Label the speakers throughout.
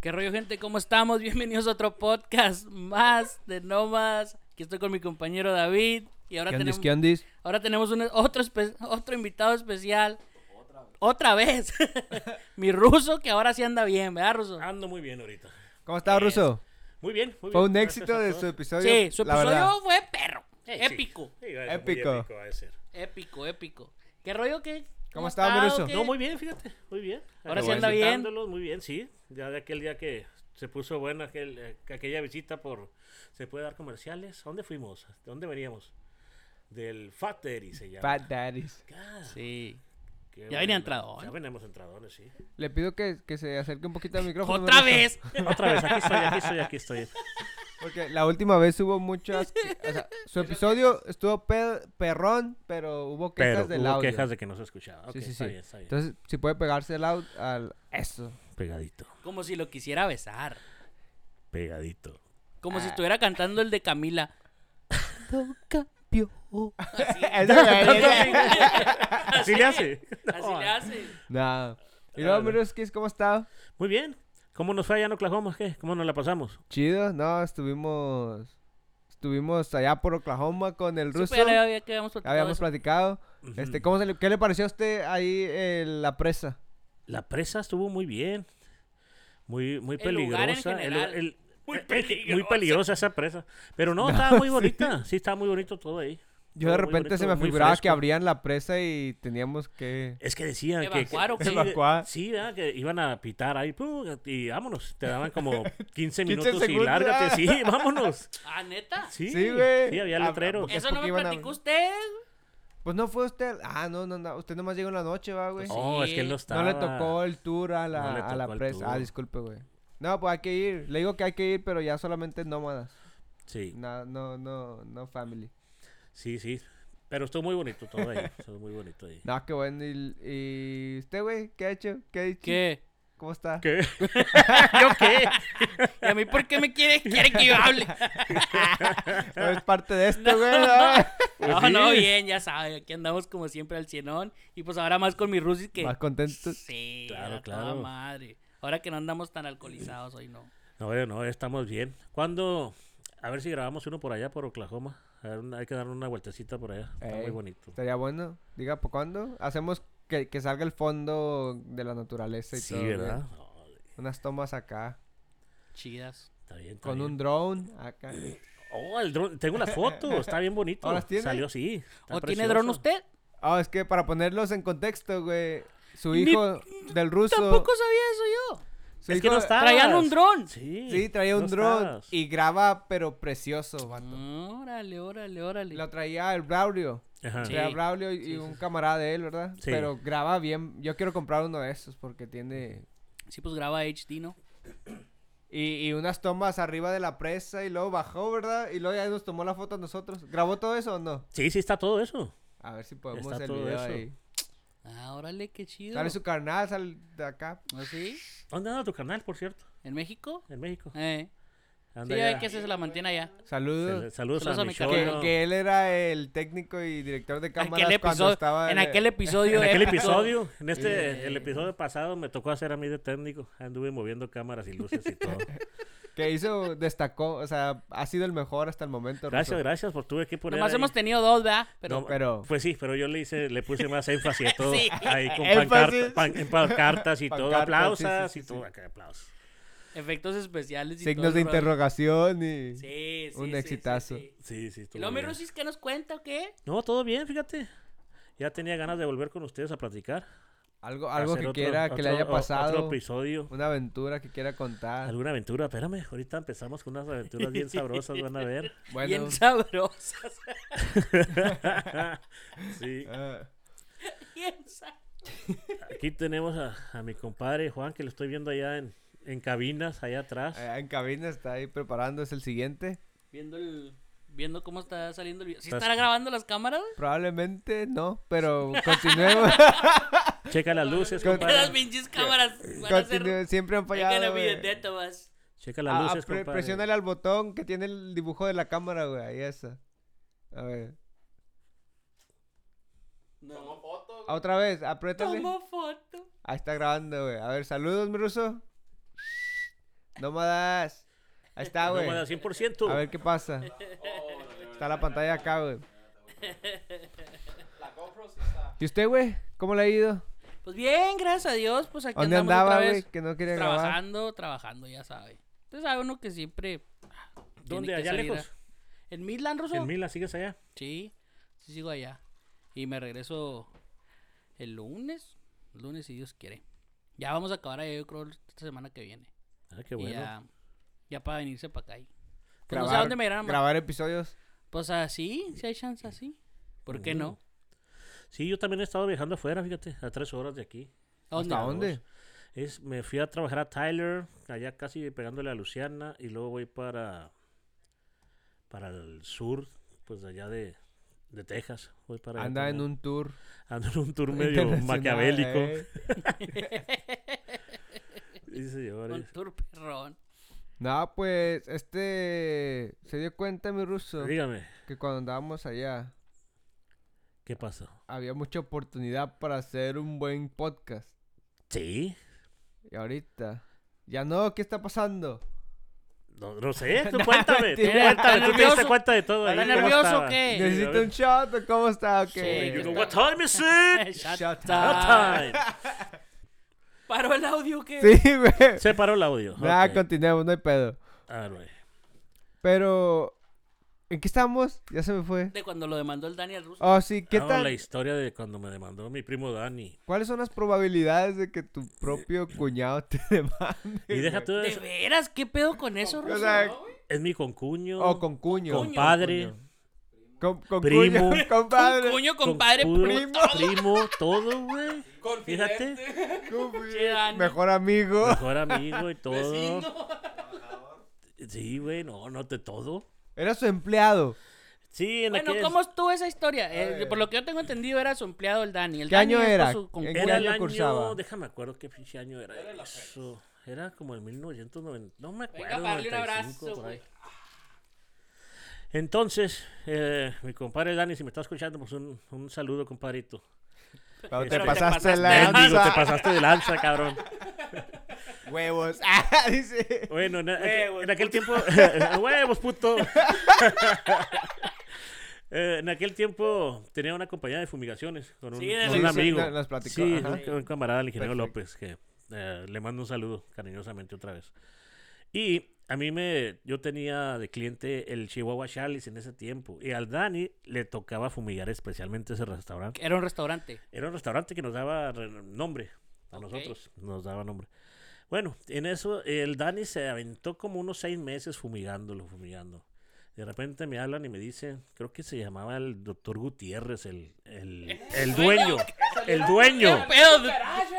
Speaker 1: ¿Qué rollo, gente? ¿Cómo estamos? Bienvenidos a otro podcast más de No Más. Aquí estoy con mi compañero David. Y ahora
Speaker 2: ¿Qué andis,
Speaker 1: tenemos,
Speaker 2: qué andis?
Speaker 1: ahora tenemos un- otro, espe- otro invitado especial. Otra vez. mi ruso, que ahora sí anda bien, ¿verdad, ruso?
Speaker 2: Ah,
Speaker 3: Ando muy bien ahorita.
Speaker 2: ¿Cómo está, Ruso?
Speaker 3: Muy bien, muy bien.
Speaker 2: Fue un
Speaker 3: Gracias
Speaker 2: éxito
Speaker 3: a
Speaker 2: de
Speaker 3: todos.
Speaker 2: su episodio.
Speaker 1: Sí, su
Speaker 2: la verdad.
Speaker 1: episodio fue perro.
Speaker 3: Eh, sí.
Speaker 1: épico,
Speaker 3: Sí, va a ser muy
Speaker 2: Épico.
Speaker 3: épico, va a ser.
Speaker 1: épico, épico. ¿Qué rollo, qué?
Speaker 2: ¿Cómo está, mi
Speaker 1: estado,
Speaker 2: ruso?
Speaker 1: qué?
Speaker 3: No, muy bien, fíjate, muy bien.
Speaker 1: Ahora
Speaker 2: sí anda
Speaker 1: bien.
Speaker 3: Visitándolos, Muy bien, sí. Ya de aquel día que se puso buena aquel, eh, aquella visita por... ¿Se puede dar comerciales? ¿A dónde fuimos? ¿De dónde veníamos? Del Fat Daddy se llama.
Speaker 2: Fat Daddies.
Speaker 3: Ah,
Speaker 1: Sí.
Speaker 3: qué
Speaker 1: Ya venía
Speaker 3: bueno.
Speaker 1: entrado, ¿eh?
Speaker 3: Ya veníamos entradones, sí.
Speaker 2: Le pido que, que se acerque un poquito al micrófono.
Speaker 1: Otra
Speaker 2: Ruso,
Speaker 1: vez.
Speaker 3: Otra vez, aquí estoy, aquí estoy, aquí estoy.
Speaker 2: Porque la última vez hubo muchas. que- o sea, su episodio estuvo pe- perrón, pero hubo quejas
Speaker 3: Pero
Speaker 2: del
Speaker 3: hubo
Speaker 2: audio.
Speaker 3: quejas de que no se escuchaba. Ok,
Speaker 2: Sí, sí,
Speaker 3: está
Speaker 2: sí.
Speaker 3: bien, está bien.
Speaker 2: Entonces, si puede pegarse el audio al. Eso.
Speaker 3: Pegadito,
Speaker 1: Como si lo quisiera besar.
Speaker 3: pegadito.
Speaker 1: Como
Speaker 2: Ah.
Speaker 1: si estuviera cantando el de Camila. Todo cambió. Así,
Speaker 2: Eso me-
Speaker 3: Así le hace.
Speaker 1: así le hace.
Speaker 2: No. Y luego, mi Ruskis, ¿cómo está?
Speaker 3: Muy bien. ¿Cómo nos fue allá en Oklahoma? ¿Qué? ¿Cómo nos la pasamos?
Speaker 2: Chido, no, estuvimos. Estuvimos allá por Oklahoma con el
Speaker 1: Supe,
Speaker 2: ruso.
Speaker 1: ya le había- que habíamos
Speaker 2: Ya
Speaker 1: platicado
Speaker 2: habíamos
Speaker 1: eso.
Speaker 2: platicado. Este, ¿cómo se le- ¿Qué le pareció a usted ahí eh, la presa?
Speaker 3: La presa estuvo muy bien. Muy, muy
Speaker 1: El lugar en
Speaker 3: peligrosa. El-
Speaker 1: general.
Speaker 3: el-
Speaker 1: Muy
Speaker 3: eh, eh, Muy
Speaker 1: peligrosa.
Speaker 3: peligrosa esa presa. Pero no, estaba muy bonita. Sí, estaba muy bonito todo ahí.
Speaker 2: Yo de
Speaker 3: Estuvo muy
Speaker 2: repente se me
Speaker 3: bonito, muy
Speaker 2: figuraba que
Speaker 3: fresco.
Speaker 2: abrían la presa y teníamos que...
Speaker 3: Es que decían que-
Speaker 1: ¿Evacuar o
Speaker 3: que...
Speaker 1: qué?
Speaker 3: sí,
Speaker 2: Evacuar.
Speaker 3: Sí, ¿verdad? que iban a pitar ahí. ¡pum! Y vámonos. Te daban como 15 minutos y
Speaker 2: segundos.
Speaker 3: lárgate. Sí, vámonos.
Speaker 1: Ah, neta.
Speaker 3: Sí,
Speaker 2: Sí, güey.
Speaker 3: Sí, había
Speaker 2: Ah,
Speaker 3: letreros.
Speaker 2: Es
Speaker 1: Eso no
Speaker 2: porque
Speaker 1: me
Speaker 2: iban a-
Speaker 1: platicó usted.
Speaker 2: Pues no fue usted... Ah, no, no, no. Usted nomás llegó en la noche, va, güey.
Speaker 3: No, es que él no
Speaker 2: no
Speaker 3: Pues, estaba.
Speaker 2: le tocó el tour a la,
Speaker 3: No le
Speaker 2: a la
Speaker 3: tocó el
Speaker 2: presa. Ah,
Speaker 3: tour.
Speaker 2: disculpe, güey. No, pues hay que ir. Le digo que hay que ir, pero ya solamente nómadas.
Speaker 3: Sí.
Speaker 2: No, no, no, no family.
Speaker 3: Sí, sí. Pero estuvo muy bonito todo ahí. Estuvo muy bonito ahí.
Speaker 2: No, qué bueno. ¿Y, y usted, güey? ¿Qué ha hecho? ¿Qué ha dicho?
Speaker 1: ¿Qué?
Speaker 2: ¿Cómo está?
Speaker 3: ¿Qué?
Speaker 1: ¿Yo qué? ¿Y a mí por qué me quiere, quiere que yo hable?
Speaker 2: No es parte de esto, güey.
Speaker 1: No,
Speaker 3: sí.
Speaker 1: no, bien, ya sabe. Aquí andamos como siempre al cienón. Y pues ahora más con mi Rusis que.
Speaker 2: Más contentos.
Speaker 1: Sí,
Speaker 3: Claro,
Speaker 1: a toda
Speaker 3: claro.
Speaker 1: madre. Ahora que no andamos tan alcoholizados hoy, no.
Speaker 3: No, eh, no, estamos bien. ¿Cuándo? A ver si grabamos uno por allá, por Oklahoma. A ver, una- hay que dar una vueltecita por allá. Está
Speaker 2: Ey.
Speaker 3: muy bonito.
Speaker 2: Estaría bueno. Diga, ¿por cuándo? Hacemos que, que salga el fondo de la naturaleza y
Speaker 3: Sí,
Speaker 2: todo, güey.
Speaker 3: ¿verdad? No,
Speaker 2: Unas tomas acá.
Speaker 1: Chidas.
Speaker 3: está bien. está
Speaker 2: Con
Speaker 3: bien.
Speaker 2: un drone acá.
Speaker 3: Oh, el dron. Tengo las fotos. Está bien bonito.
Speaker 2: ¿Oh, las tiene?
Speaker 3: Salió así. está
Speaker 1: ¿O tiene
Speaker 3: precioso.
Speaker 1: dron usted?
Speaker 2: Ah, es que para ponerlos en contexto, güey. Su
Speaker 1: Ni-
Speaker 2: hijo del ruso.
Speaker 1: Tampoco sabía eso yo.
Speaker 2: su
Speaker 3: Es que
Speaker 2: hijo-
Speaker 3: no está.
Speaker 1: Traían un dron.
Speaker 3: Sí.
Speaker 2: Sí, traía un
Speaker 3: no
Speaker 2: drone
Speaker 3: estabas.
Speaker 2: y graba, pero precioso, vato.
Speaker 1: Órale, órale, órale.
Speaker 2: Lo traía el Braulio.
Speaker 3: Ajá.
Speaker 1: Sí.
Speaker 2: Traía Braulio y y un camarada de él, ¿verdad?
Speaker 3: Sí.
Speaker 2: Pero graba bien. Yo quiero comprar uno de esos porque tiene.
Speaker 1: Sí, pues graba HD, ¿no?
Speaker 2: Y, y unas tomas arriba de la presa y luego bajó, ¿verdad? Y luego ya nos tomó la foto a nosotros. ¿Grabó todo eso o no?
Speaker 3: Sí, sí, está todo eso.
Speaker 2: A ver si podemos
Speaker 3: Está
Speaker 2: el
Speaker 3: todo
Speaker 2: video
Speaker 3: eso.
Speaker 2: ahí.
Speaker 1: Ah, órale, qué chido.
Speaker 2: Sale su carnal, sale de acá.
Speaker 1: ¿Ah, sí?
Speaker 3: ¿Dónde anda tu canal, por cierto?
Speaker 1: ¿En México?
Speaker 3: En México.
Speaker 1: Eh. Sí,
Speaker 3: Anda
Speaker 1: ya
Speaker 3: allá.
Speaker 1: ve que se la mantiene allá.
Speaker 2: Saludos.
Speaker 3: Sal- Saludos,
Speaker 1: Saludos
Speaker 3: a,
Speaker 1: a mi
Speaker 3: mi
Speaker 1: canal.
Speaker 2: que,
Speaker 3: show, ¿no?
Speaker 2: que él era el técnico y director de cámaras
Speaker 1: Aquel
Speaker 2: cuando
Speaker 1: episodio,
Speaker 2: estaba
Speaker 1: en
Speaker 2: el-
Speaker 1: aquel episodio.
Speaker 3: En aquel
Speaker 1: épico.
Speaker 3: episodio, en este,
Speaker 1: Eh.
Speaker 3: el episodio pasado me tocó hacer a mí de técnico. Anduve moviendo cámaras y luces y todo.
Speaker 2: que hizo destacó, o sea, ha sido el mejor hasta el momento.
Speaker 3: Gracias,
Speaker 2: Ruso.
Speaker 3: gracias, por tuve que poner.
Speaker 1: Nomás
Speaker 3: ahí.
Speaker 1: hemos tenido dos, ¿verdad? Pero
Speaker 3: No,
Speaker 2: pero-
Speaker 3: Pues sí, pero yo le hice, le puse más énfasis a todo.
Speaker 1: Sí.
Speaker 3: Ahí con
Speaker 2: Énfasis.
Speaker 3: pancarta- pan- en pancartas y todo.
Speaker 2: Pancartas,
Speaker 3: Aplausas
Speaker 2: sí, sí,
Speaker 3: y
Speaker 2: sí,
Speaker 3: todo.
Speaker 2: sí.
Speaker 3: acá, aplausos.
Speaker 1: efectos especiales. Y
Speaker 2: Signos
Speaker 1: todo
Speaker 2: de
Speaker 1: el rollo.
Speaker 2: interrogación y
Speaker 1: Sí, sí.
Speaker 2: Un
Speaker 1: sí, sí,
Speaker 2: exitazo.
Speaker 1: sí.
Speaker 3: Sí, sí,
Speaker 1: ¿Y
Speaker 3: estuvo
Speaker 1: lo mi
Speaker 3: bien.
Speaker 1: Rusis qué nos cuenta o qué?
Speaker 3: No, todo bien, fíjate. Ya tenía ganas de volver con ustedes a platicar.
Speaker 2: algo algo
Speaker 3: Hacer
Speaker 2: que
Speaker 3: otro-
Speaker 2: quiera que le
Speaker 3: otro-
Speaker 2: haya
Speaker 3: o- Otro
Speaker 2: pasado,
Speaker 3: episodio.
Speaker 2: una aventura que quiera contar.
Speaker 3: Alguna aventura, espérame, ahorita empezamos con unas aventuras bien sabrosas, van a ver.
Speaker 2: Bueno,
Speaker 1: Bien sabrosas.
Speaker 3: sí.
Speaker 2: ah,
Speaker 1: Bien sa-
Speaker 3: Aquí tenemos a, a mi compadre Juan, que lo estoy viendo allá en, en cabinas, allá atrás.
Speaker 2: allá eh, en cabina está ahí preparando es el siguiente.
Speaker 1: Viendo el... Viendo cómo está saliendo el video. ¿Sí
Speaker 3: Estás-
Speaker 1: estará grabando las cámaras?
Speaker 2: Probablemente no, pero continuemos.
Speaker 3: Checa las luces,
Speaker 2: Con-
Speaker 3: compadre.
Speaker 1: Las pinches cámaras van a ser...
Speaker 2: Continúe, siempre han
Speaker 1: They're gonna
Speaker 2: fallado.
Speaker 1: be the
Speaker 2: güey.
Speaker 1: death of us.
Speaker 3: Checa
Speaker 2: Ah,
Speaker 3: las luces,
Speaker 2: pre-
Speaker 3: compadre.
Speaker 2: presiónale al botón que tiene el dibujo de la cámara, güey. Ahí está. A ver. Ah, Otra vez, apriétale.
Speaker 1: Tomó foto.
Speaker 2: Ahí está grabando, güey. A ver, saludos, mi ruso. Nómadas. Ahí está, güey.
Speaker 3: Nómada 100%.
Speaker 2: A ver qué pasa. Está la pantalla acá, güey. ¿Y usted, güey? ¿Cómo le ha ido?
Speaker 1: Pues bien, gracias a Dios, pues aquí
Speaker 2: ¿Dónde
Speaker 1: andamos
Speaker 2: andaba,
Speaker 1: otra
Speaker 2: güey?
Speaker 1: vez.
Speaker 2: Que no quería grabar.
Speaker 1: Trabajando, trabajando, ya sabe. Usted sabe uno que siempre. ah, tiene
Speaker 3: ¿Dónde?
Speaker 1: que
Speaker 3: ¿Allá
Speaker 1: salir a-
Speaker 3: lejos?
Speaker 1: En Midland, Ruso.
Speaker 3: ¿En Mila sigues allá?
Speaker 1: Sí, sí sigo allá. Y me regreso el lunes. El lunes, si Dios quiere. Ya vamos a acabar allá, yo creo, esta semana que viene.
Speaker 3: Ah, qué
Speaker 1: Y
Speaker 3: bueno.
Speaker 1: ya, ya para venirse para acá. Y... Pues no sé a
Speaker 2: Grabar,
Speaker 1: dónde me irán a mandar.
Speaker 2: grabar episodios.
Speaker 1: Pues así, si hay chance así. ¿Por qué
Speaker 3: Mm.
Speaker 1: no?
Speaker 3: Sí, yo también he estado viajando afuera, fíjate, a tres horas de aquí.
Speaker 1: ¿A dónde?
Speaker 2: ¿Hasta dónde?
Speaker 3: Es, me fui a trabajar a Tyler, allá casi pegándole a Luciana, y luego voy para, para el sur, pues de allá de, de Texas. Voy para allá
Speaker 2: Anda en
Speaker 3: también.
Speaker 2: un tour.
Speaker 3: Ando en un tour medio maquiavélico.
Speaker 2: eh.
Speaker 3: Sí, señores.
Speaker 1: Con tour perrón.
Speaker 2: No, pues, este. Se dio cuenta, mi ruso,
Speaker 3: Dígame,
Speaker 2: que cuando andábamos allá
Speaker 3: ¿qué pasó?
Speaker 2: había mucha oportunidad para hacer un buen podcast.
Speaker 3: Sí,
Speaker 2: Y ahorita. Ya no, ¿qué está pasando?
Speaker 3: no, no sé, tú cuéntame, tú
Speaker 1: mentira.
Speaker 3: cuéntame, tú te diste
Speaker 1: ¿Nervioso?
Speaker 3: cuenta de todo.
Speaker 1: ¿Está
Speaker 3: ahí, ¿cómo
Speaker 1: nervioso
Speaker 3: estaba?
Speaker 1: o qué?
Speaker 3: Sí, a
Speaker 2: ¿Necesito
Speaker 3: ver.
Speaker 2: un shot o cómo está? Ok.
Speaker 1: Sí,
Speaker 3: You know
Speaker 1: Está-
Speaker 3: what time is it?
Speaker 1: Shut
Speaker 2: Shut
Speaker 1: up.
Speaker 3: What time?
Speaker 1: ¿Paró el audio que
Speaker 2: Sí, güey.
Speaker 3: Se paró el audio.
Speaker 2: Nada,
Speaker 3: ok.
Speaker 2: continuemos, no hay pedo.
Speaker 3: A ver, güey.
Speaker 2: Pero. ¿En qué estamos? Ya se me fue.
Speaker 1: De cuando lo demandó el Daniel Russo.
Speaker 2: Oh, sí, ¿qué
Speaker 3: No,
Speaker 2: tal?
Speaker 3: la historia de cuando me demandó mi primo Dani.
Speaker 2: ¿Cuáles son las probabilidades de que tu propio cuñado te demande?
Speaker 3: Y deja
Speaker 2: güey?
Speaker 3: tú
Speaker 1: ¿De
Speaker 3: eso.
Speaker 1: veras? ¿Qué pedo con eso,
Speaker 2: O
Speaker 1: Russo?
Speaker 2: sea,
Speaker 3: Es mi concuño.
Speaker 2: o con cuño.
Speaker 1: Cuño.
Speaker 3: Compadre.
Speaker 2: Con, con
Speaker 3: Primo.
Speaker 2: cuño,
Speaker 1: Un
Speaker 2: compadre.
Speaker 1: cuño,
Speaker 3: con
Speaker 1: compadre.
Speaker 3: cudo,
Speaker 1: primo.
Speaker 3: primo, todo, güey. Fíjate.
Speaker 2: Cupi-
Speaker 1: Che, Dani.
Speaker 2: Mejor amigo.
Speaker 3: Mejor amigo y todo. Sí, güey, no, no te todo.
Speaker 2: Era su empleado.
Speaker 3: Sí, en
Speaker 1: Bueno,
Speaker 3: aquel-
Speaker 1: ¿cómo estuvo esa historia? Eh,
Speaker 2: ver.
Speaker 1: por lo que yo tengo entendido, era su empleado el Dani. El
Speaker 2: ¿Qué
Speaker 1: Dani
Speaker 2: año
Speaker 1: es por
Speaker 2: era?
Speaker 1: su
Speaker 2: ¿En
Speaker 1: concurso.
Speaker 2: qué
Speaker 3: Era el
Speaker 2: año
Speaker 3: año,
Speaker 2: cursaba?
Speaker 3: déjame acuerdo qué pinche año era eso. Era como el 1990, no me acuerdo.
Speaker 1: Venga, para darle un
Speaker 3: 95
Speaker 1: abrazo,
Speaker 3: por ahí.
Speaker 1: güey.
Speaker 3: Entonces, eh, mi compadre Dani, si me está escuchando, pues un, un saludo, compadrito.
Speaker 2: Cuando te
Speaker 3: Pero te
Speaker 2: pasaste la
Speaker 3: Bendigo, te
Speaker 2: lanza.
Speaker 3: pasaste de lanza, cabrón.
Speaker 2: Huevos. Ah, dice.
Speaker 3: Bueno, en, en aquel tiempo. ¡Huevos, puto! Eh, en aquel tiempo tenía una compañía de fumigaciones con un,
Speaker 1: Sí, de
Speaker 3: con
Speaker 1: los-
Speaker 3: un
Speaker 2: sí,
Speaker 3: amigo.
Speaker 2: nos platicó,
Speaker 3: Sí,
Speaker 2: ajá.
Speaker 3: un, un camarada, el ingeniero
Speaker 2: Perfecto.
Speaker 3: López, que eh, le mando un saludo cariñosamente otra vez. Y a mí me. Yo tenía de cliente el Chihuahua Charles en ese tiempo. Y al Dani le tocaba fumigar especialmente ese restaurante.
Speaker 1: Era un restaurante.
Speaker 3: Era un restaurante que nos daba re- nombre a
Speaker 1: Ok.
Speaker 3: nosotros, nos daba nombre. Bueno, en eso el Dani se aventó como unos seis meses fumigándolo, fumigando. De repente me hablan y me dicen, creo que se llamaba el doctor Gutiérrez, el, el, el dueño, el dueño.
Speaker 1: pedo?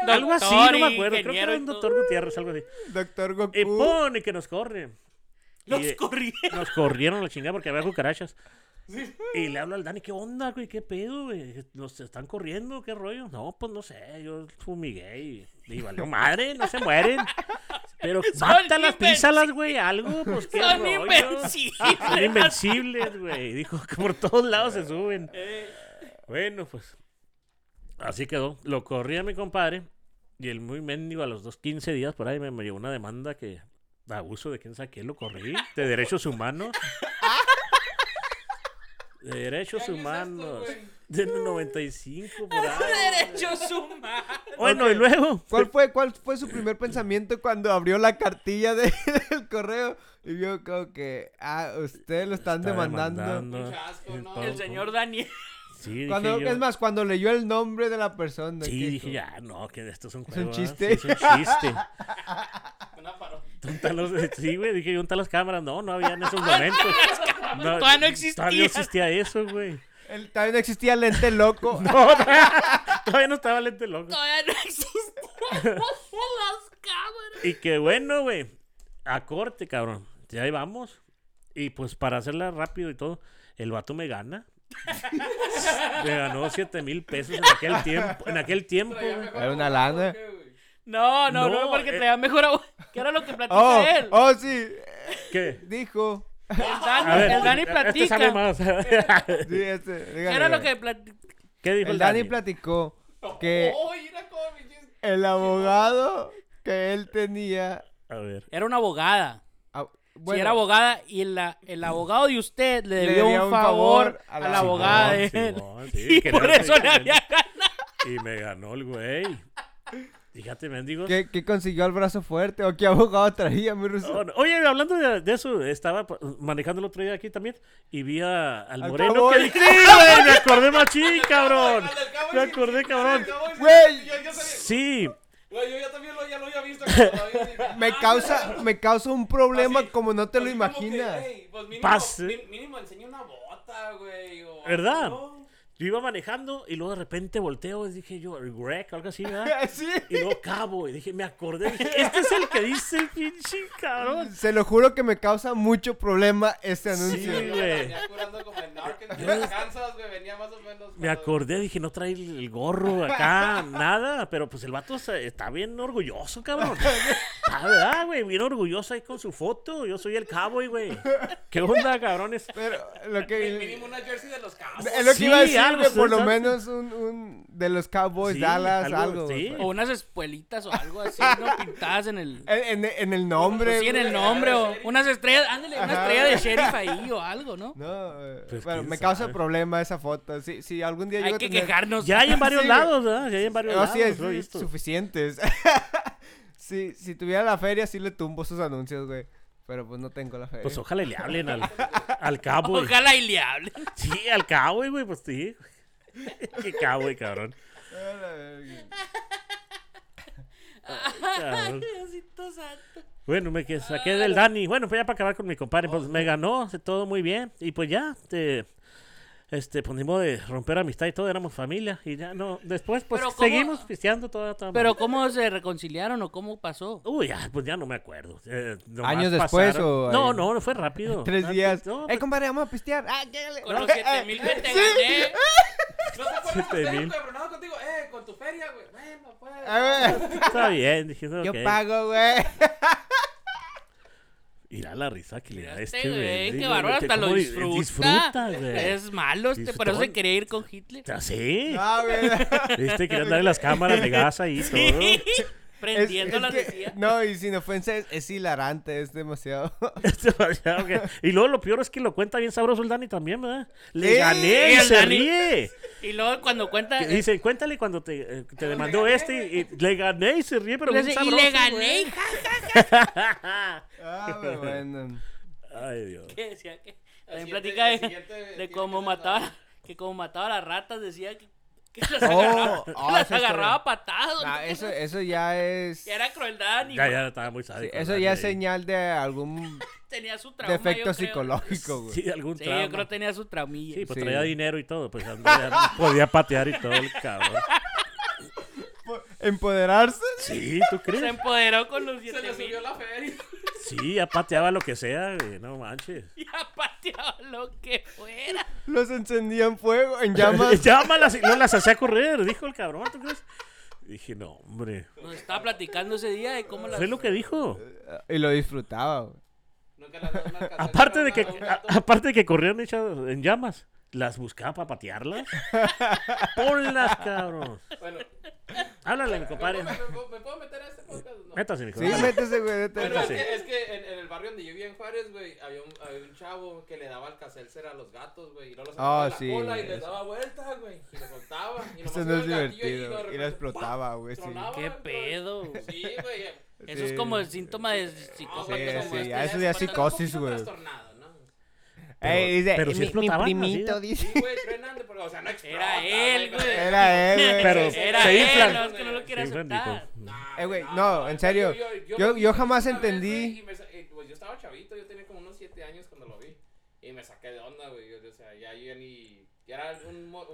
Speaker 3: Algo así, no me acuerdo, creo que era un doctor Gutiérrez, algo así.
Speaker 2: Doctor
Speaker 3: Y
Speaker 2: Goku.
Speaker 3: pone que nos corre.
Speaker 1: Uh. Los
Speaker 3: Y- eh,
Speaker 1: corrí.
Speaker 3: nos corrieron a la chingada porque había cucarachas. Y le hablo al Dani, ¿qué onda, güey? ¿Qué pedo, güey? ¿Nos están corriendo? ¿Qué rollo? No, pues no sé, yo fumigué y, y valió madre, no se mueren. Pero
Speaker 1: Son
Speaker 3: mátalas,
Speaker 1: invencibles.
Speaker 3: písalas, güey, algo, pues qué
Speaker 1: Son
Speaker 3: rollo.
Speaker 1: invencibles.
Speaker 3: Son invencibles, güey. Dijo que por todos lados se suben.
Speaker 1: Eh.
Speaker 3: Bueno, pues así quedó. Lo corrí a mi compadre y el muy mendigo a los dos 15 días por ahí me, me llegó una demanda que de abuso de quién sabe qué lo corrí, de derechos humanos. De derechos humanos. Del 95 por ahí.
Speaker 1: Derechos humanos.
Speaker 3: Bueno, y luego
Speaker 2: ¿Cuál fue, ¿Cuál fue su primer pensamiento cuando abrió la cartilla de- del correo y vio como que, ah, ustedes lo están
Speaker 3: está
Speaker 2: demandando?
Speaker 1: El señor Daniel.
Speaker 3: Sí,
Speaker 2: Cuando,
Speaker 3: dije yo-
Speaker 2: es más, cuando leyó el nombre de la persona.
Speaker 3: Sí,
Speaker 2: que
Speaker 3: dije
Speaker 2: dijo,
Speaker 3: ya, no, que esto es un
Speaker 2: un
Speaker 3: juego. ¿verdad?
Speaker 2: chiste.
Speaker 3: Sí, es un chiste. ¿Dónde están los- Sí, güey, dije, ¿dónde están las cámaras? No, no había en esos momentos.
Speaker 1: Todavía no existía.
Speaker 3: Todavía no existía eso, güey.
Speaker 2: El, también existía lente loco.
Speaker 3: No, todavía no estaba lente loco.
Speaker 1: Todavía no existían las cámaras.
Speaker 3: Y qué bueno, güey. A corte, cabrón. Ya ahí vamos. Y pues para hacerla rápido y todo, el vato me gana. me ganó 7 mil pesos en aquel tiempo. En aquel tiempo, güey.
Speaker 2: Era una lana.
Speaker 1: No, no, no,
Speaker 3: No,
Speaker 1: porque
Speaker 3: eh.
Speaker 1: traía mejor agua. Que era lo que platica
Speaker 2: Oh,
Speaker 1: él.
Speaker 2: oh, sí.
Speaker 3: ¿Qué?
Speaker 2: Dijo.
Speaker 1: El Dani,
Speaker 3: A ver,
Speaker 1: el Dani
Speaker 3: este
Speaker 1: platica.
Speaker 3: sabe más.
Speaker 2: Sí, este, dígale,
Speaker 1: ¿Qué era lo
Speaker 2: dígale.
Speaker 1: que platica?
Speaker 3: ¿Qué dijo
Speaker 2: El Dani platicó
Speaker 4: Oh,
Speaker 2: que el abogado que él tenía
Speaker 3: A ver.
Speaker 1: Era una abogada.
Speaker 2: Ah,
Speaker 1: si
Speaker 2: bueno,
Speaker 1: era abogada y la, el abogado de usted le
Speaker 2: Le
Speaker 1: debió
Speaker 2: debía
Speaker 1: un favor, a la,
Speaker 2: Simón,
Speaker 1: abogada de él.
Speaker 3: Simón, sí,
Speaker 1: y
Speaker 3: que
Speaker 1: por
Speaker 3: no se
Speaker 1: eso le
Speaker 3: diga,
Speaker 1: había ganado.
Speaker 3: Y me ganó el güey. Fíjate, mendigos.
Speaker 2: ¿qué, qué consiguió al brazo fuerte? ¿O qué abogado traía, mi ruso?
Speaker 3: Oh, no. Oye, hablando de, de eso, estaba pa- manejando el otro día aquí también y vi a, al
Speaker 2: Al
Speaker 3: moreno
Speaker 2: Cowboy.
Speaker 3: que dije, ¡Sí, güey! Me acordé machín, cabrón. Me acordé, cabrón.
Speaker 2: Güey,
Speaker 3: Sí,
Speaker 4: Güey, yo ya también lo, ya lo había visto. cuando lo había visto.
Speaker 2: me causa, me causa un problema
Speaker 4: Así,
Speaker 2: como no te lo
Speaker 4: "Ah, así como
Speaker 2: imaginas.
Speaker 4: que, "Ey, pues mínimo,
Speaker 3: Pase.
Speaker 4: mi- mínimo enseña una bota, güey. o
Speaker 3: ¿Verdad?
Speaker 4: algo".
Speaker 3: yo iba manejando y luego de repente volteo y dije yo, Greg, algo así, ¿verdad?
Speaker 2: Sí.
Speaker 3: Y luego cabo y dije, me acordé, dije, este es el que dice el pinche cabrón.
Speaker 2: Se lo juro que me causa mucho problema este
Speaker 3: Sí,
Speaker 2: anuncio.
Speaker 3: güey.
Speaker 4: Venía curando como en Narcan, en Kansas, güey, venía más o menos.
Speaker 3: Me
Speaker 4: cuando-
Speaker 3: acordé, dije, no trae el el gorro acá, nada, pero pues el vato se- está bien orgulloso, cabrón. La verdad, güey, bien orgulloso ahí con su foto. Yo soy el cowboy, güey. ¿Qué onda, cabrones?
Speaker 2: Pero lo
Speaker 4: Mi-
Speaker 2: que.
Speaker 4: Mínimo una jersey de los Cowboys.
Speaker 2: Es lo que
Speaker 3: Sí,
Speaker 2: iba a decir, güey,
Speaker 3: algo,
Speaker 2: por lo
Speaker 3: exacto.
Speaker 2: menos un, un de los Cowboys,
Speaker 3: Sí,
Speaker 2: Dallas,
Speaker 3: algo,
Speaker 2: algo.
Speaker 3: sí.
Speaker 2: güey.
Speaker 1: O unas espuelitas o algo así, ¿no? Pintadas en el.
Speaker 2: En, en- en el nombre.
Speaker 1: Pues Sí, en el
Speaker 2: güey.
Speaker 1: nombre, o unas estrellas, ándale, una
Speaker 2: Ajá.
Speaker 1: estrella de sheriff ahí o algo, ¿no?
Speaker 2: No, eh,
Speaker 3: Pues,
Speaker 2: bueno,
Speaker 3: quién
Speaker 2: me causa
Speaker 3: sabe.
Speaker 2: problema esa foto. Si, si algún día llego
Speaker 1: Hay
Speaker 2: a
Speaker 1: que
Speaker 2: tener-
Speaker 1: quejarnos.
Speaker 3: Ya hay en varios
Speaker 2: Sí, güey.
Speaker 3: lados, ¿verdad? Ya hay en varios
Speaker 2: No,
Speaker 3: lados.
Speaker 2: sí, es
Speaker 3: Pues lo he visto.
Speaker 2: suficientes. si, si tuviera la feria, sí le tumbo sus anuncios, güey. Pero pues no tengo la feria.
Speaker 3: Pues ojalá le hablen al, al cowboy.
Speaker 1: Ojalá y le hable.
Speaker 3: Sí, al cowboy, güey, pues sí. Qué cowboy, cabrón.
Speaker 2: A la verga.
Speaker 3: Cabrón.
Speaker 1: Diosito santo.
Speaker 3: Bueno, me que- saqué del Dani. Bueno, pues ya para acabar con mi compadre, pues me ganó se- todo muy bien. Y pues ya, te- este, ponimos de romper amistad y todo, éramos familia. Y ya no, después pues
Speaker 1: Pero ¿cómo?
Speaker 3: seguimos pisteando toda toda
Speaker 1: Pero
Speaker 3: madre.
Speaker 1: ¿cómo se reconciliaron o cómo pasó?
Speaker 3: Uy, ya, pues ya no me acuerdo. Eh, nomás
Speaker 2: ¿Años después
Speaker 3: pasaron-
Speaker 2: o
Speaker 3: No,
Speaker 2: ahí?
Speaker 3: no, no fue rápido.
Speaker 2: Tres
Speaker 3: Antes-
Speaker 2: días.
Speaker 3: no,
Speaker 2: ¡Eh,
Speaker 3: pues,
Speaker 2: compadre, vamos a pistear! ¡Ah, llégale!
Speaker 1: Con los
Speaker 2: Eh,
Speaker 1: 7000
Speaker 2: eh,
Speaker 1: que te
Speaker 2: sí.
Speaker 1: gané.
Speaker 4: ¿No te acuerdas
Speaker 3: Siete
Speaker 4: que
Speaker 3: mil.
Speaker 4: estoy cabronado contigo? Eh, con tu feria, güey. Bueno, pues.
Speaker 2: A ver,
Speaker 3: Está bien, dije, no,
Speaker 2: Yo
Speaker 3: ok.
Speaker 2: pago, güey.
Speaker 3: Irá la risa que le da
Speaker 1: Mira
Speaker 3: este
Speaker 1: este güey,
Speaker 3: mendigo,
Speaker 1: qué bárbaro,
Speaker 3: te-
Speaker 1: hasta lo
Speaker 3: cómo di-
Speaker 1: disfruta.
Speaker 3: Disfruta, güey.
Speaker 1: Es malo, este, por eso se
Speaker 3: Disfrutón.
Speaker 1: quería ir con Hitler.
Speaker 3: Así.
Speaker 2: No, güey.
Speaker 3: Viste, quería darle las cámaras de gas ahí y todo.
Speaker 2: Es-
Speaker 1: Prendiendo
Speaker 2: es
Speaker 1: las
Speaker 2: que-
Speaker 1: decía.
Speaker 2: no, y sin ofensa, es, es hilarante, es demasiado.
Speaker 3: Este vaciado que- Y luego lo peor es que lo cuenta bien sabroso el Dani también, ¿verdad? Le
Speaker 2: Sí,
Speaker 3: gané y
Speaker 1: el
Speaker 3: se
Speaker 1: Dani.
Speaker 3: ríe.
Speaker 1: Y luego cuando cuenta.
Speaker 3: Que Dice, cuéntale cuando te, eh, te demandó
Speaker 4: gané,
Speaker 3: este y, y le gané y se ríe, pero
Speaker 1: le
Speaker 3: bien
Speaker 1: dice, y
Speaker 3: sabroso,
Speaker 1: le gané,
Speaker 3: güey.
Speaker 1: hija.
Speaker 2: Ah, pero bueno.
Speaker 3: Ay, Dios.
Speaker 1: Que decía que. También
Speaker 4: siguiente-
Speaker 1: platica
Speaker 4: el
Speaker 1: de,
Speaker 4: siguiente
Speaker 1: de
Speaker 4: tiene que
Speaker 1: cómo
Speaker 4: ser
Speaker 1: mataba. Que como mataba a las ratas, decía que. que las
Speaker 2: Oh,
Speaker 1: agarraba,
Speaker 2: oh,
Speaker 1: que las
Speaker 2: esa historia.
Speaker 1: agarraba a patadas.
Speaker 2: Nah,
Speaker 1: ¿no?
Speaker 2: Ah, eso, eso ya es.
Speaker 1: Que era crueldad. Ni
Speaker 3: Ya, ya estaba muy
Speaker 2: sí,
Speaker 3: sádico. el
Speaker 2: eso
Speaker 3: Dani
Speaker 2: ya
Speaker 3: ahí.
Speaker 2: es señal de algún
Speaker 1: Tenía su trauma. yo
Speaker 2: defecto
Speaker 1: creo.
Speaker 2: psicológico, güey.
Speaker 3: Sí, algún
Speaker 1: Sí,
Speaker 3: trauma.
Speaker 1: yo creo que tenía su traumilla.
Speaker 3: Sí, pues
Speaker 2: Sí.
Speaker 3: traía dinero y todo. Pues andaba- podía patear y todo el cabrón.
Speaker 2: Po- Empoderarse.
Speaker 3: Sí, ¿tú
Speaker 1: Se
Speaker 3: crees?
Speaker 1: empoderó con los
Speaker 4: Se le
Speaker 1: 7 mil.
Speaker 4: subió la feria.
Speaker 3: Sí, ya pateaba lo que sea, güey, no manches.
Speaker 1: Y ha pateado lo que fuera.
Speaker 2: Los encendía en fuego, en llamas.
Speaker 3: Llámalas y no las hacía correr, dijo el cabrón, ¿tú crees? Dije, no, hombre.
Speaker 1: Nos estaba platicando ese día de cómo las.
Speaker 3: Fue lo que dijo.
Speaker 2: y lo disfrutaba, güey.
Speaker 4: Nunca la- no la alcancé
Speaker 3: Aparte
Speaker 4: a
Speaker 3: de que,
Speaker 4: una- a
Speaker 3: a- aparte de que corrían hechas en llamas, las buscaba para patearlas. Ponlas, cabrón.
Speaker 4: una- Bueno,
Speaker 3: Háblale, mi compadre.
Speaker 4: ¿me puedo- ¿me puedo meter a este podcast? o No.
Speaker 3: Métase, mi
Speaker 2: Sí,
Speaker 3: compadre.
Speaker 2: métese, güey. neta.
Speaker 4: Bueno, es
Speaker 3: Sí.
Speaker 4: que, es que en, en el barrio donde yo vivía en Juárez, güey, había un, había un chavo que le daba alcacelcer a los gatos, güey, y luego los
Speaker 2: Ah,
Speaker 4: sacaba de
Speaker 2: sí,
Speaker 4: la cola y les
Speaker 2: eso.
Speaker 4: daba vuelta, güey, y los soltaba. Y nomás
Speaker 2: Eso no
Speaker 4: iba
Speaker 2: es
Speaker 4: el gatillo
Speaker 2: divertido. güey.
Speaker 4: de
Speaker 2: Y lo
Speaker 4: repente, ¡pam!
Speaker 2: explotaba, güey. Sí.
Speaker 4: Tronaba,
Speaker 1: Qué
Speaker 4: güey.
Speaker 1: pedo. güey.
Speaker 4: Sí, güey. eh,
Speaker 1: Eso es
Speaker 2: Sí.
Speaker 1: como el síntoma de
Speaker 4: No,
Speaker 1: psicosis.
Speaker 4: güey,
Speaker 2: sí,
Speaker 4: como
Speaker 2: sí,
Speaker 4: este
Speaker 2: ya eso
Speaker 4: se
Speaker 2: ya
Speaker 4: pone
Speaker 2: psicosis,
Speaker 4: un poquito
Speaker 2: güey.
Speaker 4: trastornado, ¿no?
Speaker 3: Pero-
Speaker 2: Ey, dice,
Speaker 3: pero sí
Speaker 2: mi- mi,
Speaker 3: explotaban,
Speaker 2: primito,
Speaker 3: así,
Speaker 2: dice.
Speaker 4: Sí, güey, trenando, porque, o sea, no explota,
Speaker 1: él, güey.
Speaker 2: Era él,
Speaker 3: Pero-
Speaker 2: güey.
Speaker 1: Era
Speaker 3: se
Speaker 1: él,
Speaker 3: inflan.
Speaker 1: no, es que no lo quiere
Speaker 3: Sí,
Speaker 1: aceptar.
Speaker 3: Francisco.
Speaker 4: Nah,
Speaker 2: Eh, güey, no, en serio, yo-
Speaker 4: lo vi
Speaker 2: yo jamás
Speaker 4: una vez,
Speaker 2: entendí.
Speaker 4: güey, y me sa- eh, pues yo estaba chavito, yo tenía como unos 7 años cuando lo vi. Y me saqué de onda, güey. yo- O sea, ya yo ni. Ya era un. mo-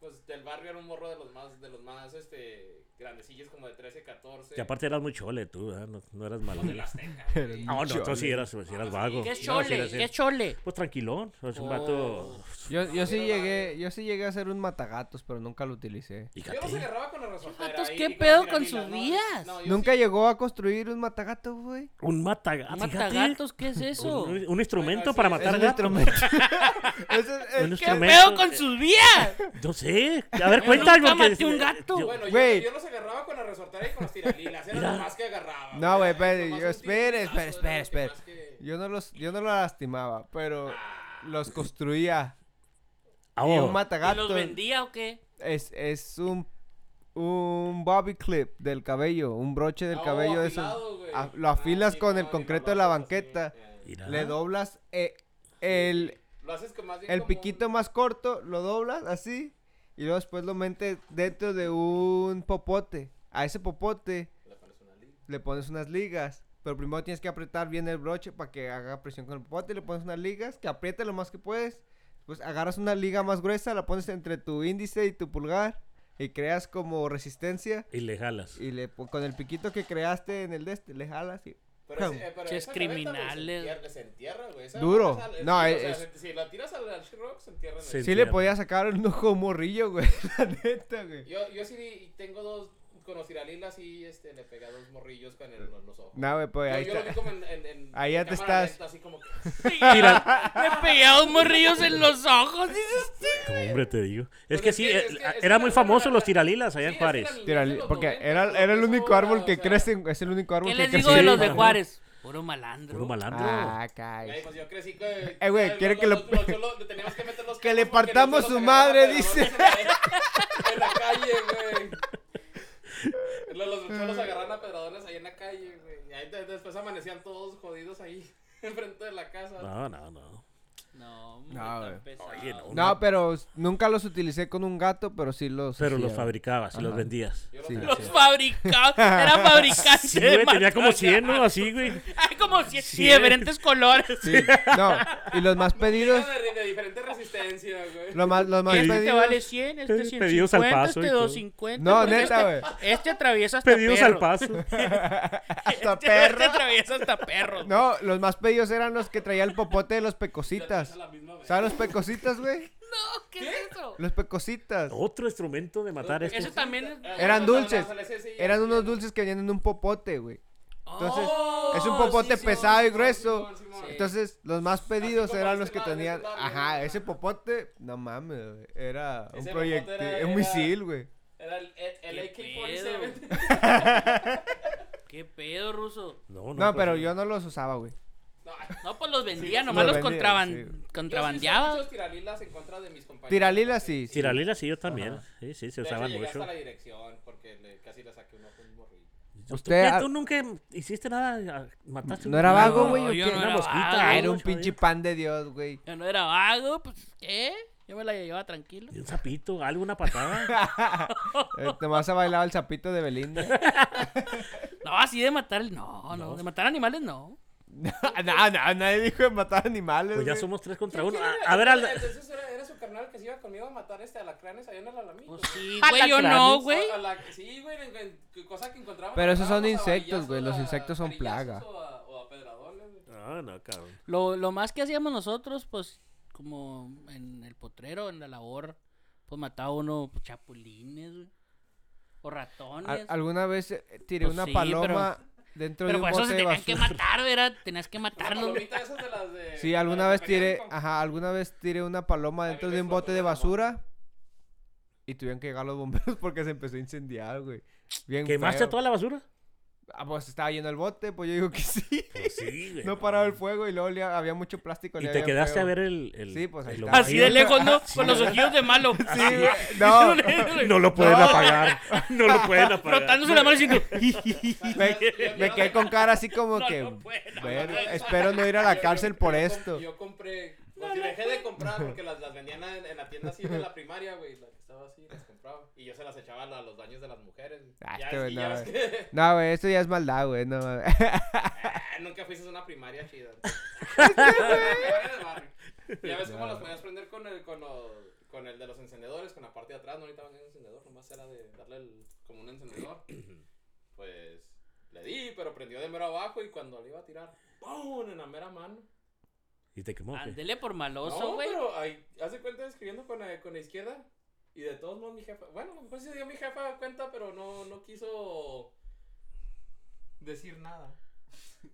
Speaker 4: Pues del barrio era un morro de los más. De los más, este. Grandecillos, como de 13, 14.
Speaker 3: Y aparte eras muy chole, tú, ¿verdad? no, no eras malo.
Speaker 4: de la Azteca, güey.
Speaker 2: Era un
Speaker 3: No, no, tú sí eras, sí eras vago.
Speaker 1: Ah, ¿Qué es
Speaker 3: No, sí
Speaker 1: chole?
Speaker 3: eras-
Speaker 1: ¿Qué es chole?
Speaker 3: Pues tranquilón, es un
Speaker 1: Oh.
Speaker 3: vato.
Speaker 2: Yo, yo sí
Speaker 4: Era
Speaker 2: llegué, yo sí llegué a ser un matagatos, pero nunca lo utilicé.
Speaker 4: Yo los
Speaker 3: Fíjate.
Speaker 4: agarraba con la resortera.
Speaker 1: Vatos,
Speaker 4: y-
Speaker 1: ¿qué
Speaker 4: y la
Speaker 1: pedo con
Speaker 4: tiranila,
Speaker 1: sus
Speaker 4: ¿no?
Speaker 1: días?
Speaker 4: No, yo
Speaker 2: Nunca
Speaker 4: sí-
Speaker 2: llegó a construir un matagato, güey.
Speaker 3: Un matagato.
Speaker 1: ¿Matagatos? ¿Qué es eso?
Speaker 3: Un, un instrumento
Speaker 4: Bueno,
Speaker 3: para
Speaker 4: sí,
Speaker 2: Es
Speaker 3: matar
Speaker 2: un
Speaker 3: gatos.
Speaker 2: instrumento. Eso es- es
Speaker 3: Un
Speaker 2: que-
Speaker 1: ¿Qué
Speaker 3: instrumento.
Speaker 1: pedo con sus vías?
Speaker 3: Entonces, sé. A ver,
Speaker 1: Yo
Speaker 3: cuéntame.
Speaker 1: nunca
Speaker 3: porque-
Speaker 1: maté un gato.
Speaker 3: yo-
Speaker 4: Bueno, yo,
Speaker 2: Güey.
Speaker 4: yo los agarraba con la resortera y con las tiralilas. Era lo más que agarraba.
Speaker 2: No, güey, espere,
Speaker 4: Nomás
Speaker 2: yo-
Speaker 4: un tiro,
Speaker 2: espere,
Speaker 4: un
Speaker 2: espere,
Speaker 4: Ah. lazo, era
Speaker 2: espere,
Speaker 4: lo que
Speaker 2: espere.
Speaker 4: más que-
Speaker 2: Yo no los, yo no los lastimaba, pero los construía.
Speaker 3: Ah,
Speaker 2: Y
Speaker 3: oh.
Speaker 2: un
Speaker 1: ¿Y
Speaker 2: matagato
Speaker 1: los vendía o qué?
Speaker 2: es, es un, un bobby clip del cabello, un broche del
Speaker 4: Ah, oh,
Speaker 2: cabello de esos.
Speaker 4: afilado, güey.
Speaker 2: a- lo afilas
Speaker 4: Ah, sí,
Speaker 2: con
Speaker 4: no,
Speaker 2: el
Speaker 4: mi
Speaker 2: concreto
Speaker 4: mamá
Speaker 2: de la
Speaker 4: lo hace,
Speaker 2: banqueta,
Speaker 4: sí, eh.
Speaker 3: Mira.
Speaker 2: le doblas eh, el,
Speaker 4: Lo haces con más bien
Speaker 2: el
Speaker 4: como
Speaker 2: piquito
Speaker 4: un-
Speaker 2: más corto, lo doblas así y luego después lo metes dentro de un popote. A ese popote
Speaker 4: Le pones una lija.
Speaker 2: le pones unas ligas. Pero primero tienes que apretar bien el broche para que haga presión con el popote. Le pones unas ligas, que apriete lo más que puedes. Pues agarras una liga más gruesa, la pones entre tu índice y tu pulgar. Y creas como resistencia.
Speaker 3: Y le jalas.
Speaker 2: Y le pon- con el piquito que creaste en el de este, le jalas. y-
Speaker 4: Pero,
Speaker 2: Jum.
Speaker 4: ese, eh, pero
Speaker 1: Ches
Speaker 4: esa gaveta, güey,
Speaker 1: criminales.
Speaker 4: Se entierra, se entierra, güey. Esa
Speaker 2: Duro.
Speaker 4: madre sale-
Speaker 2: No,
Speaker 4: sí,
Speaker 2: es-
Speaker 4: o sea,
Speaker 2: es-
Speaker 4: se- si la tiras al, al She-Rock, se entierra en
Speaker 3: Se-
Speaker 4: el...
Speaker 2: Sí le
Speaker 3: Entiendo.
Speaker 2: podía sacar un ojo a un morrillo, güey. La neta, güey.
Speaker 4: Yo, yo sí di- tengo dos... Con los tiralilas y este, le pega dos morrillos con el- los ojos.
Speaker 2: No, güey, pues
Speaker 4: yo,
Speaker 2: ahí
Speaker 4: yo lo vi
Speaker 2: está.
Speaker 4: como en... en, en
Speaker 2: Ahí ya te
Speaker 4: cámara
Speaker 2: estás.
Speaker 4: lenta, así como que-
Speaker 1: Le pegué a dos morrillos en los ojos. dices tú.
Speaker 3: Como hombre, te digo.
Speaker 4: Pues
Speaker 3: Es que
Speaker 4: es
Speaker 3: sí, eh,
Speaker 4: que- es que-
Speaker 3: ah,
Speaker 4: es que
Speaker 3: era
Speaker 4: la-
Speaker 3: muy
Speaker 4: la-
Speaker 3: famoso
Speaker 4: la-
Speaker 3: los tiralilas
Speaker 4: Sí,
Speaker 3: allá
Speaker 4: es
Speaker 3: en
Speaker 4: que
Speaker 3: Juárez.
Speaker 4: la niñez
Speaker 2: Tira-
Speaker 4: de los
Speaker 2: porque
Speaker 4: 90,
Speaker 2: era,
Speaker 4: güey,
Speaker 2: era el
Speaker 4: eso,
Speaker 2: único árbol
Speaker 4: o
Speaker 2: que
Speaker 4: sea,
Speaker 2: crece, en- es el único árbol
Speaker 1: ¿Qué
Speaker 2: que
Speaker 1: les
Speaker 2: crece.
Speaker 1: digo de
Speaker 2: en
Speaker 1: los de
Speaker 2: Guadalajara.
Speaker 1: Juárez? Puro malandro.
Speaker 3: Puro malandro.
Speaker 2: Ah,
Speaker 4: güey,
Speaker 2: caray.
Speaker 4: pues yo crecí que...
Speaker 2: Eh, güey, quiere que lo-
Speaker 4: teníamos que meter los
Speaker 2: Que le
Speaker 4: clavos porque
Speaker 2: partamos
Speaker 4: nosotros
Speaker 2: su
Speaker 4: agarramos
Speaker 2: madre,
Speaker 4: de la
Speaker 2: dice.
Speaker 4: bolsa En la calle, güey. Los, los cholos agarraron a pedradones ahí en la calle, güey. Y ahí de- después amanecían todos jodidos ahí, enfrente de la casa.
Speaker 3: No, no, no.
Speaker 1: No,
Speaker 2: No,
Speaker 1: no,
Speaker 2: güey.
Speaker 3: Oye, no.
Speaker 2: No, pues, pero s- nunca los utilicé con un gato, pero sí los.
Speaker 3: Pero los
Speaker 2: hacía.
Speaker 3: fabricabas y los
Speaker 2: Ajá.
Speaker 3: vendías.
Speaker 4: Yo
Speaker 2: Sí.
Speaker 4: no
Speaker 1: Los fabricados. Era fabricante.
Speaker 3: Sí, güey, tenía como 100,
Speaker 1: 100,
Speaker 3: ¿no? Así, güey.
Speaker 1: como 100. Y de
Speaker 3: Cien.
Speaker 1: diferentes colores.
Speaker 2: Sí. No, y los más pedidos.
Speaker 4: De, de diferente resistencia, güey.
Speaker 2: Los más, los más
Speaker 1: Este te
Speaker 2: pedidos.
Speaker 1: vale 100, este
Speaker 3: Pedidos al
Speaker 1: 150,
Speaker 3: paso y
Speaker 1: este
Speaker 3: todo.
Speaker 1: 250.
Speaker 2: No,
Speaker 1: porque
Speaker 2: neta,
Speaker 1: este-
Speaker 2: güey.
Speaker 1: Este atraviesa hasta
Speaker 3: Pedidos al
Speaker 1: perro.
Speaker 3: paso.
Speaker 2: Hasta
Speaker 1: Este, este
Speaker 2: perro.
Speaker 1: atraviesa hasta perro.
Speaker 2: No, los más pedidos eran los que traía el popote de los pecositas.
Speaker 4: A la misma vez.
Speaker 2: ¿Sabes los pecositas, güey?
Speaker 1: ¿Qué es eso?
Speaker 2: Los pecositas.
Speaker 3: Otro instrumento de matar
Speaker 4: Eso
Speaker 1: Eso
Speaker 3: estos.
Speaker 1: también es...
Speaker 2: Eran
Speaker 4: No, no, no,
Speaker 2: dulces.
Speaker 4: sale ese, sí,
Speaker 2: Eran
Speaker 4: sí,
Speaker 2: unos
Speaker 4: no.
Speaker 2: dulces que venían en un popote, güey. Entonces,
Speaker 1: Oh,
Speaker 2: es un popote
Speaker 1: sí, sí,
Speaker 2: pesado y
Speaker 4: Simón,
Speaker 2: grueso.
Speaker 4: Simón, Simón.
Speaker 2: Entonces, los más pedidos
Speaker 4: como
Speaker 2: eran
Speaker 4: este
Speaker 2: los que
Speaker 4: lado, de
Speaker 2: tenían.
Speaker 4: este lado,
Speaker 2: Ajá,
Speaker 4: güey.
Speaker 2: ese popote. No mames, güey. Era un
Speaker 4: Ese
Speaker 2: proyectil.
Speaker 4: popote era-
Speaker 2: Un
Speaker 4: era-
Speaker 2: misil, güey.
Speaker 4: Era el, el, el
Speaker 1: Qué
Speaker 4: AK-47.
Speaker 1: ¿Qué pedo, ruso?
Speaker 2: No,
Speaker 3: pues,
Speaker 2: pero yo no los usaba, güey.
Speaker 4: No,
Speaker 1: No, pues los vendía,
Speaker 4: Sí,
Speaker 1: nomás
Speaker 2: los
Speaker 1: los,
Speaker 2: vendía,
Speaker 1: contraban-
Speaker 2: sí.
Speaker 4: Yo sí usé
Speaker 1: contrabandeaba.
Speaker 4: muchos tiralilas en contra de mis compañeros.
Speaker 2: Tiralilas sí. sí.
Speaker 3: Tiralilas sí, yo también.
Speaker 2: Ajá.
Speaker 3: Sí, sí, se
Speaker 4: De hecho,
Speaker 3: usaban
Speaker 4: llegué
Speaker 3: mucho.
Speaker 4: hasta la dirección porque le- casi le saqué un ojo a un morrillo.
Speaker 3: ¿Tú,
Speaker 2: Usted
Speaker 3: qué?
Speaker 2: ha-
Speaker 3: ¿Tú nunca hiciste nada? ¿Mataste?
Speaker 2: ¿No era vago,
Speaker 1: No,
Speaker 2: güey? o
Speaker 1: yo
Speaker 2: qué?
Speaker 1: no
Speaker 3: Una
Speaker 1: era
Speaker 3: mosquita,
Speaker 1: vago.
Speaker 2: Ah,
Speaker 3: algo,
Speaker 2: era un
Speaker 3: ocho días.
Speaker 2: pinche pan de Dios, güey.
Speaker 1: Yo no era vago, pues, ¿qué? Yo me la llevaba tranquilo.
Speaker 3: ¿Y un sapito? ¿Algo? ¿Una patada?
Speaker 2: Eh, Nomás se bailaba el sapito de Belinda.
Speaker 1: No, así de matar, no, no, de matar animales, no.
Speaker 2: no, no, nadie dijo de matar animales.
Speaker 3: Pues ya
Speaker 2: güey.
Speaker 3: somos tres contra uno.
Speaker 4: ¿Quién era?
Speaker 3: A, a ver, al-
Speaker 4: Entonces era, era su carnal que se iba conmigo a matar este alacranes allá en el Alamito.
Speaker 1: Pues sí, güey, yo no,
Speaker 3: Alacranes.
Speaker 1: güey.
Speaker 4: A- a la- sí, güey, en- en- cosa que encontramos.
Speaker 2: Pero esos son
Speaker 4: agarrábamos a
Speaker 2: insectos, güey, los
Speaker 4: varillazos, a
Speaker 2: insectos son
Speaker 4: varillazos
Speaker 2: plaga.
Speaker 4: O a, o a pedradones, güey.
Speaker 3: No, no, cabrón.
Speaker 1: Lo, lo más que hacíamos nosotros, pues, como en el potrero, en la labor, pues mataba uno pues, chapulines, güey. O
Speaker 2: Al-
Speaker 1: ratones.
Speaker 2: ¿Alguna vez eh, tiré
Speaker 1: Pues
Speaker 2: una
Speaker 1: sí,
Speaker 2: paloma dentro de
Speaker 1: Pero por
Speaker 2: un
Speaker 1: eso
Speaker 2: bote
Speaker 1: se
Speaker 2: de
Speaker 1: tenían que
Speaker 2: basura?
Speaker 1: matar, ¿verdad? Tenías que
Speaker 4: Las
Speaker 1: matarlos.
Speaker 4: palomitas esas de las de.
Speaker 2: Sí, alguna
Speaker 4: de
Speaker 2: vez
Speaker 4: las de
Speaker 2: tiré,
Speaker 4: mecánico.
Speaker 2: ajá, alguna vez tiré una paloma
Speaker 4: A mí
Speaker 2: dentro
Speaker 4: me
Speaker 2: de un
Speaker 4: explotó
Speaker 2: bote de
Speaker 4: la mamá.
Speaker 2: basura y tuvieron que llegar los bomberos porque se empezó a incendiar, güey. Bien
Speaker 3: ¿Quemaste
Speaker 2: feo.
Speaker 3: toda la basura?
Speaker 2: Ah, pues estaba lleno el bote, pues yo digo que sí.
Speaker 3: Pues sí, güey.
Speaker 2: No paraba el fuego y luego olía- había mucho plástico.
Speaker 3: Y
Speaker 2: olía
Speaker 3: te
Speaker 2: bien
Speaker 3: quedaste
Speaker 2: feo.
Speaker 3: a ver el. el-
Speaker 2: Sí, pues, ahí
Speaker 3: el
Speaker 2: está.
Speaker 1: Así de
Speaker 3: ombligo.
Speaker 1: lejos, ¿no? Con los ojillos de malo.
Speaker 2: Sí, güey, no,
Speaker 3: No lo pueden apagar. No lo pueden apagar.
Speaker 1: Frotándose la mano y diciendo...
Speaker 2: me, me quedé con cara así como
Speaker 1: No
Speaker 2: que...
Speaker 1: lo pueden
Speaker 2: "Ver,
Speaker 1: apagar".
Speaker 2: espero no ir a la
Speaker 4: Yo-
Speaker 2: cárcel
Speaker 4: yo-
Speaker 2: por
Speaker 4: yo com-
Speaker 2: esto.
Speaker 4: Yo compré. pues, dejé de comprar porque las, las vendían en, en la tienda así de la primaria, güey. La que estaba así, las compraba. Y yo se las echaba a la- a los baños de las mujeres. güey.
Speaker 2: Ah,
Speaker 4: ya
Speaker 2: este
Speaker 4: ves,
Speaker 2: güey,
Speaker 4: y ya
Speaker 2: no,
Speaker 4: ves
Speaker 2: güey.
Speaker 4: que.
Speaker 2: No, güey, esto ya es maldad, güey. No, mames.
Speaker 4: Ah, nunca fuiste a una primaria chida. Era de barrio. ya ves cómo las podías prender con el, con, los- con el de los encendedores, con la parte de atrás. No necesitaba un encendedor, nomás era de darle el- como un encendedor. Pues le di, pero prendió de mero abajo y cuando le iba a tirar, ¡pum! en la mera mano.
Speaker 3: Y te quemó. ¿qué?
Speaker 1: Ándele por maloso,
Speaker 4: No,
Speaker 1: güey.
Speaker 4: pero ahí, hace cuenta escribiendo con la, con la izquierda. Y de todos modos mi jefa, bueno, pues se dio mi jefa cuenta, pero no, no quiso decir nada.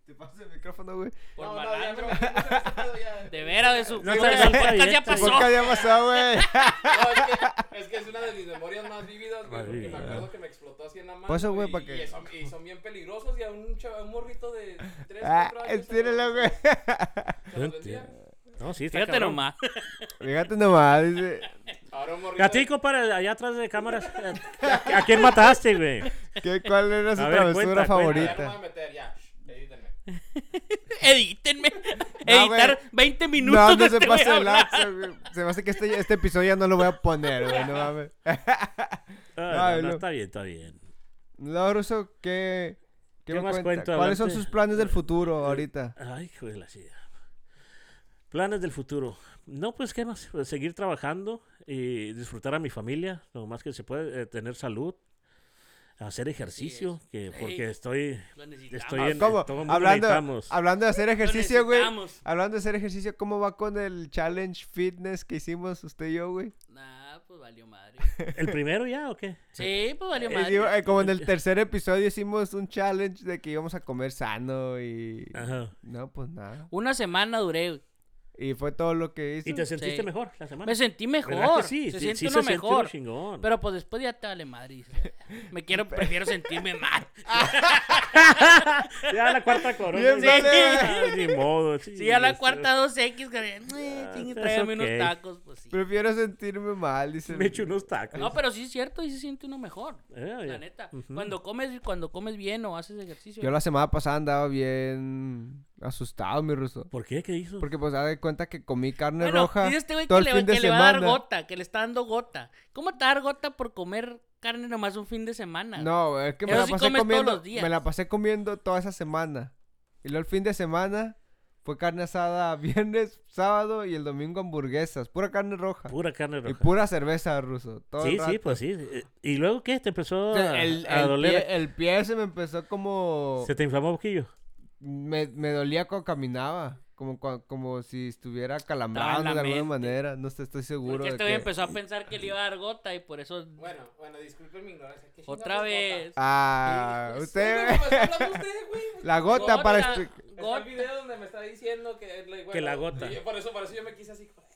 Speaker 2: Te pasas el micrófono, güey.
Speaker 4: Por
Speaker 1: Por
Speaker 4: ya me
Speaker 1: malandro.
Speaker 4: metí mucho en ese pedo ya.
Speaker 1: De veras, de su.
Speaker 3: No
Speaker 1: su-
Speaker 3: traes
Speaker 1: su
Speaker 3: algo
Speaker 1: podcast ya
Speaker 3: abierto,
Speaker 1: pasó.
Speaker 2: Nunca había este pasado, güey.
Speaker 4: No, es que, es que es una de mis memorias más vívidas,
Speaker 3: Más
Speaker 4: güey. Porque me
Speaker 3: vívida.
Speaker 4: acuerdo que me explotó así en la mano.
Speaker 2: Pues eso, güey,
Speaker 4: y-
Speaker 2: para
Speaker 4: y
Speaker 2: que-
Speaker 4: eso- Y, son bien peligrosos. Y a un, chava- un morrito de 3,
Speaker 2: Ah,
Speaker 4: 4 años.
Speaker 2: estírala, güey.
Speaker 4: se lo vendía.
Speaker 3: No, sí, está
Speaker 1: Fíjate
Speaker 3: cabrón.
Speaker 1: nomás.
Speaker 2: Fíjate nomás, dice.
Speaker 4: Ahora un morrito.
Speaker 3: A ti, compadre, allá atrás de cámaras. ¿A a quién mataste, güey?
Speaker 2: ¿Qué, ¿Cuál era su
Speaker 3: A ver,
Speaker 2: travesura
Speaker 3: cuenta, cuenta.
Speaker 4: Ya no me voy a
Speaker 2: favorita?
Speaker 4: meter, ya. Shh, Edítenme.
Speaker 1: Edítenme.
Speaker 2: No, güey.
Speaker 1: Editar 20 minutos.
Speaker 2: No,
Speaker 1: de
Speaker 2: no se
Speaker 1: este
Speaker 2: pase
Speaker 1: güey
Speaker 2: el
Speaker 1: hablar.
Speaker 2: laxo, güey. Se me hace que este, este episodio ya no lo voy a poner, güey. No mames.
Speaker 3: Ah,
Speaker 2: Ay,
Speaker 3: no,
Speaker 2: no.
Speaker 3: está bien, está bien.
Speaker 2: No, Ruso, ¿qué, qué,
Speaker 3: ¿Qué
Speaker 2: me
Speaker 3: más
Speaker 2: cuenta?
Speaker 3: cuento,
Speaker 2: ¿Cuáles son
Speaker 3: hablante?
Speaker 2: sus planes del futuro ahorita?
Speaker 3: Ay, hijo de la sida. Planes del futuro. No, pues, ¿qué más? Pues, seguir trabajando y disfrutar a mi familia, lo más que se puede, eh, tener salud, hacer ejercicio, que porque
Speaker 1: Ey.
Speaker 3: estoy,
Speaker 1: Lo necesitamos.
Speaker 3: estoy en
Speaker 2: ¿Cómo?
Speaker 3: todo el mundo
Speaker 2: Hablando,
Speaker 3: necesitamos.
Speaker 2: hablando de hacer ejercicio, güey.
Speaker 1: necesitamos.
Speaker 2: Hablando de hacer ejercicio, ¿cómo va con el challenge fitness que hicimos usted y yo, güey?
Speaker 1: Nah, pues valió madre.
Speaker 3: ¿El primero ya o qué?
Speaker 1: Sí, pues valió
Speaker 2: Eh,
Speaker 1: madre.
Speaker 2: digo, eh, como en el tercer episodio hicimos un challenge de que íbamos a comer sano y...
Speaker 3: Ajá.
Speaker 2: No, pues nada.
Speaker 1: Una semana duré. güey.
Speaker 2: Y fue todo lo que hice.
Speaker 3: ¿Y te sentiste
Speaker 1: Sí.
Speaker 3: mejor la semana?
Speaker 1: Me sentí
Speaker 3: ¿Verdad
Speaker 1: mejor.
Speaker 3: que sí?
Speaker 1: se
Speaker 3: Sí,
Speaker 1: siente
Speaker 3: sí
Speaker 1: uno
Speaker 3: se siente uno
Speaker 1: mejor.
Speaker 3: chingón.
Speaker 1: Pero pues después ya te vale madre. dices, Me quiero, prefiero sentirme mal.
Speaker 3: Ya la cuarta corona.
Speaker 2: Bien,
Speaker 3: Sí.
Speaker 2: vale.
Speaker 3: Ay, ni modo. Sí,
Speaker 1: Si ya la
Speaker 3: eso-
Speaker 1: cuarta 2X, cabrón, eh,
Speaker 3: Ah,
Speaker 1: chingue,
Speaker 3: es
Speaker 1: tráigame
Speaker 3: ok.
Speaker 1: unos tacos, pues sí.
Speaker 2: Prefiero sentirme mal, dice.
Speaker 3: Me echo unos tacos.
Speaker 1: No, pero sí es cierto y se siente uno mejor.
Speaker 3: Eh,
Speaker 2: Ah,
Speaker 3: oye.
Speaker 1: La neta. Cuando comes, cuando comes bien o haces ejercicio.
Speaker 2: Yo la semana pasada andaba bien asustado, mi ruso.
Speaker 3: ¿Por qué? ¿Qué hizo?
Speaker 2: Porque pues da de cuenta que comí carne
Speaker 1: bueno,
Speaker 2: roja
Speaker 1: dice este güey
Speaker 2: todo
Speaker 1: que,
Speaker 2: el
Speaker 1: le,
Speaker 2: fin de
Speaker 1: que le va a dar
Speaker 2: semana.
Speaker 1: gota, que le está dando gota. ¿Cómo te va a dar gota por comer carne nomás un fin de semana?
Speaker 2: No, es que me
Speaker 1: Eso
Speaker 2: la
Speaker 1: sí
Speaker 2: pasé
Speaker 1: comes todos
Speaker 2: comiendo.
Speaker 1: los días.
Speaker 2: Me la pasé comiendo toda esa semana. Y luego el fin de semana fue carne asada viernes, sábado y el domingo hamburguesas, pura carne roja.
Speaker 3: Pura carne
Speaker 2: Y
Speaker 3: roja.
Speaker 2: pura cerveza ruso. Todo el
Speaker 3: Sí, sí,
Speaker 2: rato.
Speaker 3: pues sí. Eh, ¿Y luego qué? ¿Te empezó
Speaker 2: O
Speaker 3: a,
Speaker 2: sea, el,
Speaker 3: a
Speaker 2: el
Speaker 3: doler?
Speaker 2: pie, el pie se me empezó como
Speaker 3: ¿Se te inflamó un poquillo?
Speaker 2: me, me dolía cuando caminaba. Como, cua- como si estuviera calambrado de alguna
Speaker 1: Malamente.
Speaker 2: manera. No sé, estoy seguro.
Speaker 1: Porque
Speaker 2: De
Speaker 1: este güey
Speaker 2: que...
Speaker 1: empezó a pensar que le iba a dar gota y por eso
Speaker 4: Bueno, bueno, disculpen mi ignorancia. ¿Qué chingados
Speaker 1: otra
Speaker 4: es
Speaker 1: vez.
Speaker 2: Ah,
Speaker 4: gota? Sí,
Speaker 2: usted.
Speaker 4: güey, pues, está hablando usted, güey.
Speaker 2: La gota, para este-
Speaker 1: Gota,
Speaker 2: explicar.
Speaker 4: Está el
Speaker 1: gota.
Speaker 4: video donde me está diciendo que... bueno,
Speaker 3: Que la gota.
Speaker 4: y yo- Por eso, por eso yo me quise así. joder,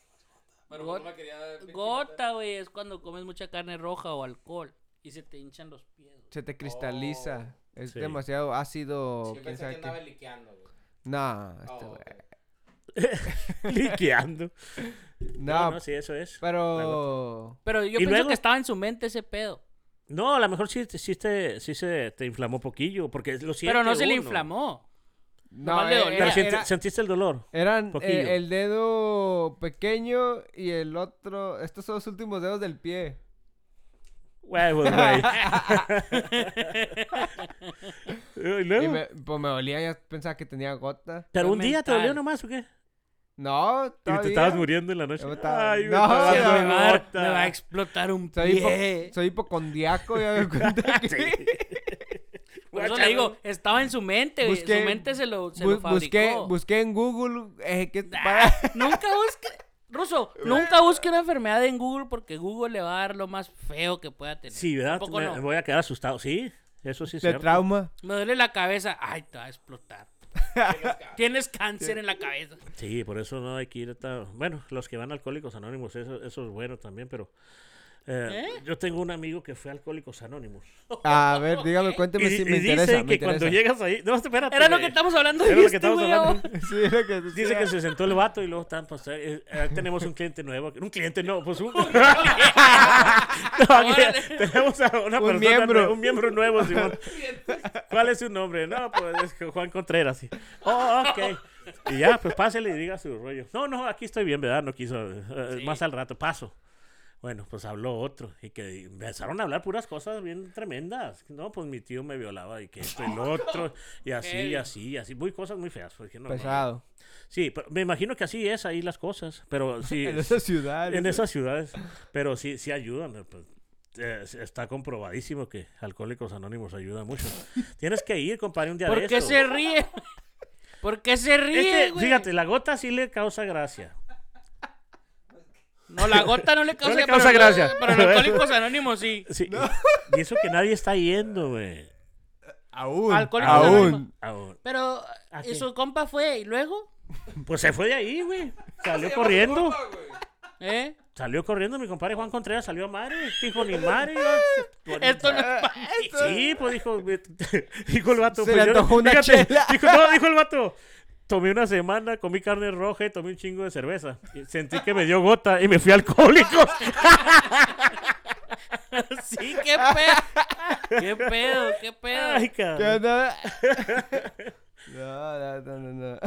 Speaker 4: Pero
Speaker 1: Got-
Speaker 4: no me quería...
Speaker 1: Gota, güey, es cuando comes mucha carne roja o alcohol y se te hinchan los pies. güey.
Speaker 2: Se te cristaliza. Es
Speaker 3: Sí.
Speaker 2: demasiado ácido.
Speaker 4: Yo
Speaker 2: quién
Speaker 4: pensé que
Speaker 2: sabe qué.
Speaker 4: andaba liqueando, güey.
Speaker 2: No,
Speaker 4: Oh,
Speaker 2: este güey.
Speaker 4: ok.
Speaker 3: Liqueando.
Speaker 2: No,
Speaker 3: No, no, sí, eso es. La
Speaker 2: pero.
Speaker 1: Pero yo
Speaker 3: ¿Y
Speaker 1: pienso
Speaker 3: luego?
Speaker 1: que estaba en su mente ese pedo.
Speaker 3: No, a lo mejor sí, sí, te, sí se te inflamó un poquillo, porque lo siente
Speaker 1: Pero no se le
Speaker 3: uno.
Speaker 1: inflamó.
Speaker 2: No,
Speaker 1: Nomás le
Speaker 2: eh,
Speaker 1: dolía.
Speaker 3: Pero
Speaker 2: era-
Speaker 3: siente-
Speaker 2: era-
Speaker 3: sentiste el dolor.
Speaker 2: eran eh,
Speaker 3: poquillo.
Speaker 2: el dedo pequeño y el otro. Estos son los últimos dedos del pie.
Speaker 3: Huevos, güey. ¿Y luego?
Speaker 2: Y me, pues me dolía, ya pensaba que tenía gota.
Speaker 3: Pero
Speaker 1: Fue
Speaker 3: un día te
Speaker 1: mental.
Speaker 3: dolió nomás, ¿o qué?
Speaker 2: No,
Speaker 3: Y te
Speaker 2: todavía.
Speaker 3: estabas muriendo en la noche.
Speaker 2: Yo me estaba-
Speaker 3: Ay, me
Speaker 2: No,
Speaker 3: está
Speaker 2: se
Speaker 1: Me
Speaker 3: dando
Speaker 1: va, a dar-
Speaker 3: gota.
Speaker 1: me va a explotar un
Speaker 2: Soy, hipo-
Speaker 1: pie.
Speaker 2: soy hipocondriaco, ya me cuenta que.
Speaker 1: Por eso le digo, estaba en su mente, güey.
Speaker 2: Busqué-
Speaker 1: Su mente se lo, se
Speaker 2: Bu-
Speaker 1: lo
Speaker 2: busqué,
Speaker 1: fabricó.
Speaker 2: busqué en Google. Eh, ¿qué
Speaker 1: Nah,
Speaker 2: para-
Speaker 1: nunca busque... Ruso, nunca busque una enfermedad en Google porque Google le va a dar lo más feo que pueda tener.
Speaker 3: Sí, ¿verdad?
Speaker 1: Tampoco
Speaker 3: Me-
Speaker 1: no.
Speaker 3: Voy a quedar asustado. Sí, eso sí es
Speaker 2: de
Speaker 3: cierto.
Speaker 2: trauma.
Speaker 1: Me duele la cabeza. Ay, te va a explotar. Tienes cáncer en la cabeza.
Speaker 3: Sí, por eso no hay que ir tan... Bueno, los que van a Alcohólicos Anónimos, eso, eso es bueno también, pero... eh, Yo tengo un amigo que fue a Alcohólicos Anónimos.
Speaker 2: A ver, dígame, cuénteme si Este me interesa.
Speaker 3: dicen
Speaker 2: me
Speaker 3: que cuando
Speaker 2: interesa.
Speaker 3: llegas ahí... No, espérate.
Speaker 1: Era lo
Speaker 3: güey.
Speaker 1: que estamos hablando.
Speaker 3: Era
Speaker 1: de
Speaker 3: lo
Speaker 1: este,
Speaker 3: que estamos
Speaker 1: güey,
Speaker 3: hablando.
Speaker 1: ahora.
Speaker 2: Sí, era que
Speaker 3: Dice que se sentó el vato y luego pues, estaban pasando. eh, tenemos un cliente nuevo. Un cliente no, pues un. No, que
Speaker 1: Órale.
Speaker 3: tenemos a una
Speaker 2: Un
Speaker 3: persona.
Speaker 2: miembro.
Speaker 3: nue- un miembro nuevo, Simón. ¿Cuál es su nombre? No, pues es que Juan Contreras. sí. Oh, ok. Y ya, pues pásele y diga su rollo. No, no, aquí estoy bien, ¿verdad? No quiso. eh,
Speaker 1: Sí.
Speaker 3: Más al rato, paso. Bueno, pues habló otro y que empezaron a hablar puras cosas bien tremendas. No, pues mi tío me violaba y que esto y lo otro. Y así, y
Speaker 1: Ey.
Speaker 3: así, y así. Muy cosas muy feas. Pues, que no, no.
Speaker 2: pesado.
Speaker 3: Sí, pero me imagino que así es ahí las cosas, pero sí,
Speaker 2: En esa ciudad.
Speaker 3: en
Speaker 2: eso.
Speaker 3: esas ciudades, pero sí, sí ayudan. eh, pues, eh, s- está comprobadísimo que Alcohólicos Anónimos ayuda mucho. Tienes que ir, compadre, un día de
Speaker 1: ¿Por qué
Speaker 3: estos.
Speaker 1: se ríe? ¿Por qué se
Speaker 3: Es
Speaker 1: ríe,
Speaker 3: que,
Speaker 1: güey?
Speaker 3: fíjate, la gota sí le causa gracia.
Speaker 1: No, la gota no le causa,
Speaker 3: No le causa
Speaker 1: pero-
Speaker 3: gracia.
Speaker 1: Pero los alcohólicos anónimos sí.
Speaker 3: Sí, Y eso que nadie está yendo, güey.
Speaker 2: Aún.
Speaker 1: Alcohólicos Anónimos.
Speaker 2: Aún.
Speaker 3: Ahora,
Speaker 1: Pero
Speaker 3: ¿A
Speaker 1: ¿y
Speaker 3: qué?
Speaker 1: su compa fue y luego,
Speaker 3: Pues se fue de ahí, güey. Salió
Speaker 4: Se llama
Speaker 3: corriendo.
Speaker 4: Juanpa, güey.
Speaker 1: ¿eh?
Speaker 3: Salió corriendo mi compadre Juan Contreras, salió a madre, dijo ni madre. ya.
Speaker 1: Esto no es pa-
Speaker 3: Sí, pues dijo, dijo el vato.
Speaker 2: Se
Speaker 3: pues,
Speaker 2: le
Speaker 3: yo-
Speaker 2: antojó una chela.
Speaker 3: Dijo, no, dijo el vato. Tomé una semana, comí carne roja y tomé un chingo de cerveza. Y sentí que me dio gota y me fui alcohólico.
Speaker 1: Sí, qué pedo. Qué pedo, qué pedo.
Speaker 3: Ay,
Speaker 2: ¿Qué
Speaker 3: cabrón.
Speaker 2: onda? No, no, no, no, no.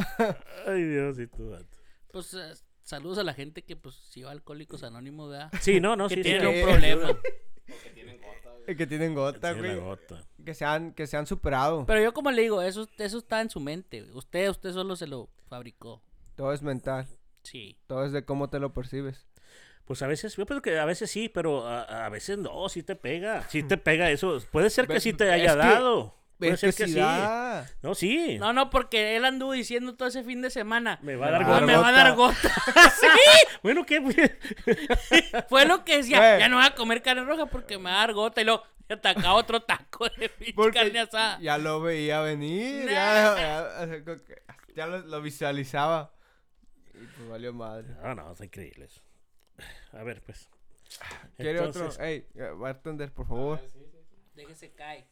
Speaker 3: Ay, Dios, y tu vato.
Speaker 1: Pues eh, saludos a la gente que pues si va a Alcohólicos Anónimos, ¿verdad?
Speaker 3: Sí, no, no,
Speaker 1: que
Speaker 3: sí, sí.
Speaker 1: tiene
Speaker 2: sí.
Speaker 1: un problema.
Speaker 4: Porque tienen gota, güey.
Speaker 2: El que tienen gota,
Speaker 3: Tiene la
Speaker 2: güey.
Speaker 3: gota.
Speaker 2: Que se han, que se han superado.
Speaker 1: Pero yo como le digo, eso, eso está en su mente. güey. Usted, usted solo se lo fabricó.
Speaker 2: Todo es mental.
Speaker 1: Sí.
Speaker 2: Todo es de cómo te lo percibes.
Speaker 3: Pues a veces, yo pienso que a veces sí, pero a, a veces no, sí te pega. Sí te pega eso. Puede ser que
Speaker 2: Ves-
Speaker 3: sí te
Speaker 2: es
Speaker 3: haya
Speaker 2: que-
Speaker 3: dado. Puede
Speaker 2: Es
Speaker 3: ser
Speaker 2: que
Speaker 3: que
Speaker 2: sí
Speaker 3: sí.
Speaker 2: da.
Speaker 3: No, sí.
Speaker 1: No, no, porque él anduvo diciendo todo ese fin de semana.
Speaker 3: Me va a dar
Speaker 1: "Ah, me
Speaker 3: gota.
Speaker 1: va a dar gota. sí,
Speaker 3: Bueno, ¿qué? pues?
Speaker 1: fue lo que decía.
Speaker 2: Güey.
Speaker 1: Ya no voy a comer carne roja porque me va a dar gota. Y luego me atacaba otro taco de pinche
Speaker 2: Porque
Speaker 1: carne asada.
Speaker 2: ya lo veía venir.
Speaker 1: Nah.
Speaker 2: Ya, ya- ya- ya lo, lo visualizaba. Y pues valió madre.
Speaker 3: No, Ah, no, está increíble eso. A ver, pues.
Speaker 2: ¿Quiere
Speaker 3: Entonces, Ah,
Speaker 2: otro? Ey, eh, bartender, por favor.
Speaker 1: Déjese caer.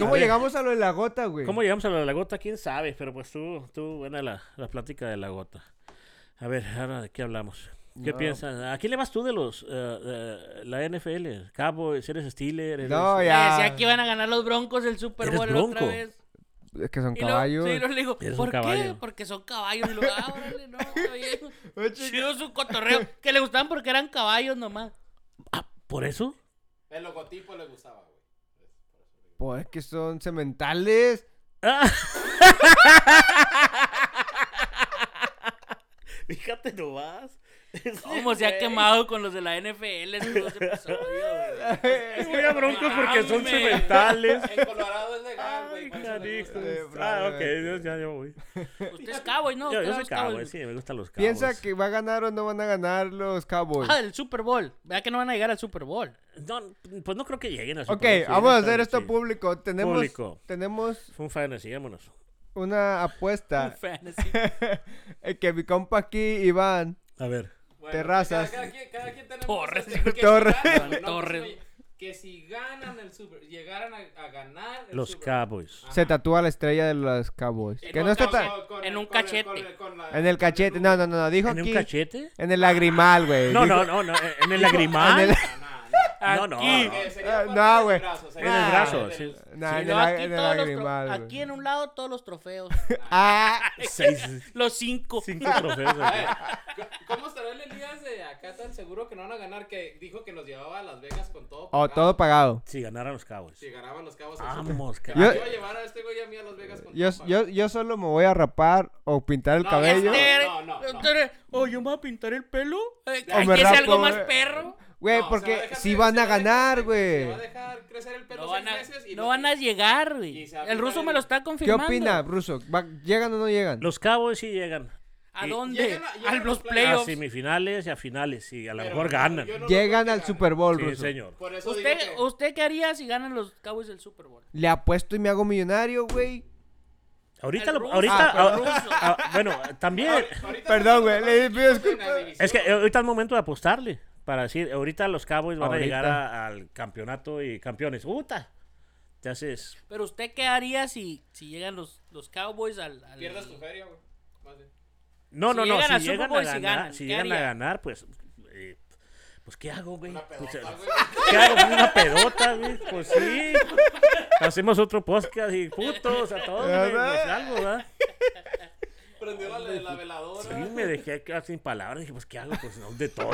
Speaker 2: ¿Cómo
Speaker 3: ver.
Speaker 2: llegamos a lo de la gota, güey?
Speaker 3: ¿Cómo llegamos a lo de la gota? ¿Quién sabe? Pero pues tú, tú, buena la, la plática de la gota. A ver, ahora de qué hablamos. ¿Qué
Speaker 2: No.
Speaker 3: piensas? ¿A quién le vas tú de los eh, eh, la NFL? Cabo, eres Steeler, eres-
Speaker 2: No,
Speaker 1: Ya.
Speaker 2: ya.
Speaker 1: Decía que iban a ganar los broncos el Super
Speaker 3: Eres
Speaker 1: Bowl otra
Speaker 3: bronco.
Speaker 1: vez.
Speaker 2: Es que son
Speaker 1: Y luego,
Speaker 2: caballos.
Speaker 1: sí, luego le digo,
Speaker 3: Eres un
Speaker 1: ¿por qué?
Speaker 3: caballo.
Speaker 1: Porque son caballos. Y luego, ah, órale, no, está bien".
Speaker 2: Oye,
Speaker 1: Chido su cotorreo. Que le gustaban porque eran caballos nomás.
Speaker 3: Ah,
Speaker 2: eh.
Speaker 3: ¿por eso?
Speaker 4: El logotipo le gustaba, güey.
Speaker 2: Pues es que son sementales.
Speaker 3: Ah. Fíjate nomás.
Speaker 1: Como se ha quemado con los de la NFL en dos episodios, güey.
Speaker 3: Es que voy a broncos porque son
Speaker 1: Mames.
Speaker 3: cementales.
Speaker 4: En Colorado es legal, güey. pues,
Speaker 3: Ay,
Speaker 4: por eso le
Speaker 3: canijo.
Speaker 4: gusta.
Speaker 2: Eh,
Speaker 3: Ah, ok,
Speaker 2: probablemente.
Speaker 3: Dios, ya, ya voy.
Speaker 1: Usted es cowboy, ¿no?
Speaker 3: yo,
Speaker 1: Usted
Speaker 3: yo
Speaker 1: no
Speaker 3: soy
Speaker 1: es cowboy.
Speaker 3: cowboy, sí, me gustan los cowboys.
Speaker 2: Piensa que va a ganar o no van a ganar los Cowboys.
Speaker 1: Ah, el Super Bowl. Vea que no van a llegar al Super Bowl.
Speaker 3: No, pues no creo que lleguen a su
Speaker 2: Ok,
Speaker 3: sí,
Speaker 2: vamos a
Speaker 3: está
Speaker 2: hacer
Speaker 3: bien,
Speaker 2: esto
Speaker 3: sí.
Speaker 2: público. Tenemos,
Speaker 3: Público.
Speaker 2: tenemos
Speaker 3: Fue un fantasy, vámonos.
Speaker 2: una apuesta
Speaker 1: Fantasy.
Speaker 2: eh, que mi compa aquí, Iván,
Speaker 3: A ver.
Speaker 4: Bueno,
Speaker 2: Terrazas.
Speaker 4: Cada, cada quien, cada quien tenemos
Speaker 1: Torres.
Speaker 4: este, que
Speaker 2: Torres.
Speaker 4: si ganan, güey, no,
Speaker 1: Torres.
Speaker 4: pues, oye, Que si ganan el Super, llegaran a, a ganar el
Speaker 3: Los
Speaker 4: Super-
Speaker 3: Cowboys.
Speaker 4: Ajá.
Speaker 2: se tatúa la estrella de los Cowboys.
Speaker 4: En
Speaker 2: Que
Speaker 4: un
Speaker 2: no está
Speaker 4: causa-
Speaker 2: tan...
Speaker 4: con-
Speaker 1: en un
Speaker 4: con el-
Speaker 1: cachete.
Speaker 4: con el- con la-
Speaker 2: En el cachete. No, no, no, no, dijo
Speaker 3: ¿En un
Speaker 2: aquí.
Speaker 3: cachete?
Speaker 2: En el lagrimal, güey.
Speaker 3: No,
Speaker 2: dijo-
Speaker 3: no, no, no, en el lagrimal.
Speaker 2: En el-
Speaker 4: No, Ah, no, no.
Speaker 3: No, no.
Speaker 1: Aquí.
Speaker 4: Eh,
Speaker 2: Ah,
Speaker 4: sería parte
Speaker 2: no,
Speaker 4: del
Speaker 2: güey.
Speaker 4: brazo,
Speaker 3: En
Speaker 4: sería
Speaker 3: el
Speaker 4: parte
Speaker 3: brazo,
Speaker 4: del-
Speaker 3: sí.
Speaker 2: Nah,
Speaker 1: Y
Speaker 2: en el,
Speaker 1: luego
Speaker 2: lag-
Speaker 1: aquí,
Speaker 2: en el
Speaker 1: todos los tro-
Speaker 2: lagrimal, güey.
Speaker 1: aquí en un lado todos los trofeos.
Speaker 2: Ah,
Speaker 3: Seis,
Speaker 1: Los cinco.
Speaker 3: cinco trofeos.
Speaker 4: Eh,
Speaker 3: aquí.
Speaker 4: c- ¿Cómo estará el Elías de acá tan seguro que no van a ganar? Que dijo que nos llevaba a Las Vegas con todo.
Speaker 2: o
Speaker 4: pagado.
Speaker 2: oh, todo pagado.
Speaker 3: Si ganaran los Cowboys.
Speaker 4: Si ganaban los cabos.
Speaker 1: Ah,
Speaker 4: el Super-
Speaker 3: Vamos,
Speaker 4: que
Speaker 3: cabrón.
Speaker 4: Iba a llevar a este güey y a mí a Las Vegas con
Speaker 2: Yo,
Speaker 4: todo pagado.
Speaker 2: yo, yo solo me voy a rapar o pintar el
Speaker 4: No,
Speaker 2: cabello.
Speaker 4: este-
Speaker 1: Este-
Speaker 4: No, no, no.
Speaker 1: este- Oh, yo me voy a pintar el pelo. Eh,
Speaker 2: O
Speaker 1: Hay
Speaker 2: me
Speaker 1: que ser
Speaker 2: rapo,
Speaker 1: algo más
Speaker 2: güey.
Speaker 1: perro.
Speaker 2: Güey,
Speaker 4: No, se va a
Speaker 2: porque
Speaker 4: dejar
Speaker 2: si
Speaker 4: cre-
Speaker 2: van
Speaker 4: se
Speaker 2: a
Speaker 4: va dejar
Speaker 2: ganar,
Speaker 4: cre-
Speaker 2: güey.
Speaker 4: Se va a dejar crecer el pelo
Speaker 1: No
Speaker 4: seis
Speaker 1: van a,
Speaker 4: meses y
Speaker 1: no
Speaker 4: lo-
Speaker 1: van a llegar,
Speaker 4: y
Speaker 1: güey.
Speaker 4: se va a
Speaker 1: El ruso
Speaker 4: pintar
Speaker 1: me
Speaker 4: el-
Speaker 1: lo está
Speaker 2: ¿Qué
Speaker 1: confirmando.
Speaker 2: opina, Ruso? ¿Va- ¿Llegan o no llegan?
Speaker 3: Los Cowboys sí llegan.
Speaker 1: ¿A
Speaker 3: Y-
Speaker 1: dónde?
Speaker 4: Llegan a- llegan
Speaker 1: a
Speaker 4: a
Speaker 1: los
Speaker 4: los
Speaker 3: A
Speaker 1: playoffs.
Speaker 3: semifinales y a finales. Y a lo
Speaker 4: Pero
Speaker 3: mejor
Speaker 4: yo
Speaker 3: ganan.
Speaker 4: no lo creo
Speaker 2: Llegan
Speaker 4: que
Speaker 2: al
Speaker 4: ganen.
Speaker 2: Super Bowl,
Speaker 3: Sí,
Speaker 2: Ruso.
Speaker 3: señor.
Speaker 4: Por eso digo
Speaker 1: ¿Usted,
Speaker 4: que-
Speaker 1: ¿Usted qué haría si ganan los Cowboys del Super Bowl?
Speaker 2: Le apuesto y me hago millonario, güey.
Speaker 3: Ahorita,
Speaker 1: El
Speaker 3: lo-
Speaker 1: ruso.
Speaker 3: ahorita,
Speaker 1: Ah,
Speaker 3: ah,
Speaker 1: el ruso.
Speaker 3: ah, bueno, también
Speaker 4: Ahorita
Speaker 2: Perdón,
Speaker 4: estamos
Speaker 2: güey, le
Speaker 4: hablando
Speaker 2: pido
Speaker 4: de la
Speaker 2: disculpas.
Speaker 4: división.
Speaker 3: es que eh, ahorita es momento de apostarle para decir, ahorita los Cowboys van
Speaker 2: Ahorita.
Speaker 3: a llegar a- al campeonato y campeones. Puta, te haces
Speaker 1: ¿Pero usted qué haría si, si llegan los, los Cowboys al... al-
Speaker 4: Pierdas tu feria, güey. Más bien.
Speaker 3: No,
Speaker 1: Si
Speaker 3: no, no.
Speaker 1: llegan al
Speaker 3: Si
Speaker 1: Super
Speaker 3: llegan a
Speaker 1: Bowl, si
Speaker 3: ganar,
Speaker 1: ganan,
Speaker 3: si
Speaker 1: ¿qué
Speaker 3: llegan a
Speaker 1: haría?
Speaker 3: ganar, pues, eh, pues ¿qué hago, güey?
Speaker 4: Una
Speaker 3: Pues,
Speaker 4: pelota, güey.
Speaker 3: ¿Qué hago? Pues, Una pedota, güey. Pues sí. Hacemos otro podcast y putos a todos, güey.
Speaker 2: ¿Verdad?
Speaker 3: Pues algo, ¿verdad?
Speaker 4: Prendió la, la veladora.
Speaker 3: Sí, me dejé quedar sin palabras. Dije, pues ¿qué hago? Pues no, de todo.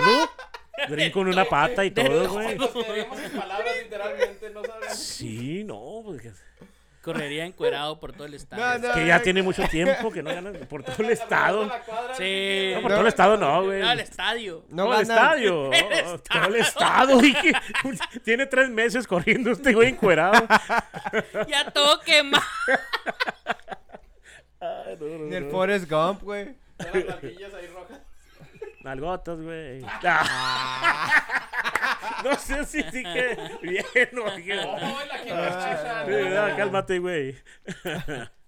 Speaker 3: Brinco en una pata y todo, güey.
Speaker 4: Nos quedaríamos sin palabras, literalmente. No sabemos.
Speaker 3: Sí, no, pues que,
Speaker 1: Correría encuerado por todo el estadio.
Speaker 2: No, no.
Speaker 3: que ya tiene mucho tiempo que no ganan por todo el estado.
Speaker 4: La cuadra,
Speaker 1: Sí.
Speaker 3: No,
Speaker 4: no,
Speaker 3: por todo el estado no, güey.
Speaker 1: No, al estadio.
Speaker 2: No
Speaker 3: No, el
Speaker 2: ganan.
Speaker 3: estadio.
Speaker 1: El
Speaker 3: Oh, oh, Todo el estado. Dije, tiene tres meses corriendo este güey encuerado.
Speaker 1: Ya todo quemado.
Speaker 2: Ni el Forrest Gump, güey.
Speaker 4: Todas las plantillas ahí rojas.
Speaker 3: Nalgotas, güey. Ah. No sé si sí que bien o que.
Speaker 4: No, es la que muchacha,
Speaker 3: Ah, Sí,
Speaker 4: no, no,
Speaker 3: ¿verdad?
Speaker 4: no.
Speaker 3: Cálmate, güey.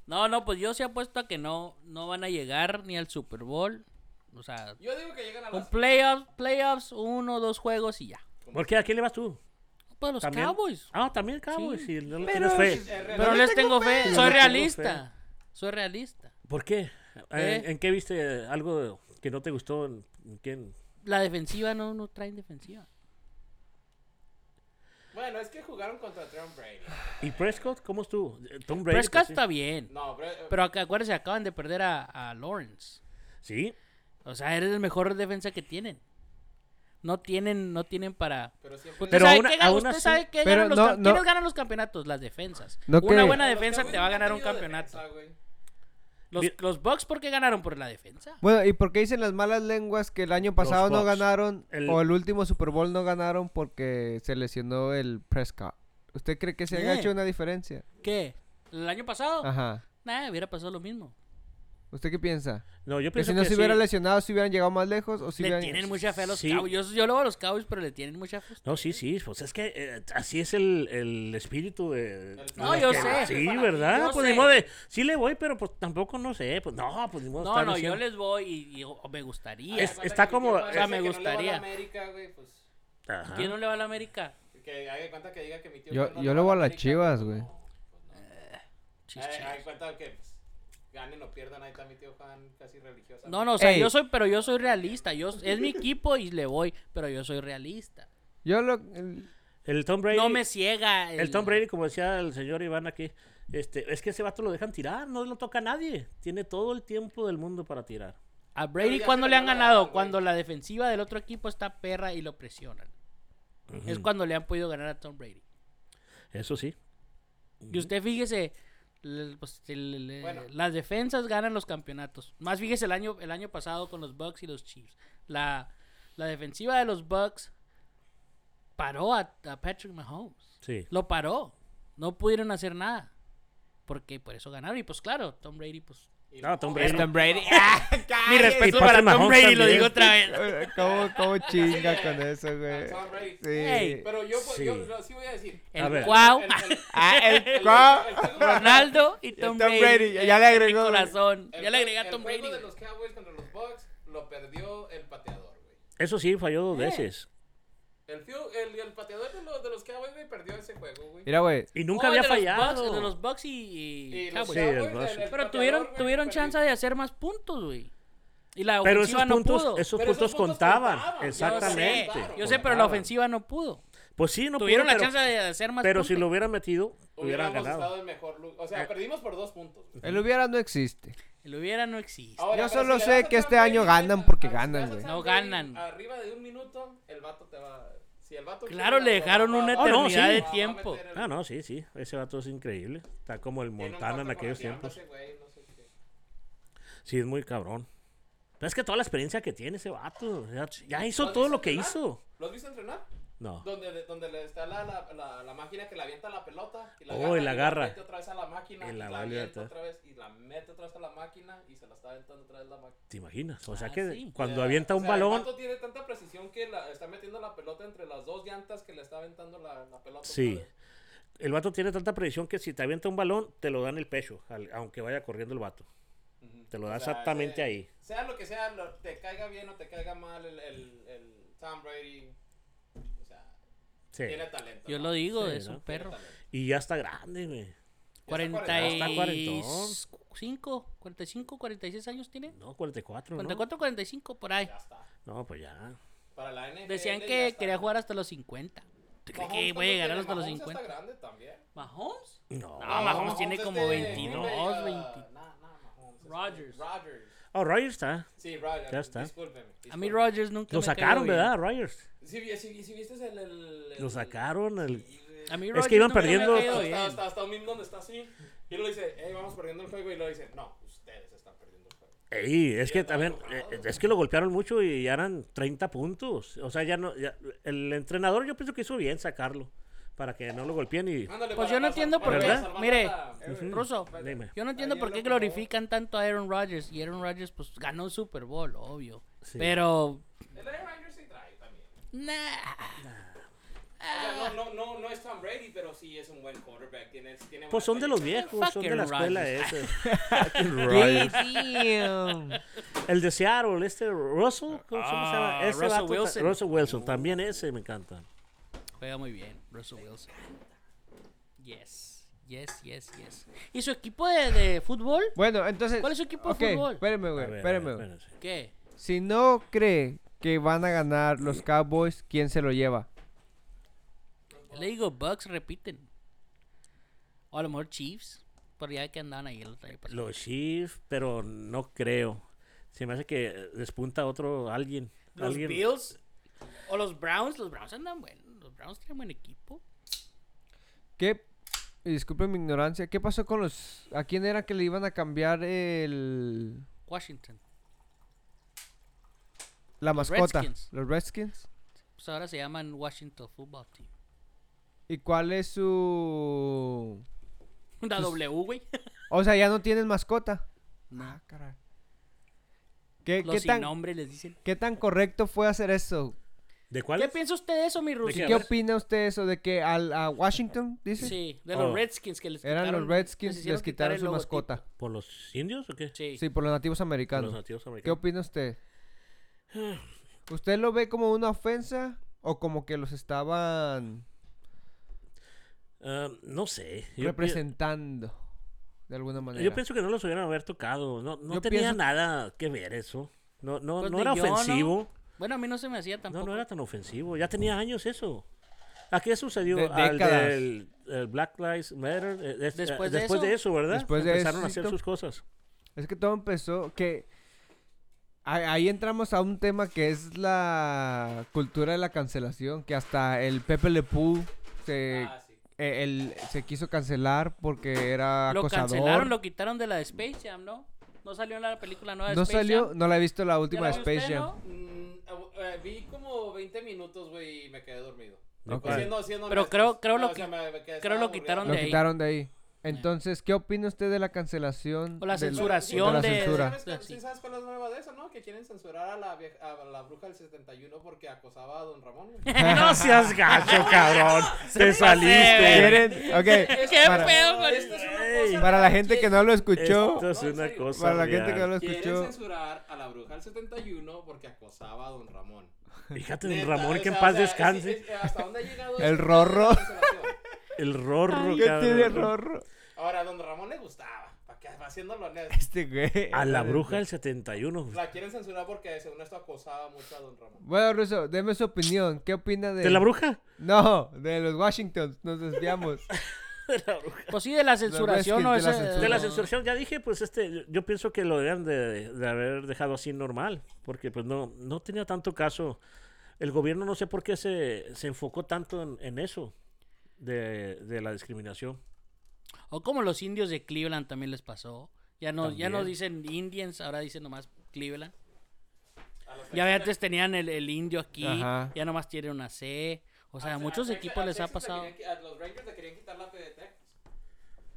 Speaker 1: No, no, pues yo sí apuesto a que no, no van a llegar ni al Super Bowl. O sea,
Speaker 4: Yo digo que llegan a
Speaker 1: un
Speaker 4: las...
Speaker 1: playoffs, playoffs, uno o dos juegos y ya.
Speaker 3: ¿Por qué? ¿A quién le vas tú?
Speaker 1: Pues los
Speaker 3: ¿También?
Speaker 1: Cowboys.
Speaker 3: Ah, también Cowboys. Sí. no le
Speaker 2: Pero-
Speaker 3: tienes fe.
Speaker 4: Eh,
Speaker 1: Pero no
Speaker 4: realmente-
Speaker 1: les tengo fe.
Speaker 3: fe.
Speaker 1: Soy
Speaker 3: Yo no tengo fe.
Speaker 1: realista. Soy realista.
Speaker 3: ¿Por qué?
Speaker 1: ¿Eh?
Speaker 3: ¿En, en qué viste algo que no te gustó? ¿En en quién?
Speaker 1: La defensiva no, no traen defensiva.
Speaker 4: Bueno, es que jugaron contra Tom Brady.
Speaker 3: ¿Y Prescott? ¿Cómo estuvo? Eh, Tom Brady.
Speaker 1: Prescott
Speaker 3: pues, sí.
Speaker 1: está bien.
Speaker 4: No, pero... eh,
Speaker 1: Pero ac- acuérdense, acaban de perder a, a Lawrence.
Speaker 3: Sí.
Speaker 1: O sea, eres el mejor defensa que tienen. No tienen, no tienen para.
Speaker 4: Pero siempre...
Speaker 1: Usted
Speaker 3: Pero
Speaker 1: sabe
Speaker 3: aún-
Speaker 1: qué ga-
Speaker 3: aún
Speaker 1: usted
Speaker 3: así-
Speaker 1: sabe qué
Speaker 2: Pero
Speaker 1: ganan los
Speaker 2: no,
Speaker 1: cam-
Speaker 2: no.
Speaker 1: ¿Quiénes ganan los campeonatos? Las defensas.
Speaker 2: No
Speaker 1: Una
Speaker 2: que-
Speaker 1: buena
Speaker 4: Los
Speaker 1: defensa
Speaker 4: Cowboys
Speaker 1: te va a
Speaker 4: nunca
Speaker 1: ganar
Speaker 4: han
Speaker 1: un
Speaker 4: tenido
Speaker 1: campeonato.
Speaker 4: defensa, güey.
Speaker 1: Los,
Speaker 3: Mira-
Speaker 1: los Bucks porque ganaron por la defensa.
Speaker 2: Bueno, ¿y por qué dicen las malas lenguas que el año pasado no
Speaker 3: Bucks.
Speaker 2: ganaron
Speaker 3: El-
Speaker 2: o el último Super Bowl no ganaron porque se lesionó el Prescott? ¿Usted cree que se haya
Speaker 1: Eh.
Speaker 2: hecho una diferencia?
Speaker 1: ¿Qué? ¿El año pasado?
Speaker 3: Ah.
Speaker 2: Ajá.
Speaker 1: Nada, hubiera pasado lo mismo.
Speaker 2: ¿Usted qué piensa?
Speaker 3: No, yo
Speaker 2: ¿Que
Speaker 3: pienso
Speaker 2: si no
Speaker 3: que
Speaker 2: se hubiera
Speaker 3: sí.
Speaker 2: lesionado, si hubieran llegado más lejos o si
Speaker 1: le
Speaker 2: hubieran...
Speaker 1: tienen mucha fe a los
Speaker 3: sí.
Speaker 1: Cowboys. Yo, yo lo a los Cowboys, pero le tienen mucha fe.
Speaker 3: No, sí, sí, pues es que eh, así es el, el espíritu de... de
Speaker 4: No,
Speaker 3: los
Speaker 1: yo
Speaker 3: que-
Speaker 1: sé.
Speaker 3: Sí,
Speaker 4: Yo
Speaker 3: ¿verdad? pues ni
Speaker 1: sé.
Speaker 3: modo de... Sí le voy, pero pues tampoco no sé. Pues no, pues ni modo de
Speaker 1: No,
Speaker 3: estar
Speaker 1: no, yo
Speaker 3: diciendo-
Speaker 1: les voy y, y- o me gustaría.
Speaker 3: Es-
Speaker 4: Haz de
Speaker 3: está
Speaker 4: cuenta que
Speaker 3: como-
Speaker 4: yo parece
Speaker 1: Ah, me
Speaker 4: que no le voy a la
Speaker 1: gustaría.
Speaker 4: América, güey, pues...
Speaker 3: Ajá.
Speaker 1: ¿Quién no le va a la América?
Speaker 4: Que haga de cuenta que diga que mi tío...
Speaker 2: Yo-
Speaker 4: Fernando
Speaker 2: yo
Speaker 4: le
Speaker 2: le
Speaker 4: va
Speaker 2: voy a las
Speaker 4: América,
Speaker 2: Chivas,
Speaker 4: pues,
Speaker 2: güey.
Speaker 4: no, pues, no.
Speaker 1: Chis,
Speaker 4: Haga-
Speaker 1: chis.
Speaker 4: haga Eh, de cuenta que pues, ganen o pierdan, ahí está mi tío Juan casi religiosa.
Speaker 1: No, no, o sea,
Speaker 2: Ey.
Speaker 1: yo soy, pero yo soy realista. Yo, es mi equipo y le voy, pero yo soy realista.
Speaker 2: Yo lo... el-
Speaker 3: El Tom Brady...
Speaker 1: no me ciega.
Speaker 3: El Tom Brady, como decía el señor Iván aquí, este, es que ese vato lo dejan tirar, no lo toca a nadie. Tiene todo el tiempo del mundo para tirar.
Speaker 1: A
Speaker 4: Pero
Speaker 1: Brady,
Speaker 4: ya
Speaker 1: cuando
Speaker 4: se
Speaker 1: le
Speaker 4: le
Speaker 1: han
Speaker 4: va la
Speaker 1: ganado?
Speaker 4: onda, güey.
Speaker 1: Cuando la defensiva del otro equipo está perra y lo presionan. Es cuando le han podido ganar a Tom Brady.
Speaker 3: Eso sí.
Speaker 1: Y usted fíjese, l- pues, el- el-
Speaker 4: Bueno.
Speaker 1: las defensas ganan los campeonatos. Más fíjese el año, el año pasado con los Bucks y los Chiefs. La, la defensiva de los Bucks paró a, a Patrick Mahomes.
Speaker 3: Sí.
Speaker 1: Lo paró. No pudieron hacer nada. Porque por eso ganaron. Y pues claro, Tom Brady, pues.
Speaker 4: Y
Speaker 3: No, Tom
Speaker 4: no,
Speaker 3: Brady.
Speaker 1: Tom Brady. Mi respeto
Speaker 3: Y
Speaker 1: para
Speaker 3: Patrick
Speaker 1: Tom
Speaker 3: Mahomes
Speaker 1: Brady, lo
Speaker 3: también.
Speaker 1: digo otra vez.
Speaker 2: eh, ¿Cómo, cómo chinga con eso, güey?
Speaker 4: Tom Brady.
Speaker 2: Sí.
Speaker 1: Ey,
Speaker 4: Pero yo, pues, yo,
Speaker 3: eh, Sí.
Speaker 4: yo sí voy a decir.
Speaker 3: A
Speaker 1: El
Speaker 3: ver.
Speaker 1: Cuau,
Speaker 4: El- el-
Speaker 2: Ah, el...
Speaker 4: el-
Speaker 2: ¿Cómo?
Speaker 4: el juego-
Speaker 1: Ronaldo y Tom,
Speaker 2: Tom
Speaker 1: Brady.
Speaker 2: Brady, ya le agregó.
Speaker 1: Mi corazón.
Speaker 4: el
Speaker 1: ya le
Speaker 4: jue-
Speaker 1: agregué a Tom
Speaker 4: El
Speaker 1: Brady.
Speaker 4: juego de los Cowboys contra los Bucks lo perdió el pateador, güey.
Speaker 3: Eso sí, falló dos
Speaker 1: Eh.
Speaker 3: veces.
Speaker 4: El, fiu- el, el pateador de los, de los Cowboys, güey, perdió ese juego, güey.
Speaker 2: Mira, güey.
Speaker 3: Y nunca
Speaker 1: Oh,
Speaker 3: había
Speaker 1: de los
Speaker 3: fallado.
Speaker 1: Bucks- de los Bucks y, y
Speaker 4: Y los
Speaker 1: Cowboys.
Speaker 3: Sí, el
Speaker 4: Cowboys,
Speaker 3: Bucks.
Speaker 4: el- el
Speaker 1: Pero
Speaker 4: pateador,
Speaker 1: tuvieron,
Speaker 4: güey,
Speaker 1: tuvieron
Speaker 4: perdió.
Speaker 1: chance de hacer más puntos, güey. Y la
Speaker 3: Pero
Speaker 1: ofensiva
Speaker 3: esos
Speaker 1: no
Speaker 3: puntos,
Speaker 1: pudo.
Speaker 3: esos
Speaker 4: Pero esos
Speaker 3: puntos
Speaker 4: puntos
Speaker 3: contaban.
Speaker 4: contaban. Yo sé,
Speaker 3: Exactamente.
Speaker 1: Yo sé, pero la
Speaker 3: Contaban.
Speaker 1: ofensiva no pudo.
Speaker 3: Pues sí, no
Speaker 1: tuvieron la
Speaker 3: pudieron,
Speaker 1: chance
Speaker 3: pero-
Speaker 1: de hacer más
Speaker 3: Pero
Speaker 1: puntos.
Speaker 3: si lo hubiera metido, hubiera
Speaker 4: Hubiéramos estado
Speaker 3: ganado. Eh.
Speaker 4: en mejor lugar. O sea, perdimos por dos puntos. güey.
Speaker 2: El hubiera no existe.
Speaker 1: El hubiera no existe.
Speaker 4: Ahora,
Speaker 2: Yo
Speaker 4: pero
Speaker 2: solo
Speaker 4: le
Speaker 2: sé
Speaker 4: das a
Speaker 2: que
Speaker 4: Tom
Speaker 2: este
Speaker 4: Brady,
Speaker 2: año
Speaker 4: güey,
Speaker 2: ganan
Speaker 4: a-
Speaker 2: porque
Speaker 4: si le das
Speaker 2: ganan,
Speaker 4: a
Speaker 2: güey.
Speaker 4: Tom
Speaker 1: No
Speaker 4: Brady
Speaker 1: ganan.
Speaker 4: Arriba de un minuto, el vato te va. Si el vato
Speaker 1: Claro, le dejaron una
Speaker 3: Oh, no,
Speaker 1: eternidad
Speaker 3: sí.
Speaker 1: de tiempo.
Speaker 3: Ah, no, sí, sí. Ese vato es increíble. Está como el Montana en aquellos tiempos. Sí, es muy cabrón. Pero es que toda la experiencia que tiene ese vato. Ya, ya hizo
Speaker 4: ¿Lo
Speaker 3: todo
Speaker 4: viste
Speaker 3: lo que
Speaker 4: entrenar?
Speaker 3: hizo.
Speaker 4: ¿Los viste entrenar?
Speaker 3: No.
Speaker 4: Donde, donde le está la, la, la, la máquina que le avienta la pelota. Y la
Speaker 3: Oh,
Speaker 4: agarra,
Speaker 3: y la agarra.
Speaker 4: mete otra vez a la máquina.
Speaker 3: Y
Speaker 4: Y
Speaker 3: la
Speaker 4: la,
Speaker 3: vuelve a
Speaker 4: avienta
Speaker 3: atar.
Speaker 4: otra vez. Y la mete otra vez a la máquina. Y se la está aventando otra vez la máquina.
Speaker 3: ¿Te imaginas? O sea
Speaker 1: Ah,
Speaker 3: que
Speaker 1: sí.
Speaker 3: cuando
Speaker 4: Eh,
Speaker 3: avienta
Speaker 4: o
Speaker 3: un
Speaker 4: sea, el
Speaker 3: balón.
Speaker 4: vato tiene tanta precisión que la, está metiendo la pelota entre las dos llantas que le está aventando la, la pelota.
Speaker 3: Sí.
Speaker 4: otra vez.
Speaker 3: El vato tiene tanta precisión que si te avienta un balón, te lo da en el pecho, al- aunque vaya corriendo el vato.
Speaker 4: Ujú.
Speaker 3: Te lo da
Speaker 4: O sea,
Speaker 3: exactamente
Speaker 4: eh,
Speaker 3: ahí.
Speaker 4: Sea lo que sea, lo- te caiga bien o te caiga mal el, el, el Tom Brady. O sea,
Speaker 3: Sí.
Speaker 4: tiene talento.
Speaker 1: Yo
Speaker 4: ¿no?
Speaker 1: lo digo,
Speaker 3: Sí,
Speaker 1: es
Speaker 3: ¿no?
Speaker 1: un perro.
Speaker 4: Tiene talento.
Speaker 3: Y ya está grande, güey.
Speaker 4: Ya está
Speaker 1: Cuarenta
Speaker 3: Está
Speaker 1: y
Speaker 3: cuarentón.
Speaker 1: cinco, 45, 46 años tiene.
Speaker 3: No, 44, ¿no?
Speaker 1: 44, 45, por ahí.
Speaker 4: Ya está.
Speaker 3: No, pues ya.
Speaker 4: Para la NFL.
Speaker 1: Decían
Speaker 4: ya
Speaker 1: que
Speaker 4: está.
Speaker 1: quería jugar hasta los 50. ¿Tú crees
Speaker 4: Mahomes
Speaker 1: que voy a
Speaker 4: también
Speaker 1: llegar
Speaker 4: tiene-
Speaker 1: hasta los
Speaker 4: Mahomes
Speaker 1: 50?
Speaker 4: está grande también.
Speaker 1: ¿Mahomes?
Speaker 3: No.
Speaker 1: No, Mahomes tiene como
Speaker 4: este,
Speaker 1: 22,
Speaker 4: eh,
Speaker 1: 20.
Speaker 4: No, no, Mahomes. este,
Speaker 1: Rodgers.
Speaker 4: Rodgers.
Speaker 3: Oh, Rogers está.
Speaker 4: Sí, Rodgers.
Speaker 3: Ya está.
Speaker 4: Discúlpeme.
Speaker 1: A mí
Speaker 4: discúlpeme.
Speaker 1: Rodgers nunca
Speaker 3: Lo
Speaker 1: me cayó
Speaker 3: sacaron,
Speaker 1: bien.
Speaker 3: ¿verdad? Rogers.
Speaker 4: Sí, vi- sí, vi- sí viste el, el- el-
Speaker 3: Lo sacaron. El...
Speaker 4: Sí, güey.
Speaker 1: A mí
Speaker 3: Es que
Speaker 1: Rodgers
Speaker 3: iban
Speaker 1: nunca me ha
Speaker 3: perdiendo.
Speaker 1: caído bien.
Speaker 4: Hasta, hasta, hasta un meme donde está así. Y lo dice, hey, vamos perdiendo el juego. Y lo dice, no, ustedes están perdiendo el juego.
Speaker 3: Ey, es que
Speaker 4: está
Speaker 3: también.
Speaker 4: enojado.
Speaker 3: eh, es que lo golpearon mucho y ya eran 30 puntos. O sea, ya no. ya- el entrenador, yo pienso que hizo bien sacarlo. Para que no lo golpeen y.
Speaker 4: Ándale,
Speaker 1: Pues
Speaker 4: para-
Speaker 1: yo no
Speaker 4: para
Speaker 1: entiendo
Speaker 4: salvar-
Speaker 1: por
Speaker 3: qué.
Speaker 4: para salvar
Speaker 1: Mire,
Speaker 4: la-
Speaker 3: ujú.
Speaker 1: Ruso,
Speaker 3: Dime.
Speaker 1: yo no entiendo por qué
Speaker 4: Ayúdalo, por
Speaker 1: glorifican tanto a Aaron Rodgers. Y Aaron Rodgers, pues, ganó un Super Bowl, obvio.
Speaker 3: Sí.
Speaker 1: Pero,
Speaker 4: El Aaron Rodgers sí trae también.
Speaker 1: nah.
Speaker 4: O sea, no, no, no, no es Tom Brady, pero sí es un buen quarterback. Tiene, tiene
Speaker 3: Pues
Speaker 4: buena
Speaker 3: son de los
Speaker 4: técnica.
Speaker 3: viejos, son de la
Speaker 1: Fucking
Speaker 3: escuela
Speaker 1: Rodgers.
Speaker 3: esa.
Speaker 5: Damn.
Speaker 3: El de Seattle, este Russell, ¿cómo se llama?
Speaker 1: Ah,
Speaker 3: Ese
Speaker 1: Russell
Speaker 3: vato ta-
Speaker 1: Wilson.
Speaker 3: Russell Wilson, también ese me encanta.
Speaker 1: Juega muy bien, Russell Wilson. Yes, yes, yes, yes. ¿Y su equipo de, de fútbol?
Speaker 2: Bueno, entonces.
Speaker 1: ¿Cuál es su equipo de
Speaker 2: ok,
Speaker 1: fútbol?
Speaker 2: Espérame,
Speaker 3: A
Speaker 2: güey.
Speaker 3: ver, a
Speaker 2: Espérame,
Speaker 3: ver,
Speaker 2: güey.
Speaker 3: espérense.
Speaker 1: ¿Qué?
Speaker 2: Si no cree que van a ganar los Cowboys, ¿quién se lo lleva?
Speaker 1: Le digo, Bucks repiten. O a lo mejor Chiefs. Por ya que andaban ahí el otro día pues, pasado.
Speaker 3: Los Chiefs, pero no creo. Se me hace que eh, despunta otro alguien.
Speaker 1: Los
Speaker 3: alguien.
Speaker 1: Bills. O los Browns. Los Browns andan buenos. Los Browns tienen buen equipo.
Speaker 2: ¿Qué? y Disculpen mi ignorancia. ¿Qué pasó con los. ¿A quién era que le iban a cambiar el.
Speaker 1: Washington.
Speaker 2: La mascota?
Speaker 1: Redskins.
Speaker 2: Los Redskins.
Speaker 1: Pues ahora se llaman Washington Football Team.
Speaker 2: ¿Y cuál es su. Pues,
Speaker 1: Una W, güey.
Speaker 2: O sea, ya no tienen mascota.
Speaker 1: No.
Speaker 2: Caray. ¿Qué,
Speaker 1: Los
Speaker 2: qué
Speaker 1: sin
Speaker 2: tan,
Speaker 1: nombre les dicen.
Speaker 2: ¿Qué tan correcto fue hacer eso?
Speaker 3: ¿De
Speaker 1: ¿Qué
Speaker 3: cuál? es?
Speaker 1: piensa usted de eso, mi
Speaker 3: Sí,
Speaker 1: Rusi?
Speaker 2: ¿Qué opina usted eso de que al, a Washington, dice?
Speaker 1: Sí, de los
Speaker 3: Oh.
Speaker 1: Redskins que les
Speaker 2: Eran
Speaker 1: quitaron.
Speaker 2: los Redskins, les
Speaker 1: hicieron quitar
Speaker 2: quitaron
Speaker 1: el
Speaker 2: su
Speaker 1: logotipo.
Speaker 2: mascota.
Speaker 3: ¿Por los indios o qué?
Speaker 1: Sí.
Speaker 2: Sí, por los nativos
Speaker 3: Por los
Speaker 2: americanos.
Speaker 3: nativos
Speaker 2: ¿Qué
Speaker 3: americanos.
Speaker 2: opina usted? ¿Usted lo ve como una ofensa o como que los estaban
Speaker 3: Ah, no sé. Yo, pi-
Speaker 2: representando de alguna manera?
Speaker 3: yo pienso que no los hubieran haber tocado. No, no
Speaker 2: Yo
Speaker 3: tenía
Speaker 2: pienso-
Speaker 3: nada que ver eso. No, no,
Speaker 1: Pues
Speaker 3: no
Speaker 1: ni
Speaker 3: era
Speaker 1: yo, ¿no?
Speaker 3: ofensivo.
Speaker 1: Bueno, a mí no se me hacía
Speaker 3: No,
Speaker 1: tampoco.
Speaker 3: no era tan ofensivo. Ya tenía años eso. ¿A qué sucedió?
Speaker 2: De-
Speaker 3: Al
Speaker 2: décadas.
Speaker 3: del el Black Lives Matter. eh, es- eh,
Speaker 1: Después
Speaker 3: después
Speaker 1: de eso.
Speaker 3: de eso, ¿verdad?
Speaker 2: Después de
Speaker 3: Empezaron a hacer
Speaker 2: eso.
Speaker 3: sus cosas.
Speaker 2: Es que todo empezó que a- ahí entramos a un tema que es la cultura de la cancelación, que hasta el Pepe Le Pew se,
Speaker 4: Ah, sí.
Speaker 2: eh, él se quiso cancelar porque era
Speaker 1: Lo
Speaker 2: acosador.
Speaker 1: cancelaron, lo quitaron de la de Space Jam, ¿no? No salió en la película nueva de
Speaker 2: no
Speaker 1: Space
Speaker 2: salió,
Speaker 1: Jam.
Speaker 2: no la he visto la
Speaker 1: ¿Ya
Speaker 2: última
Speaker 1: la
Speaker 2: de
Speaker 1: vio usted,
Speaker 2: Space Jam.
Speaker 1: no?
Speaker 4: Mm, ah, eh, vi como 20 minutos, güey, y me quedé dormido. Pues
Speaker 3: ¿De
Speaker 2: Ok.
Speaker 3: cuál?
Speaker 4: Siendo- siendo
Speaker 1: Pero
Speaker 4: honestos.
Speaker 1: creo- creo lo
Speaker 4: o sea,
Speaker 1: qui-
Speaker 4: me- me quedé-
Speaker 1: creo
Speaker 4: estaba
Speaker 1: lo
Speaker 4: aburrido.
Speaker 1: quitaron
Speaker 2: Lo
Speaker 1: de ahí. Eh.
Speaker 2: quitaron de ahí. Entonces, ¿qué opina usted de la cancelación?
Speaker 1: O la
Speaker 2: del-
Speaker 1: censuración
Speaker 2: de la
Speaker 1: de-
Speaker 2: censura.
Speaker 4: ¿Sabes, cuál-
Speaker 1: Sí.
Speaker 4: sí sabes cuál es la nueva de eso, no? Que quieren censurar a la, vieja- a la bruja del 71 porque acosaba a Don Ramón. güey.
Speaker 3: No seas gacho, cabrón. Te saliste.
Speaker 2: ¿Quieren? Ok,
Speaker 1: ¿Qué
Speaker 2: para,
Speaker 1: pedo con
Speaker 4: Esto Este es una
Speaker 3: Ey.
Speaker 4: cosa-
Speaker 2: para la gente que no lo escuchó,
Speaker 3: Esto es
Speaker 4: No, en
Speaker 3: una
Speaker 4: serio.
Speaker 3: cosa.
Speaker 2: para la gente que no
Speaker 3: real.
Speaker 2: lo
Speaker 4: Quieren
Speaker 2: escuchó,
Speaker 4: censurar a la bruja del 71 porque acosaba a Don Ramón.
Speaker 3: Fíjate, don
Speaker 4: Neta,
Speaker 3: Ramón,
Speaker 4: o
Speaker 3: que en
Speaker 4: sea,
Speaker 3: paz
Speaker 4: o sea,
Speaker 3: descanse.
Speaker 4: es- es- ¿Hasta dónde ha llegado
Speaker 2: El
Speaker 4: esto?
Speaker 2: rorro.
Speaker 3: El rorro,
Speaker 2: ¿qué tiene
Speaker 3: cabrón.
Speaker 2: rorro?
Speaker 4: Ahora, a Don Ramón le gustaba. ¿Para qué? Haciéndolo honesto.
Speaker 2: Este güey.
Speaker 3: A la bruja del 71.
Speaker 4: La quieren censurar porque según esto acosaba mucho a Don Ramón.
Speaker 2: Bueno, Ruso, deme su opinión. ¿Qué opina de...
Speaker 3: ¿De la bruja?
Speaker 2: No, de los Washingtons. Nos desviamos.
Speaker 1: Pues sí, de la censuración
Speaker 2: Redskins,
Speaker 1: o
Speaker 2: de la
Speaker 1: ese-
Speaker 2: censura.
Speaker 3: De la
Speaker 1: no.
Speaker 3: censuración, ya dije, pues este, yo pienso que lo debían de, de haber dejado así normal, porque pues no, no tenía tanto caso. El gobierno no sé por qué se, se enfocó tanto en, en eso, de, de la discriminación.
Speaker 1: O como los indios de Cleveland también les pasó. Ya no, ya no
Speaker 3: También.
Speaker 1: dicen Indians, ahora dicen nomás Cleveland.
Speaker 4: A los
Speaker 1: Ya antes tenían el, el indio aquí,
Speaker 2: Ajá.
Speaker 1: ya nomás tienen una C. O sea, a
Speaker 4: Texas-
Speaker 1: muchos
Speaker 4: Texas-
Speaker 1: equipos
Speaker 4: Ah, a
Speaker 1: les ha
Speaker 4: Texas le
Speaker 1: pasado.
Speaker 4: querían qui- a los Rangers le querían quitar la P de Texas.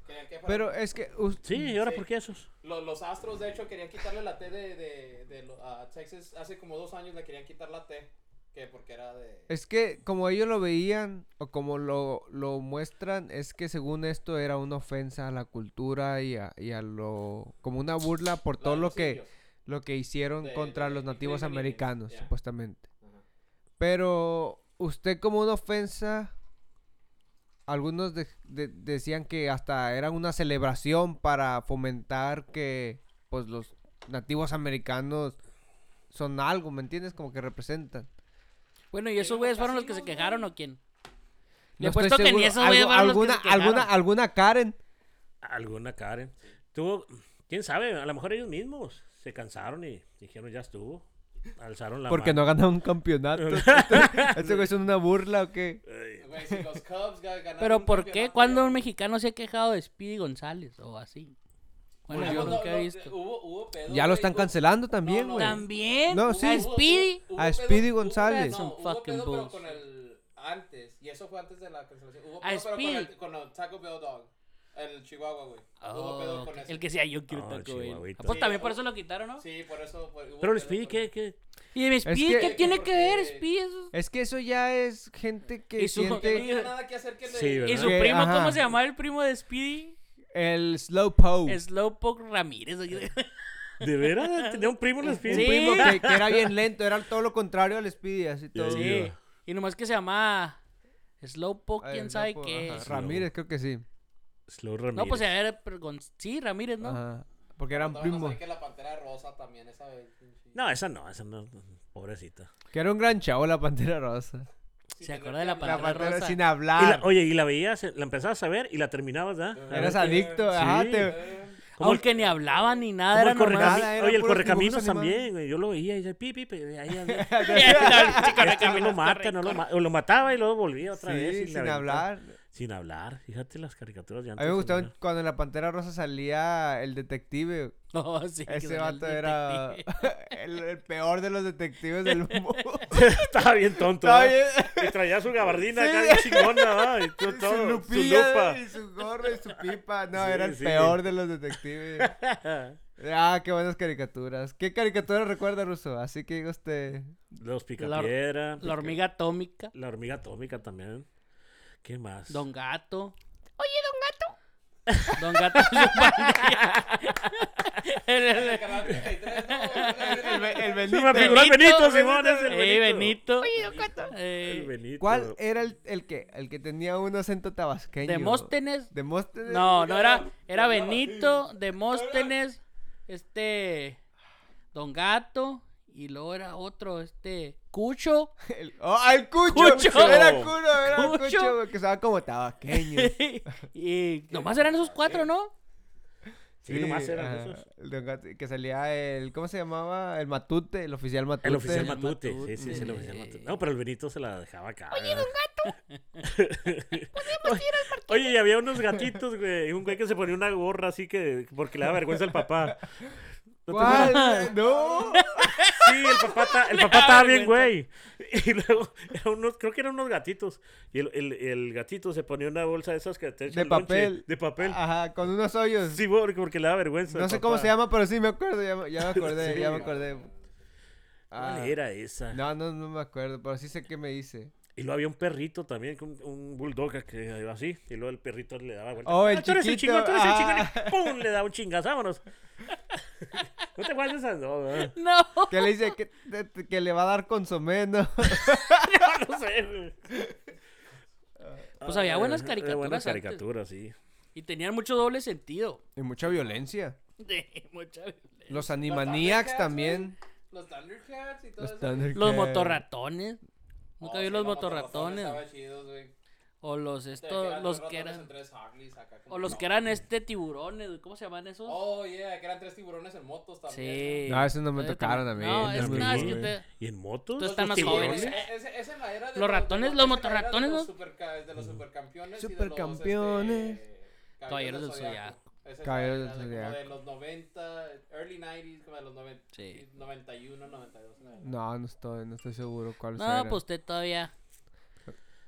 Speaker 4: Querían que fuera-
Speaker 2: Pero eh, es que... us-
Speaker 3: Sí, ¿y ahora
Speaker 4: Sí.
Speaker 3: por qué esos?
Speaker 4: Lo- los Astros, de hecho, querían quitarle la T de, de- de lo- a Texas. Hace como dos años le querían quitar la T. Que porque era de.
Speaker 2: Es que como ellos lo veían o como lo, lo muestran, es que según esto era una ofensa a la cultura y a, y a lo... como una burla por
Speaker 4: la
Speaker 2: todo
Speaker 4: de
Speaker 2: lo
Speaker 4: los
Speaker 2: que,
Speaker 4: indios.
Speaker 2: lo que hicieron
Speaker 4: De-
Speaker 2: contra
Speaker 4: de
Speaker 2: los nativos
Speaker 4: Cleveland Indians,
Speaker 2: americanos,
Speaker 4: ya.
Speaker 2: supuestamente.
Speaker 4: Ajá.
Speaker 2: Pero usted como una ofensa, algunos de- de- decían que hasta era una celebración para fomentar que pues los nativos americanos son algo, ¿me entiendes? Como que representan.
Speaker 1: Bueno, ¿y esos
Speaker 4: los
Speaker 1: güeyes fueron los que se
Speaker 4: casinos,
Speaker 1: quejaron
Speaker 4: güey.
Speaker 1: o quién? Le
Speaker 2: No
Speaker 1: he
Speaker 2: estoy
Speaker 1: puesto que ni
Speaker 2: seguro.
Speaker 1: esos güeyes
Speaker 2: Algo-
Speaker 1: fueron los que
Speaker 2: alguna,
Speaker 1: se quejaron.
Speaker 2: alguna, alguna Karen.
Speaker 3: Alguna Karen. Tuvo, quién sabe, a lo mejor ellos mismos se cansaron y dijeron ya estuvo. Alzaron la
Speaker 2: Porque
Speaker 3: mano.
Speaker 2: no ganaron un campeonato. Este, ¿Estos güeyes son una burla o qué?
Speaker 4: Güey, si los Cubs ga- ganaron
Speaker 1: Pero
Speaker 4: un
Speaker 1: ¿por qué?
Speaker 4: campeonato,
Speaker 1: ¿Cuándo
Speaker 4: ya-
Speaker 1: un mexicano se ha quejado de Speedy González o así? Bueno,
Speaker 4: Ah,
Speaker 1: yo
Speaker 4: no,
Speaker 1: nunca
Speaker 4: no,
Speaker 1: he visto.
Speaker 4: Hubo, hubo pedo,
Speaker 2: Ya lo
Speaker 4: güey,
Speaker 2: están
Speaker 4: hubo-
Speaker 2: cancelando también,
Speaker 4: no,
Speaker 2: güey.
Speaker 1: También.
Speaker 2: No,
Speaker 1: ¿A
Speaker 2: sí.
Speaker 4: hubo-
Speaker 1: Speedy.
Speaker 4: hubo
Speaker 2: A
Speaker 4: pedo-
Speaker 2: Speedy
Speaker 4: hubo pedo-
Speaker 2: González.
Speaker 4: no, hubo
Speaker 1: Fucking
Speaker 4: pedo, pero
Speaker 1: bulls.
Speaker 4: con el antes, y eso fue antes de la cancelación. Hubo
Speaker 1: A
Speaker 4: pedo, pero con
Speaker 1: Speedy.
Speaker 4: el, con el Taco Bell Dog, el Chihuahua, güey.
Speaker 1: Oh,
Speaker 4: hubo pedo con
Speaker 1: ok.
Speaker 4: eso.
Speaker 1: el que sea yo quiero
Speaker 3: Oh,
Speaker 1: taco Bell.
Speaker 3: chihuahuita.
Speaker 1: Ah, Pues
Speaker 4: Sí,
Speaker 1: también
Speaker 4: hubo-
Speaker 1: por eso lo quitaron, ¿no?
Speaker 4: Sí, por eso. fue- hubo
Speaker 3: Pero el
Speaker 4: pedo
Speaker 3: Speedy,
Speaker 4: con-
Speaker 3: ¿qué, qué?
Speaker 1: Y ¿Y de mi speed
Speaker 2: que-
Speaker 1: qué tiene que ver,
Speaker 4: Porque-
Speaker 1: speed? Eso-
Speaker 2: Es que eso ya es gente que
Speaker 1: Y su-
Speaker 4: No
Speaker 2: siente
Speaker 4: tiene nada que hacer que le.
Speaker 3: Sí, ¿verdad?
Speaker 1: ¿Y su
Speaker 2: Que-
Speaker 1: primo?
Speaker 2: ajá.
Speaker 1: ¿Cómo se llamaba el primo de Speedy?
Speaker 2: el slowpoke.
Speaker 1: Slowpoke Ramírez.
Speaker 3: ¿De veras? ¿Tenía un primo en la
Speaker 2: Un
Speaker 1: Sí.
Speaker 2: primo que, que era bien lento, era todo lo contrario al Speedy, así todo.
Speaker 3: Sí.
Speaker 1: Sí. Y nomás que se llamaba Slowpoke,
Speaker 2: Ah,
Speaker 1: quién
Speaker 2: el
Speaker 1: sabe
Speaker 2: Slowpoke,
Speaker 1: qué.
Speaker 2: ajá,
Speaker 1: es.
Speaker 2: Ramírez, creo que sí.
Speaker 3: Slow Ramírez.
Speaker 1: No, pues
Speaker 2: eh.
Speaker 1: a ver, pero con- sí, Ramírez, ¿no?
Speaker 2: Ajá. Porque eran
Speaker 4: No,
Speaker 2: primos.
Speaker 4: No, sé que la pantera rosa también, esa vez.
Speaker 3: No, esa no, esa no. Pobrecita.
Speaker 2: Que era un gran chavo la Pantera Rosa.
Speaker 1: ¿Se acuerda de la
Speaker 2: La
Speaker 1: Pantera
Speaker 2: Pantera
Speaker 1: Rosa?
Speaker 2: sin
Speaker 3: Y la-
Speaker 2: hablar.
Speaker 3: oye, y la veías, la empezabas a ver y la terminabas, ¿ah?
Speaker 4: Sí.
Speaker 3: A ver,
Speaker 2: Eras
Speaker 4: a-
Speaker 2: adicto.
Speaker 4: Sí.
Speaker 2: Ajá, te-
Speaker 4: Eh,
Speaker 3: ¿cómo el-
Speaker 1: Aunque ni hablaba ni
Speaker 3: ¿cómo
Speaker 1: nada, era
Speaker 3: el correcami-
Speaker 1: normal.
Speaker 2: Nada, eran
Speaker 3: Oye, el
Speaker 2: puros
Speaker 3: correcaminos
Speaker 2: dibujos animados.
Speaker 3: también, güey. Yo lo veía y decía, pi, pi, pi, ahí había-
Speaker 1: Sí,
Speaker 3: Este güey lo
Speaker 1: correcaminos,
Speaker 3: mata, no lo ma- o lo mataba y luego volvía otra vez. y
Speaker 2: Sí,
Speaker 3: la
Speaker 2: sin
Speaker 3: aventaba.
Speaker 2: hablar.
Speaker 3: Sin hablar. Fíjate las caricaturas de
Speaker 2: A
Speaker 3: antes.
Speaker 2: mí me
Speaker 3: señora.
Speaker 2: gustaba cuando en la Pantera Rosa salía el detective.
Speaker 1: No, sí, que
Speaker 2: Ese
Speaker 1: salía el
Speaker 2: vato era
Speaker 1: detective.
Speaker 2: el, el peor de los detectives del mundo.
Speaker 3: Estaba bien tonto.
Speaker 2: Estaba
Speaker 3: ¿va?
Speaker 2: bien.
Speaker 3: Y traía su gabardina acá bien chingona, ¿va? Y todo, todo,
Speaker 2: su
Speaker 3: su
Speaker 2: lupilla
Speaker 3: lupa.
Speaker 2: y su gorro y su pipa. No,
Speaker 3: Sí,
Speaker 2: era el
Speaker 3: sí.
Speaker 2: peor de los detectives. Ah, qué buenas caricaturas. ¿Qué caricatura recuerda, Ruso? Así que este, diga usted.
Speaker 3: Los picapiedra.
Speaker 1: La hormiga atómica,
Speaker 3: La hormiga atómica también. ¿Qué más?
Speaker 1: Don Gato. Oye, Don Gato. Don Gato es
Speaker 4: el canal 33, no, eh,
Speaker 2: El, Be- el
Speaker 3: Se
Speaker 2: Benito.
Speaker 3: me figuró el Benito,
Speaker 1: Benito,
Speaker 3: Simón. es el
Speaker 1: Ey,
Speaker 3: Benito.
Speaker 1: Benito. Eh, Oye, Don
Speaker 3: El Benito.
Speaker 2: ¿Cuál era el, el que? El que tenía un acento tabasqueño.
Speaker 1: Demóstenes.
Speaker 2: Demóstenes.
Speaker 1: No, no era. Era Benito, Demóstenes, este. Don Gato. Y luego era otro, este. Cucho.
Speaker 2: El, oh, el cucho.
Speaker 1: Cucho.
Speaker 2: Era cucho, era
Speaker 1: Cucho.
Speaker 2: cucho, güey, que estaba como tabasqueño.
Speaker 1: y nomás eran esos cuatro, ¿no?
Speaker 3: Sí, nomás eran
Speaker 2: ajá,
Speaker 3: esos.
Speaker 2: el Don Gato, que salía el, ¿cómo se llamaba? El Matute, el oficial Matute.
Speaker 3: El oficial
Speaker 1: El
Speaker 3: Matute. Sí, sí, es el
Speaker 1: Matute.
Speaker 3: oficial Matute. No, pero el Benito se la dejaba acá. Oye, don gato. Oye, y había unos gatitos, güey. y Un güey que se ponía una gorra así que. Porque le daba vergüenza al papá. ¿No te acuerdas?
Speaker 2: ¿Cuál? No.
Speaker 3: Sí, el papá, ta- el
Speaker 1: Le
Speaker 3: papá
Speaker 1: daba
Speaker 3: estaba bien, güey.
Speaker 1: vergüenza.
Speaker 3: Y luego, eran unos, creo que eran unos gatitos. Y el, el- el gatito se ponía una bolsa de esas que te echan
Speaker 2: De
Speaker 3: lonche,
Speaker 2: papel.
Speaker 3: De papel.
Speaker 2: Ajá, con unos hoyos.
Speaker 3: Sí, porque, porque le da vergüenza.
Speaker 2: no
Speaker 3: al
Speaker 2: sé cómo
Speaker 3: papá.
Speaker 2: se llama, pero sí me acuerdo, ya, me- ya me acordé,
Speaker 3: Sí.
Speaker 2: ya me acordé. Ah,
Speaker 3: ¿Cuál era esa?
Speaker 2: No, no, no me acuerdo, pero sí sé qué me dice.
Speaker 3: Y luego había un perrito también, con un bulldog que iba así. Y luego el perrito le daba vuelta.
Speaker 2: Oh, el
Speaker 3: tú eres el
Speaker 2: chiquito,
Speaker 3: chingón, tú eres el
Speaker 2: ah.
Speaker 3: chingón. Y ¡pum! Le da un chingazo, vámonos. ¿No te acuerdas de esas? No, ¿verdad?
Speaker 1: No.
Speaker 2: Que le dice que, te- te- que le va a dar consomé, ¿no?
Speaker 3: no, no sé, güey.
Speaker 1: Pues había buenas
Speaker 3: Ah,
Speaker 1: caricaturas
Speaker 3: Buenas
Speaker 1: antes.
Speaker 3: caricaturas, sí.
Speaker 1: Y tenían mucho doble sentido.
Speaker 2: Y mucha violencia.
Speaker 1: De mucha violencia.
Speaker 2: Los Animaniacs
Speaker 4: Thundercats,
Speaker 2: también.
Speaker 4: Los Thundercats y todo
Speaker 2: Los
Speaker 4: eso.
Speaker 2: Thundercats.
Speaker 1: Los motorratones. Nunca
Speaker 4: Oh,
Speaker 1: vi
Speaker 4: sí,
Speaker 1: los motorratones.
Speaker 4: Estaban chidos, güey.
Speaker 1: O los
Speaker 4: Te
Speaker 1: estos, los que
Speaker 4: ratones en
Speaker 1: eran.
Speaker 4: tres Harleys acá como-
Speaker 1: O los que eran este tiburones, güey, ¿cómo se llaman esos?
Speaker 4: Oh, yeah, que eran tres tiburones en motos también.
Speaker 1: sí.
Speaker 2: No, esos no me
Speaker 1: Entonces,
Speaker 2: tocaron a mí,
Speaker 1: No,
Speaker 2: esos
Speaker 1: es,
Speaker 2: no
Speaker 1: no,
Speaker 2: me
Speaker 1: es que
Speaker 2: tocó,
Speaker 1: usted.
Speaker 3: ¿Y en motos?
Speaker 1: Entonces están
Speaker 3: ¿Los
Speaker 1: más ¿eh?
Speaker 3: tiburones?
Speaker 1: jóvenes.
Speaker 4: Es- es- es E-, en la era de
Speaker 1: Los ratones, los
Speaker 4: esa es la era de
Speaker 1: motorratones,
Speaker 4: los
Speaker 1: ¿no?
Speaker 4: superca- de los supercampeones. y de los,
Speaker 2: Supercampeones.
Speaker 4: este,
Speaker 1: Caballeros del
Speaker 4: Esa es la
Speaker 2: Caballeros del
Speaker 4: era de como
Speaker 2: Zodiaco.
Speaker 4: De los 90, early 90s, como de los 90,
Speaker 1: Sí.
Speaker 4: 91, 92. una de esas.
Speaker 2: No, no estoy, no estoy seguro cuál
Speaker 1: No, pues usted todavía.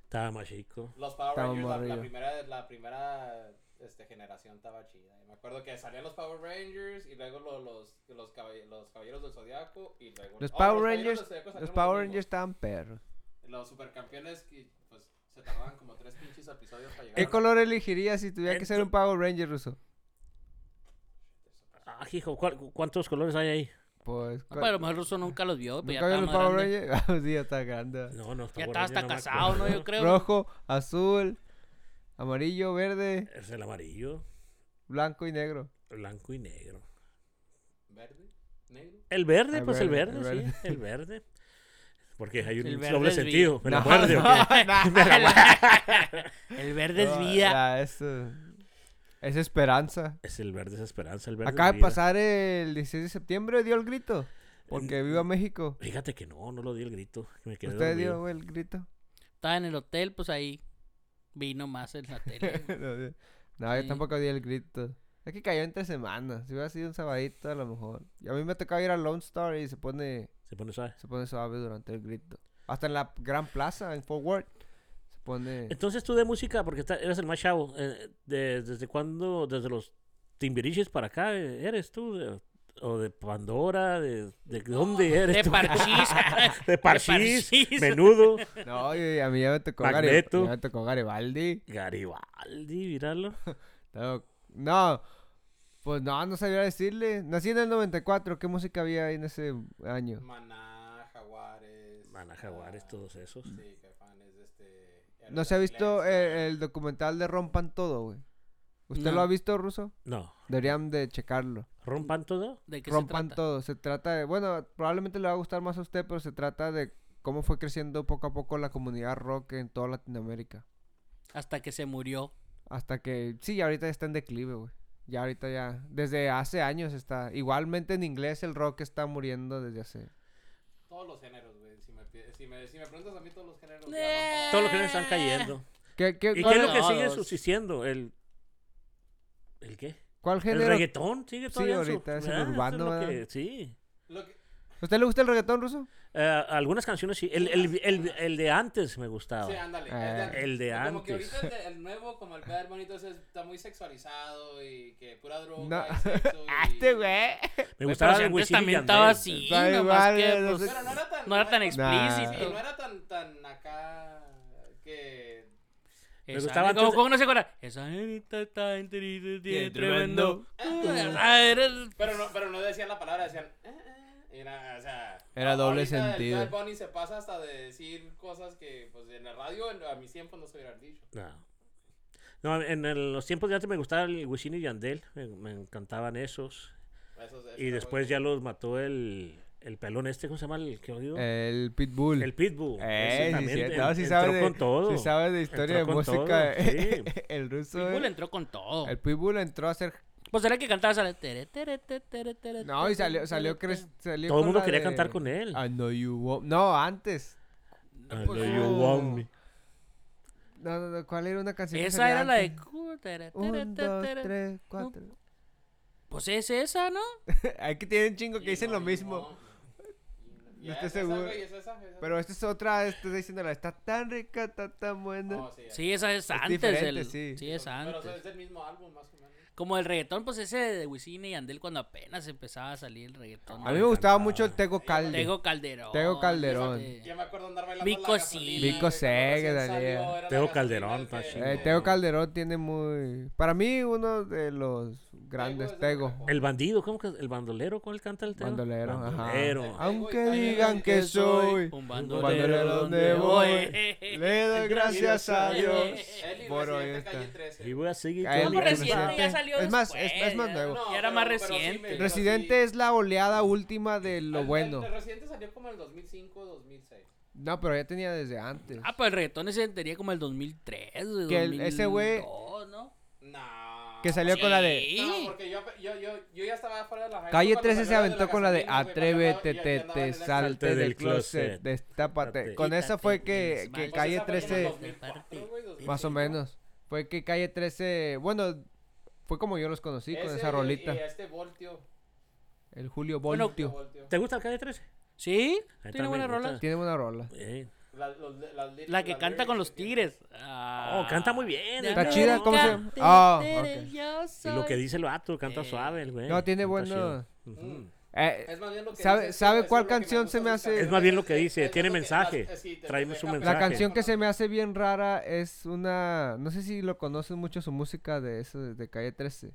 Speaker 3: Estaba más chico.
Speaker 4: Los Power
Speaker 2: Estaba
Speaker 4: Rangers, la- la,
Speaker 2: morrillo.
Speaker 4: primera, la primera este, generación estaba chida. Me acuerdo que salían los Power Rangers y luego lo- los, los, caball- los Caballeros del Zodiaco y luego...
Speaker 2: Los
Speaker 4: Oh,
Speaker 2: Power
Speaker 4: Caballeros
Speaker 2: Rangers,
Speaker 4: del Zodiaco
Speaker 2: los
Speaker 4: salieron
Speaker 2: Power
Speaker 4: domingos.
Speaker 2: Rangers estaban perros.
Speaker 4: Los supercampeones que pues se tardaban como tres pinches episodios para llegar.
Speaker 2: ¿Qué color elegirías si tuviera que ser
Speaker 3: Ento-
Speaker 2: un Power Ranger ruso?
Speaker 3: Ah, hijo, ¿cuál- ¿cuántos colores hay ahí?
Speaker 2: Pues,
Speaker 1: No, Ah, pero a lo mejor Russo nunca los vio. Pues ya
Speaker 2: ¿nunca vieron los
Speaker 1: estaba más
Speaker 2: Power
Speaker 1: grande.
Speaker 2: Rangers? Ah, sí, ya está grande.
Speaker 3: No, no,
Speaker 1: Ya
Speaker 3: Power
Speaker 1: estaba
Speaker 3: Rangers
Speaker 1: hasta
Speaker 3: no me
Speaker 1: casado, ¿no?
Speaker 3: acuerdo.
Speaker 1: Yo creo.
Speaker 2: Rojo, azul, amarillo, verde,
Speaker 3: Es el amarillo,
Speaker 2: blanco y negro.
Speaker 3: blanco y negro.
Speaker 4: ¿Verde? ¿Negro?
Speaker 3: El verde,
Speaker 2: El
Speaker 3: pues
Speaker 2: verde,
Speaker 3: el
Speaker 2: el
Speaker 3: verde, sí, el verde. Porque hay un
Speaker 1: El verde
Speaker 3: doble
Speaker 1: es vi-
Speaker 3: sentido. Me la
Speaker 2: No,
Speaker 3: muerde, ¿o qué?
Speaker 1: El verde es
Speaker 2: No,
Speaker 1: vida.
Speaker 2: ya, es, eh, es esperanza.
Speaker 3: Es el verde, es esperanza, el verde. es
Speaker 2: Acaba de
Speaker 3: vida.
Speaker 2: pasar el 16 de septiembre, dio el grito. Porque viva México.
Speaker 3: Fíjate que no, no lo di el grito. que Me quedé
Speaker 2: Usted
Speaker 3: dormido.
Speaker 2: dio el grito.
Speaker 1: Estaba en el hotel, pues ahí. Vino más en la tele.
Speaker 2: no, no, yo
Speaker 1: Sí.
Speaker 2: tampoco di el grito. Es que cayó entre semanas. Si hubiera sido un sabadito, a lo mejor. Y a mí me tocaba ir a Lone Star y se pone,
Speaker 3: Se pone suave.
Speaker 2: se pone suave durante el grito. Hasta en la gran plaza, en Fort Worth. Se pone.
Speaker 3: Entonces tú de música, porque está- eres el más chavo. eh, de- ¿Desde cuándo? ¿Desde los timbiriches para acá eh, eres tú? eh, o de Pandora, de, de dónde eres.
Speaker 1: De
Speaker 3: tú?
Speaker 1: parchís.
Speaker 3: de Parchís,
Speaker 1: Parchís.
Speaker 3: menudo.
Speaker 2: No, yo- a mí ya me tocó Garibaldi.
Speaker 3: Magneto.
Speaker 2: Ya me tocó Garibaldi.
Speaker 3: Garibaldi, míralo.
Speaker 2: No, No, pues no, no sabía decirle. Nací en el 94, ¿qué música había ahí en ese año?
Speaker 4: Maná, Jaguares. ah,
Speaker 3: Maná Jaguares, todos esos.
Speaker 4: Sí, Caifanes, este.
Speaker 2: ¿No se ha visto eh, el, el documental de Rompan Todo, güey? ¿Usted
Speaker 1: No.
Speaker 2: lo ha visto, Ruso?
Speaker 3: No,
Speaker 2: Deberían de checarlo.
Speaker 3: rompan todo.
Speaker 1: ¿De qué se
Speaker 2: Rompan
Speaker 1: trata?
Speaker 2: Todo. Se trata de... Bueno, probablemente le va a gustar más a usted, pero se trata de cómo fue creciendo poco a poco la comunidad rock en toda Latinoamérica.
Speaker 1: Hasta que se murió.
Speaker 2: Hasta que... Sí, ya ahorita está en declive, güey. Ya ahorita ya... Desde hace años está... Igualmente en inglés el rock está muriendo desde hace...
Speaker 4: Todos los géneros, güey. Si me, pide- si, me, si me preguntas a mí, todos los géneros.
Speaker 1: Eh.
Speaker 4: ya
Speaker 3: Todos los que están cayendo.
Speaker 2: ¿Qué, qué,
Speaker 3: ¿Y qué
Speaker 2: cuál,
Speaker 3: es lo que
Speaker 1: Todos.
Speaker 3: sigue subsistiendo? ¿El, ¿El qué?
Speaker 2: cuál
Speaker 3: ¿El
Speaker 2: género?
Speaker 3: reggaetón? ¿Sigue
Speaker 2: Sí,
Speaker 3: todavía en su-
Speaker 2: ahorita es el
Speaker 3: ¿verdad? Eso
Speaker 2: urbano,
Speaker 3: lo
Speaker 2: ¿verdad?
Speaker 3: que- sí.
Speaker 4: no. Lo que-
Speaker 2: ¿A ¿Usted le gusta el reggaetón ruso?
Speaker 3: Eh, algunas canciones sí. El, el, el, el de antes me
Speaker 1: Oh.
Speaker 3: gustaba.
Speaker 4: Sí, ándale.
Speaker 2: Ah.
Speaker 4: ándale.
Speaker 3: El de
Speaker 4: Como que
Speaker 3: antes.
Speaker 4: ahorita el, de- el nuevo, como el Bad Bunny, entonces está muy sexualizado y que pura droga.
Speaker 2: No.
Speaker 4: y sexo y-
Speaker 3: Me
Speaker 1: Ah, este Güey,
Speaker 3: gustaba
Speaker 1: pero si
Speaker 3: el
Speaker 1: antes
Speaker 3: Wisin y
Speaker 1: también
Speaker 3: Yandel.
Speaker 1: estaba así, nomás
Speaker 2: Da igual,
Speaker 1: que,
Speaker 2: no
Speaker 1: pues,
Speaker 4: Pero no era tan.
Speaker 1: no era tan explícito.
Speaker 4: Sí, no era tan, tan acá. Que.
Speaker 1: Me
Speaker 3: Esa-
Speaker 1: gustaba
Speaker 3: ¿cómo-
Speaker 1: antes...
Speaker 3: cómo
Speaker 1: ¿Cómo no se acuerda? Esa nenita está enterita, tiene tremendo. Ah,
Speaker 2: tremendo.
Speaker 4: Pero no, pero no decían la palabra, decían. "Eh, eh", Era, o sea,
Speaker 2: Era doble
Speaker 4: ahorita el
Speaker 2: sentido.
Speaker 4: Bad Bunny se pasa hasta de decir cosas que pues en la radio en- a mis tiempos no se hubieran dicho.
Speaker 3: No. No, en el- los tiempos de antes me gustaba el Wisin y Yandel. Me, me encantaban esos.
Speaker 4: Esos- esos
Speaker 3: Y después ya los mató el, el pelón este, ¿cómo se llama el que odio?
Speaker 2: Eh, El Pitbull.
Speaker 3: El Pitbull.
Speaker 2: Eh,
Speaker 3: Ese
Speaker 2: sí,
Speaker 3: también
Speaker 2: cierto.
Speaker 3: en-
Speaker 2: No, sí
Speaker 3: entró
Speaker 2: sabe de,
Speaker 3: con todo.
Speaker 2: sí sabe de historia
Speaker 3: Entró
Speaker 2: de
Speaker 3: con
Speaker 2: música.
Speaker 3: todo, sí.
Speaker 2: el ruso.
Speaker 1: Pitbull
Speaker 2: eh.
Speaker 1: entró con todo.
Speaker 2: El Pitbull entró a hacer.
Speaker 1: Pues era el que cantaba sale, tere, tere, tere, tere, tere,
Speaker 2: No, y salió,
Speaker 1: tere,
Speaker 2: salió,
Speaker 1: tere,
Speaker 2: cre- salió
Speaker 3: Todo
Speaker 2: con
Speaker 3: el mundo
Speaker 2: la
Speaker 3: quería
Speaker 2: de- Ah,
Speaker 3: cantar con él. Ah,
Speaker 2: I know you want- No, antes.
Speaker 3: I
Speaker 1: pues,
Speaker 3: know you want me.
Speaker 2: No, no, no, ¿Cuál era una canción?
Speaker 1: tere.
Speaker 2: que
Speaker 1: Esa
Speaker 2: salía
Speaker 1: era la de...
Speaker 2: antes?
Speaker 1: cu- tere, tere,
Speaker 2: Un, dos,
Speaker 1: tere, tere.
Speaker 2: tres, cuatro.
Speaker 1: Pues es esa, ¿no?
Speaker 2: Aquí tienen chingo que dicen
Speaker 4: Y no,
Speaker 2: lo
Speaker 4: y
Speaker 2: mismo.
Speaker 4: no.
Speaker 2: No
Speaker 4: Y
Speaker 2: estoy
Speaker 4: es esa,
Speaker 2: seguro.
Speaker 4: güey, es esa, es esa.
Speaker 2: Pero esta es otra, esta está diciéndola. Está tan rica, está tan buena.
Speaker 4: No, sí, ya.
Speaker 1: Sí, esa es antes.
Speaker 2: diferente,
Speaker 1: del-
Speaker 2: sí.
Speaker 1: sí, es
Speaker 4: Pero
Speaker 1: antes.
Speaker 4: es el mismo álbum, más o menos.
Speaker 1: Como el reggaetón, pues ese de Wisin y Andel cuando apenas empezaba a salir el reggaetón.
Speaker 2: A mí me gustaba
Speaker 3: encantaba.
Speaker 2: mucho el Tego Calde.
Speaker 1: Tego Calderón.
Speaker 2: Tego Calderón.
Speaker 1: este,
Speaker 4: Yo me acuerdo andar bailando.
Speaker 1: Vico
Speaker 4: la gasolina,
Speaker 1: sí.
Speaker 4: güey,
Speaker 2: Vico
Speaker 4: cuando
Speaker 2: sí,
Speaker 4: recién
Speaker 2: que salía.
Speaker 4: salió, era la
Speaker 3: Teo
Speaker 4: gasolina
Speaker 3: Calderón,
Speaker 4: que-
Speaker 3: pa' chingar.
Speaker 2: Eh, Teo Calderón tiene muy... Para mí, uno de los
Speaker 4: es
Speaker 2: grandes,
Speaker 4: el
Speaker 2: Tego.
Speaker 4: mejor.
Speaker 3: El bandido, ¿cómo que? ¿El bandolero? ¿Cuál canta el tema?
Speaker 2: Bandolero, ajá.
Speaker 4: Ah,
Speaker 2: Aunque
Speaker 4: Tego y-
Speaker 2: digan que soy un bandolero donde voy, le doy gracias a Dios
Speaker 4: Él y
Speaker 2: por hoy
Speaker 4: Residente Calle
Speaker 2: estar.
Speaker 4: 13.
Speaker 3: Y voy a seguir
Speaker 2: Cae
Speaker 1: No,
Speaker 3: con
Speaker 2: el
Speaker 3: mi
Speaker 1: pero
Speaker 2: Residente.
Speaker 1: Residente ya
Speaker 3: amistad.
Speaker 1: salió
Speaker 2: Es más-
Speaker 1: después,
Speaker 2: es- es más
Speaker 1: ya-
Speaker 2: nuevo.
Speaker 1: Ya era
Speaker 4: No,
Speaker 1: más
Speaker 4: pero- pero sí me-
Speaker 1: reciente.
Speaker 4: Pero
Speaker 2: Residente
Speaker 4: sí.
Speaker 2: es la oleada última de lo
Speaker 4: El-
Speaker 2: bueno.
Speaker 4: El, el reciente salió como en el 2005, 2006.
Speaker 2: No, pero ya tenía desde antes.
Speaker 1: Ah, pues el reggaetón ese tenía como el 2003, güey,
Speaker 2: Que el- ese güey-
Speaker 1: 2002, ¿no?
Speaker 4: No.
Speaker 2: Que salió con la de...
Speaker 1: Sí.
Speaker 4: No, porque yo, yo, yo, yo ya estaba fuera de la high
Speaker 2: Calle
Speaker 4: school cuando
Speaker 2: 13 se
Speaker 4: salió
Speaker 2: aventó con la de Atrévete, te, te,
Speaker 4: sal
Speaker 2: salte del closet,
Speaker 3: Quítate
Speaker 2: destápate. Con esa fue que,
Speaker 1: mis
Speaker 2: que
Speaker 1: manos.
Speaker 2: Calle
Speaker 4: Pues esa
Speaker 2: 13...
Speaker 4: fue como 2004, güey, 2005.
Speaker 2: Más o menos. Fue que Calle 13, bueno, fue como yo los conocí con esa rolita.
Speaker 4: este voltio. Este
Speaker 2: el Julio
Speaker 1: Bueno,
Speaker 2: Voltio.
Speaker 4: Voltio.
Speaker 3: ¿Te gusta el Calle 13?
Speaker 1: Sí,
Speaker 3: Ahí
Speaker 1: tiene
Speaker 3: también
Speaker 1: buenas
Speaker 3: me gusta.
Speaker 1: rolas.
Speaker 2: Tiene una rola.
Speaker 3: Eh,
Speaker 4: La, los- las lir-
Speaker 1: La que
Speaker 4: las
Speaker 1: canta con los
Speaker 4: lyrics que tiene.
Speaker 1: tigres. Ah.
Speaker 3: Oh, canta muy bien.
Speaker 1: ¿eh?
Speaker 2: Está
Speaker 3: el
Speaker 2: chida,
Speaker 3: cabrón.
Speaker 2: ¿cómo se llama? Ah, ok. Ah.
Speaker 3: Y lo que dice el vato, canta
Speaker 1: Eh.
Speaker 3: suave el güey.
Speaker 2: No, tiene
Speaker 3: canta
Speaker 2: bueno-
Speaker 3: chido.
Speaker 4: Mm.
Speaker 2: Eh,
Speaker 4: Es más bien lo que
Speaker 2: ¿Sabe-
Speaker 4: dice,
Speaker 2: sabe
Speaker 4: eso es
Speaker 2: cuál
Speaker 4: lo que me
Speaker 2: canción
Speaker 4: gusta
Speaker 2: se me
Speaker 4: de
Speaker 2: hace?
Speaker 4: Calle
Speaker 2: Es
Speaker 3: más bien lo
Speaker 4: 13,
Speaker 3: que dice,
Speaker 4: es
Speaker 3: tiene
Speaker 4: lo que-
Speaker 3: mensaje.
Speaker 4: ah, sí, te
Speaker 3: Trae
Speaker 4: deja
Speaker 3: su
Speaker 4: pensando.
Speaker 2: la
Speaker 3: mensaje.
Speaker 2: canción que se me hace bien rara es una, no sé si lo conocen mucho su música de eso de Calle 13,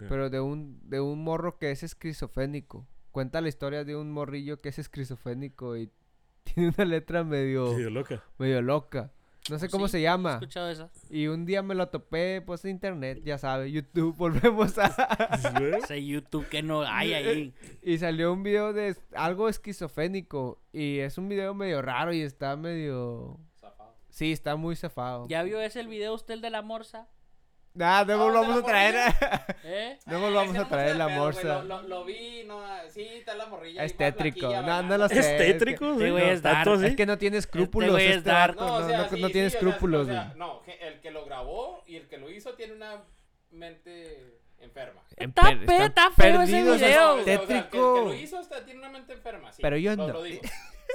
Speaker 3: Ya.
Speaker 2: pero de un de un morro que es esquizofrénico. Cuenta la historia de un morrillo que es esquizofrénico y tiene una letra medio
Speaker 3: Sí, loca.
Speaker 2: medio loca. No sé cómo
Speaker 1: ¿Ah, Sí,
Speaker 2: se
Speaker 1: ¿Has
Speaker 2: llama.
Speaker 1: escuchado esa?
Speaker 2: Y un día me lo topé pues en internet, ya sabe, YouTube, volvemos a
Speaker 1: Ese YouTube que no hay ahí.
Speaker 2: Y salió un video de es- algo esquizofrénico. Y es un video medio raro y está medio.
Speaker 4: Zafado.
Speaker 2: Sí, está muy zafado.
Speaker 1: ¿Ya vio ese el video usted el de la morsa?
Speaker 2: Nah, no
Speaker 4: Ah,
Speaker 2: volvamos a
Speaker 4: ¿de la
Speaker 2: traer.
Speaker 1: ¿Eh?
Speaker 2: no volvamos
Speaker 4: Ese
Speaker 2: a traer la
Speaker 4: no sé, pero,
Speaker 2: morsa.
Speaker 4: güey, Lo, lo- lo vi, no, sí, está la morrilla. ahí
Speaker 2: Es tétrico.
Speaker 4: flaquilla,
Speaker 2: No, no
Speaker 4: bailando.
Speaker 2: lo sé. es
Speaker 3: Es
Speaker 2: que-
Speaker 3: tétrico,
Speaker 1: Este
Speaker 3: sí,
Speaker 1: güey
Speaker 3: no,
Speaker 1: es
Speaker 3: tanto
Speaker 1: dark.
Speaker 3: sí.
Speaker 2: Es que no tiene escrúpulos
Speaker 1: güey es
Speaker 2: este
Speaker 1: dark.
Speaker 2: vato, No,
Speaker 4: o sea,
Speaker 2: no-
Speaker 4: sí,
Speaker 2: no
Speaker 4: sí,
Speaker 2: tiene
Speaker 4: o sea,
Speaker 2: escrúpulos.
Speaker 4: o
Speaker 2: güey.
Speaker 4: sea, no, que el que lo grabó y el que lo hizo tiene una mente enferma.
Speaker 1: Está
Speaker 2: Emper-
Speaker 1: pe-
Speaker 2: está
Speaker 1: está feo ese
Speaker 2: perdido, o sea,
Speaker 1: video.
Speaker 4: o sea, o sea, el que- el que
Speaker 2: Pues Tétrico.
Speaker 4: lo hizo está- tiene una mente enferma. sí,
Speaker 2: Pero yo
Speaker 4: lo-
Speaker 2: no.
Speaker 4: lo digo.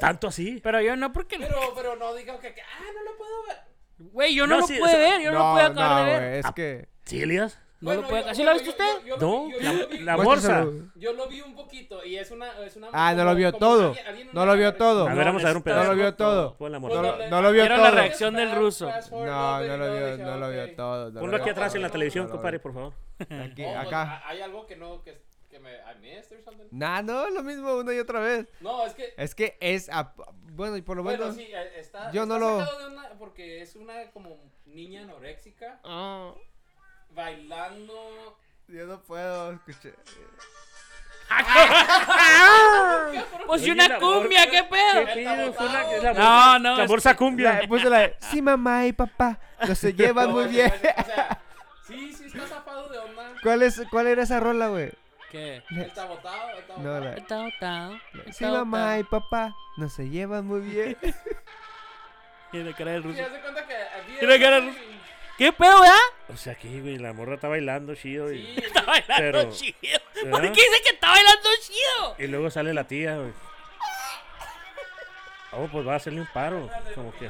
Speaker 3: Tanto así.
Speaker 1: Pero yo no porque...
Speaker 4: Pero, pero no digo que, que, ah, no lo puedo ver.
Speaker 1: Güey, yo no,
Speaker 3: No,
Speaker 1: lo
Speaker 3: sí,
Speaker 1: pude
Speaker 3: eso-
Speaker 1: ver, yo no, lo pude acabar de ver.
Speaker 2: güey, es
Speaker 3: Ah.
Speaker 2: que.
Speaker 3: ¿Sí, Elías?
Speaker 1: No lo puede-
Speaker 4: yo-
Speaker 1: ¿Así
Speaker 4: bueno,
Speaker 1: lo viste
Speaker 4: yo-
Speaker 1: usted?
Speaker 4: yo- yo
Speaker 3: No,
Speaker 4: lo vi- yo
Speaker 3: la-
Speaker 4: lo vi-
Speaker 3: la
Speaker 2: Muéstraselo.
Speaker 3: bolsa.
Speaker 4: Yo lo vi un poquito y es una. Es una
Speaker 2: Ah, no lo
Speaker 4: como-
Speaker 2: vio
Speaker 4: como
Speaker 2: todo.
Speaker 4: alguien- alguien en
Speaker 2: No
Speaker 4: una
Speaker 2: lo vio
Speaker 4: carretera.
Speaker 2: todo.
Speaker 3: A ver, vamos a ver un
Speaker 2: No
Speaker 3: pedazo.
Speaker 2: lo vio todo.
Speaker 3: Pon la
Speaker 4: Pues,
Speaker 2: No
Speaker 3: morra.
Speaker 2: lo-
Speaker 4: dale.
Speaker 2: no lo vio
Speaker 1: Vieron la
Speaker 2: todo.
Speaker 1: reacción del
Speaker 4: Fast-
Speaker 1: ruso.
Speaker 4: fast forward,
Speaker 2: No,
Speaker 4: over,
Speaker 2: no lo vio,
Speaker 4: over,
Speaker 2: no lo
Speaker 4: ok.
Speaker 2: vio todo. no lo
Speaker 3: Ponlo aquí
Speaker 2: vio
Speaker 3: atrás en la
Speaker 2: todo,
Speaker 3: televisión,
Speaker 2: no lo
Speaker 3: compadre,
Speaker 2: vio.
Speaker 3: por favor.
Speaker 2: Aquí,
Speaker 4: No, pues,
Speaker 2: acá.
Speaker 4: a- Hay algo que no. Que, que me. I missed or something.
Speaker 2: Nah, no, lo mismo una y otra vez.
Speaker 4: No, es que.
Speaker 2: Es que es. ap- Eh, Bueno, y por lo
Speaker 4: Bueno,
Speaker 2: menos.
Speaker 4: sí, eh, está.
Speaker 2: yo
Speaker 4: está
Speaker 2: no lo-
Speaker 4: sacado de una- porque es una como niña anoréxica
Speaker 2: Ah,
Speaker 4: bailando.
Speaker 2: yo no puedo escuchar.
Speaker 1: Pues
Speaker 2: Pues,
Speaker 3: Oye,
Speaker 1: una
Speaker 3: la
Speaker 1: cumbia,
Speaker 3: bolsa.
Speaker 1: ¿qué pedo?
Speaker 3: ¿Qué pido? Fue una- es la
Speaker 1: No,
Speaker 3: bolsa-
Speaker 1: no,
Speaker 3: La
Speaker 1: es-
Speaker 3: bolsa cumbia.
Speaker 2: La- puse la de, sí, mamá y papá. No se llevan
Speaker 4: No,
Speaker 2: muy
Speaker 4: es-
Speaker 2: bien.
Speaker 4: es- O sea, sí, sí está zafado de onda.
Speaker 2: ¿Cuál, es, ¿Cuál era esa rola, güey?
Speaker 1: ¿Qué?
Speaker 4: El tabotado, el tabotado.
Speaker 2: No, la.
Speaker 1: Tao, tao,
Speaker 2: Sí,
Speaker 1: tao,
Speaker 2: mamá
Speaker 1: tao.
Speaker 2: y papá. No se llevan muy bien.
Speaker 1: Y la cara del
Speaker 4: Sí,
Speaker 1: ruso.
Speaker 4: haz de cuenta que aquí
Speaker 1: Tiene
Speaker 4: es-
Speaker 1: cara rusa. ¿Qué pedo, verdad?
Speaker 3: O sea, aquí, güey, la morra está bailando chido. Y,
Speaker 4: Sí,
Speaker 1: Está bailando
Speaker 3: Pero-
Speaker 1: chido. ¿Por qué
Speaker 3: ¿verdad?
Speaker 1: dice que está bailando chido?
Speaker 3: y luego sale la tía, güey. Oh, pues va a hacerle un paro. Como que.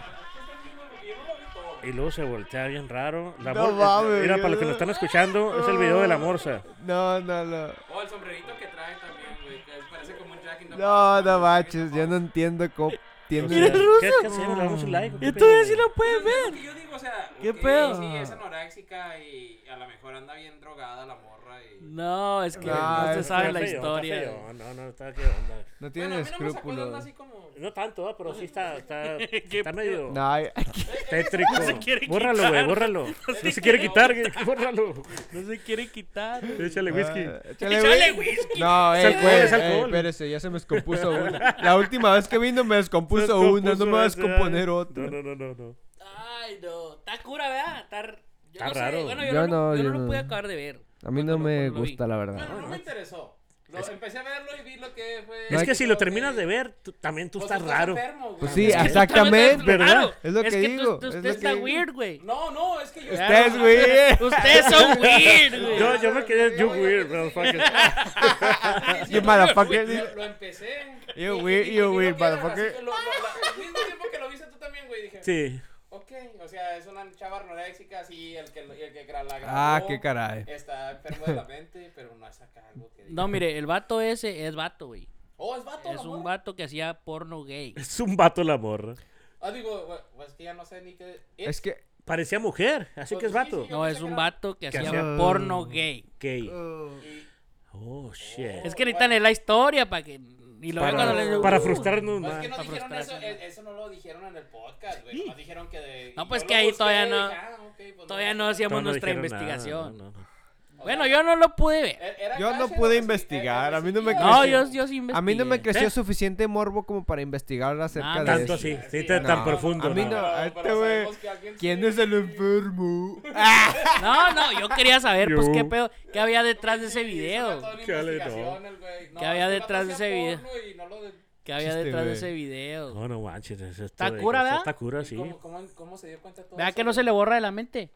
Speaker 3: Y luego se voltea bien raro. La
Speaker 2: No
Speaker 3: mor-
Speaker 2: mames,
Speaker 3: Mira, para los que
Speaker 2: yo-
Speaker 3: nos están escuchando, es el video de la morsa.
Speaker 2: No, no, no.
Speaker 4: o el sombrerito que trae también, güey. que Parece como un Jack in the
Speaker 2: No,
Speaker 4: Box.
Speaker 2: no manches. Yo no entiendo cómo.
Speaker 3: O
Speaker 2: Tiene
Speaker 3: sea, ¿Qué, qué hacemos? ¿Le damos un like? o qué
Speaker 1: Y todavía
Speaker 3: pedo?
Speaker 1: sí lo puedes
Speaker 4: Es
Speaker 1: ver.
Speaker 4: lo que yo digo, o sea,
Speaker 1: ¿Qué
Speaker 4: ok,
Speaker 1: pedo?
Speaker 4: Sí, es anoréxica y a lo mejor anda bien drogada la morra y...
Speaker 1: No, es que
Speaker 2: No,
Speaker 1: no se
Speaker 2: es-
Speaker 1: sabe
Speaker 3: Está
Speaker 1: la
Speaker 3: feo, está
Speaker 1: historia.
Speaker 3: feo. No, no, está qué onda.
Speaker 2: No
Speaker 4: Bueno,
Speaker 2: tiene
Speaker 4: a mí no me sacó de onda
Speaker 2: escrúpulos.
Speaker 4: así como...
Speaker 3: No tanto, ah, pero sí está, está, está medio
Speaker 2: No, ay, aquí-
Speaker 3: tétrico.
Speaker 1: No se quiere
Speaker 3: bórralo,
Speaker 1: quitar.
Speaker 3: güey, bórralo. No se quiere quitar, güey, bórralo.
Speaker 1: No se quiere quitar.
Speaker 3: Échale whisky.
Speaker 2: Ah,
Speaker 1: Échale
Speaker 2: whi-
Speaker 1: whisky.
Speaker 2: No, eh,
Speaker 3: alcohol,
Speaker 2: güey,
Speaker 3: es
Speaker 2: eh,
Speaker 3: alcohol.
Speaker 2: espérese, ya se me descompuso una. La última vez que vino me descompuso, una, no me vas a
Speaker 3: ese, ay.
Speaker 2: descomponer otra.
Speaker 3: No, no, no, no, no.
Speaker 1: Ay, no. Está cura, ¿verdad? Está, r- yo
Speaker 3: Está
Speaker 1: no sé.
Speaker 3: raro.
Speaker 1: Bueno, yo, no,
Speaker 2: Yo no,
Speaker 1: yo no
Speaker 2: yo
Speaker 1: lo
Speaker 2: no.
Speaker 1: pude acabar de ver.
Speaker 2: A mí no
Speaker 1: Cuando-
Speaker 2: me
Speaker 1: cuando lo vi.
Speaker 2: gusta, la verdad.
Speaker 4: Bueno, no me interesó. Lo- Empecé a verlo y vi lo que fue...
Speaker 3: Es que si lo terminas de ver, tú- también tú
Speaker 4: Pues
Speaker 3: estás raro.
Speaker 4: enfermo, güey.
Speaker 2: Pues sí,
Speaker 4: Es que-
Speaker 2: hasta- Exactamente,
Speaker 1: Está raro.
Speaker 3: ¿verdad?
Speaker 2: Es lo que
Speaker 1: tú-
Speaker 2: digo,
Speaker 1: tú-
Speaker 2: es
Speaker 1: Usted
Speaker 2: lo que
Speaker 1: está
Speaker 2: digo.
Speaker 1: weird, güey.
Speaker 4: No, no, es que yo...
Speaker 2: Ustedes, güey.
Speaker 1: Ustedes son weird, güey.
Speaker 3: Yo, yo me quedé, you weird, motherfucker.
Speaker 4: Sí, sí,
Speaker 2: You
Speaker 4: lo-
Speaker 2: motherfucker.
Speaker 4: Lo, lo empecé.
Speaker 2: You
Speaker 4: Y-
Speaker 2: weird,
Speaker 4: y-
Speaker 2: you
Speaker 4: y vi lo
Speaker 2: weird
Speaker 4: que era,
Speaker 2: motherfucker.
Speaker 4: así que lo- lo- la- Al mismo tiempo que lo viste tú también, güey, dije...
Speaker 3: Sí.
Speaker 4: Ok, o sea, es una chava anoréxica, sí, el que, el que gra- la grabó.
Speaker 2: Ah, qué caray.
Speaker 4: Está enfermo de la mente, pero no saca algo que diga.
Speaker 1: No, mire, el vato ese es vato, güey.
Speaker 4: Oh, es vato,
Speaker 1: Es
Speaker 4: la
Speaker 1: un
Speaker 4: morra?
Speaker 1: vato que hacía porno gay.
Speaker 3: Es un vato la morra.
Speaker 4: Ah, digo, bueno, pues que ya no sé ni qué.
Speaker 2: Es que.
Speaker 3: Parecía mujer, así que es vato.
Speaker 1: No, es un vato que hacía
Speaker 2: hacía-
Speaker 1: porno gay.
Speaker 3: Gay.
Speaker 2: uh,
Speaker 4: Y-
Speaker 3: Oh, shit.
Speaker 1: Es que necesitan leer la historia para que... Y lo ven cuando
Speaker 3: Para,
Speaker 1: le-
Speaker 3: para
Speaker 1: Uh.
Speaker 3: frustrarnos
Speaker 4: pues,
Speaker 3: más.
Speaker 4: que no
Speaker 1: para
Speaker 4: dijeron eso,
Speaker 1: frustrarse.
Speaker 4: eh, eso no lo dijeron en el podcast, güey. Nomás dijeron que de.
Speaker 1: No,
Speaker 4: y
Speaker 1: pues
Speaker 4: yo
Speaker 1: que
Speaker 4: lo
Speaker 1: ahí
Speaker 4: busqué,
Speaker 1: todavía
Speaker 4: y
Speaker 1: no-
Speaker 4: dije, ah, ok, pues,
Speaker 1: Todavía
Speaker 4: no.
Speaker 1: no hacíamos
Speaker 3: No, no
Speaker 1: nuestra
Speaker 3: dijeron nada,
Speaker 1: investigación.
Speaker 3: no, no.
Speaker 4: O
Speaker 1: Bueno,
Speaker 4: sea,
Speaker 1: yo no lo pude ver.
Speaker 4: er- era
Speaker 2: Yo no pude
Speaker 4: casi algo así,
Speaker 2: investigar,
Speaker 4: era
Speaker 2: a mí no me
Speaker 4: así.
Speaker 2: creció.
Speaker 1: No, yo, yo sí investigué.
Speaker 2: A mí no me creció
Speaker 3: ¿Eh?
Speaker 2: suficiente morbo como para investigar acerca
Speaker 1: Nada.
Speaker 2: de
Speaker 3: Tanto
Speaker 2: eso.
Speaker 3: así,
Speaker 4: Sí,
Speaker 3: sí,
Speaker 4: sí,
Speaker 3: tan- tan
Speaker 2: no.
Speaker 3: profundo.
Speaker 2: A mí no.
Speaker 4: Pero-
Speaker 2: a este
Speaker 4: pero sabemos
Speaker 2: güey,
Speaker 4: que alguien
Speaker 2: ¿Quién
Speaker 4: sí-
Speaker 2: es el enfermo? Ah,
Speaker 1: No, no, yo quería saber, pues,
Speaker 3: Yo.
Speaker 1: qué pedo, qué había detrás de ese
Speaker 4: Sí, hizo
Speaker 1: video.
Speaker 4: toda una
Speaker 3: Qué ale- no.
Speaker 4: investigación el güey. No,
Speaker 1: ¿Qué había
Speaker 4: este vato
Speaker 1: detrás de
Speaker 4: hacía
Speaker 1: ese video?
Speaker 4: porno y no lo de-
Speaker 1: ¿Qué había
Speaker 2: Chiste,
Speaker 1: detrás de
Speaker 2: güey.
Speaker 1: ese video?
Speaker 3: No, no manches. es esto
Speaker 1: Está
Speaker 3: de-
Speaker 1: cura,
Speaker 3: o sea,
Speaker 1: ¿verdad?
Speaker 3: Está cura,
Speaker 4: ¿Y
Speaker 3: sí.
Speaker 4: ¿Cómo, cómo, cómo se dio cuenta todo
Speaker 1: Vea
Speaker 4: eso,
Speaker 1: que no se le borra de la mente.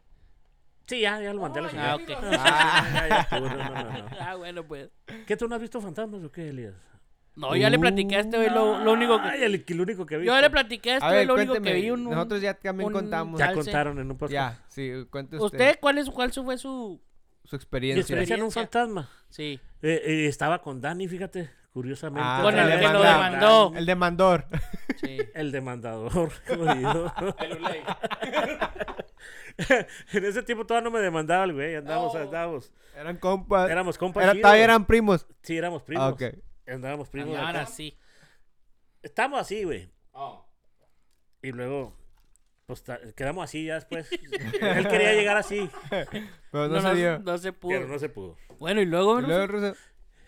Speaker 3: Sí, ya, ya lo mandé a la
Speaker 4: Ay,
Speaker 3: señora.
Speaker 1: ok.
Speaker 4: amigo,
Speaker 3: Ah, ya, ya, tú, no, no, no, no.
Speaker 1: Ah, bueno, pues.
Speaker 3: ¿Qué tú no has visto fantasmas o qué, Elías?
Speaker 1: No, ya le platiqué a este güey lo, lo único
Speaker 3: Ay,
Speaker 1: que...
Speaker 3: el, el único que vi.
Speaker 1: Yo ya le platiqué a este
Speaker 2: Uh. A
Speaker 1: güey
Speaker 2: ver,
Speaker 1: lo único
Speaker 2: cuénteme.
Speaker 1: que vi. Un, un-
Speaker 2: Nosotros ya también
Speaker 1: un-
Speaker 2: contamos.
Speaker 3: Ya
Speaker 1: Alce.
Speaker 3: contaron en un podcast.
Speaker 2: Ya, sí, cuente usted,
Speaker 1: ¿Usted cuál, es, cuál fue su...?
Speaker 2: su
Speaker 3: Mi
Speaker 2: experiencia.
Speaker 3: experiencia en un
Speaker 1: Experiencia.
Speaker 3: fantasma.
Speaker 1: Sí.
Speaker 3: Eh, eh, estaba con Dani, fíjate, curiosamente.
Speaker 2: Ah,
Speaker 1: Con el
Speaker 2: el
Speaker 1: que lo
Speaker 2: demandado.
Speaker 1: demandó.
Speaker 2: El demandor.
Speaker 1: Sí.
Speaker 3: El demandador, jodido.
Speaker 4: El Uley.
Speaker 3: en ese tiempo todavía no me demandaba el güey. Andábamos,
Speaker 4: No.
Speaker 3: andábamos.
Speaker 2: Eran compas.
Speaker 3: Éramos compas.
Speaker 2: Era,
Speaker 3: chidos.
Speaker 2: todavía eran primos.
Speaker 3: Sí, éramos primos.
Speaker 2: Ah, ok.
Speaker 3: Andábamos primos.
Speaker 1: Andaban
Speaker 3: acá.
Speaker 1: así.
Speaker 3: Estamos así, güey.
Speaker 4: Oh.
Speaker 3: Y luego, pues ta- quedamos así ya después. Él quería llegar así,
Speaker 2: Pero Pues no,
Speaker 1: No,
Speaker 2: se dio.
Speaker 1: no, no se pudo.
Speaker 3: pero no se pudo.
Speaker 1: Bueno, y luego...
Speaker 2: Y luego, Ruso,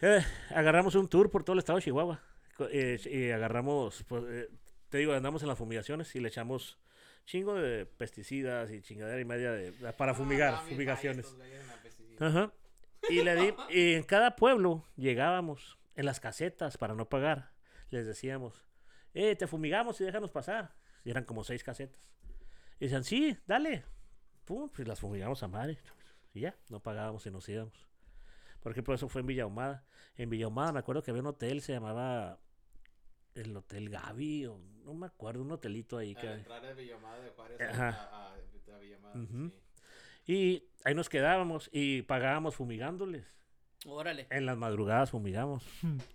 Speaker 3: Eh, agarramos un tour por todo el estado de Chihuahua. Co- eh, ch- y agarramos, pues, eh, te digo, andamos en las fumigaciones y le echamos chingo de pesticidas y chingadera y media de, para fumigar,
Speaker 4: Ah, mis
Speaker 3: fumigaciones.
Speaker 4: maestros, güey, eran apesticidas.
Speaker 3: Ajá. Y le di, y en cada pueblo llegábamos en las casetas para no pagar. Les decíamos, eh, te fumigamos y déjanos pasar. Y eran como seis casetas. Y decían, sí, dale. Pum, pues las fumigamos a madre. Y ya, no pagábamos y nos íbamos. Por ejemplo, eso fue en Villa Ahumada. En Villa Ahumada me acuerdo que había un hotel, se llamaba el Hotel Gaby, o no me acuerdo, un hotelito ahí.
Speaker 4: Al
Speaker 3: Que...
Speaker 4: entrar a Villomada de Juárez,
Speaker 3: Ajá.
Speaker 4: a- a- a Villomada,
Speaker 3: Ujú.
Speaker 4: sí.
Speaker 3: Y Y ahí nos quedábamos y pagábamos fumigándoles.
Speaker 1: Órale.
Speaker 3: En las madrugadas fumigamos.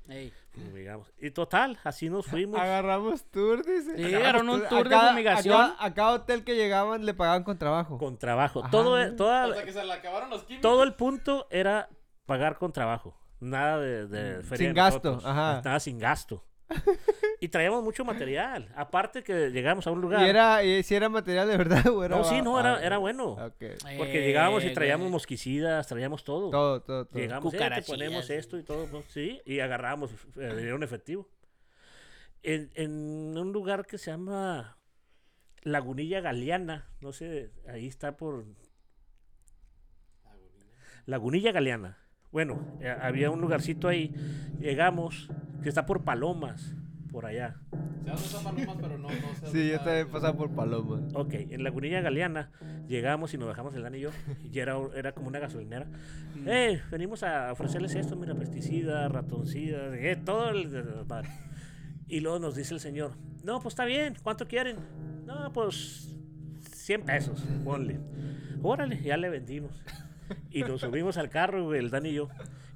Speaker 1: Ey.
Speaker 3: fumigamos. Y total, así nos fuimos.
Speaker 2: Agarramos tour, dice.
Speaker 1: Sí,
Speaker 2: Agarramos
Speaker 1: agarraron un tour de
Speaker 2: a cada-
Speaker 1: fumigación.
Speaker 2: A cada, a cada hotel que llegaban le pagaban con trabajo.
Speaker 3: Con trabajo.
Speaker 2: Ajá.
Speaker 3: Todo, eh, toda-
Speaker 4: O sea, que se le acabaron los químicos.
Speaker 3: todo el punto era pagar con trabajo. Nada de, de feria
Speaker 2: Mm, sin
Speaker 3: de
Speaker 2: gasto,
Speaker 3: nosotros.
Speaker 2: ajá.
Speaker 3: Nada sin gasto. y traíamos mucho material. Aparte que llegamos a un lugar.
Speaker 2: Y era, y si era material de verdad, o era
Speaker 3: No, sí, no,
Speaker 2: ah,
Speaker 3: era,
Speaker 2: ok.
Speaker 3: era bueno.
Speaker 2: Ok.
Speaker 3: Porque
Speaker 1: Eh,
Speaker 3: llegábamos y traíamos
Speaker 1: güey.
Speaker 3: mosquicidas, traíamos todo.
Speaker 2: Todo, todo, todo.
Speaker 3: Llegamos, eh, te
Speaker 1: Cucarachillas,
Speaker 3: ponemos
Speaker 1: güey.
Speaker 3: esto y todo, ¿no? sí, y agarramos eh, dinero en efectivo. En, en un lugar que se llama Lagunilla Galeana, no sé, ahí está por Lagunilla Galeana. Bueno, eh, había un lugarcito ahí, llegamos, que está por Palomas, por allá.
Speaker 4: Se van a palomas, pero no, no se
Speaker 2: Sí, yo también pasaba por Paloma.
Speaker 3: Ok, en Lagunilla Galeana llegamos y nos bajamos el anillo y era, era como una gasolinera. Eh, venimos a ofrecerles esto, mira, pesticidas, ratoncidas, eh, todo el... el- el- madre. Y luego nos dice el señor, no, pues está bien, ¿cuánto quieren? No, pues 100 pesos, ponle. Órale, ya le vendimos. Y nos subimos al carro, güey, el Dan y yo.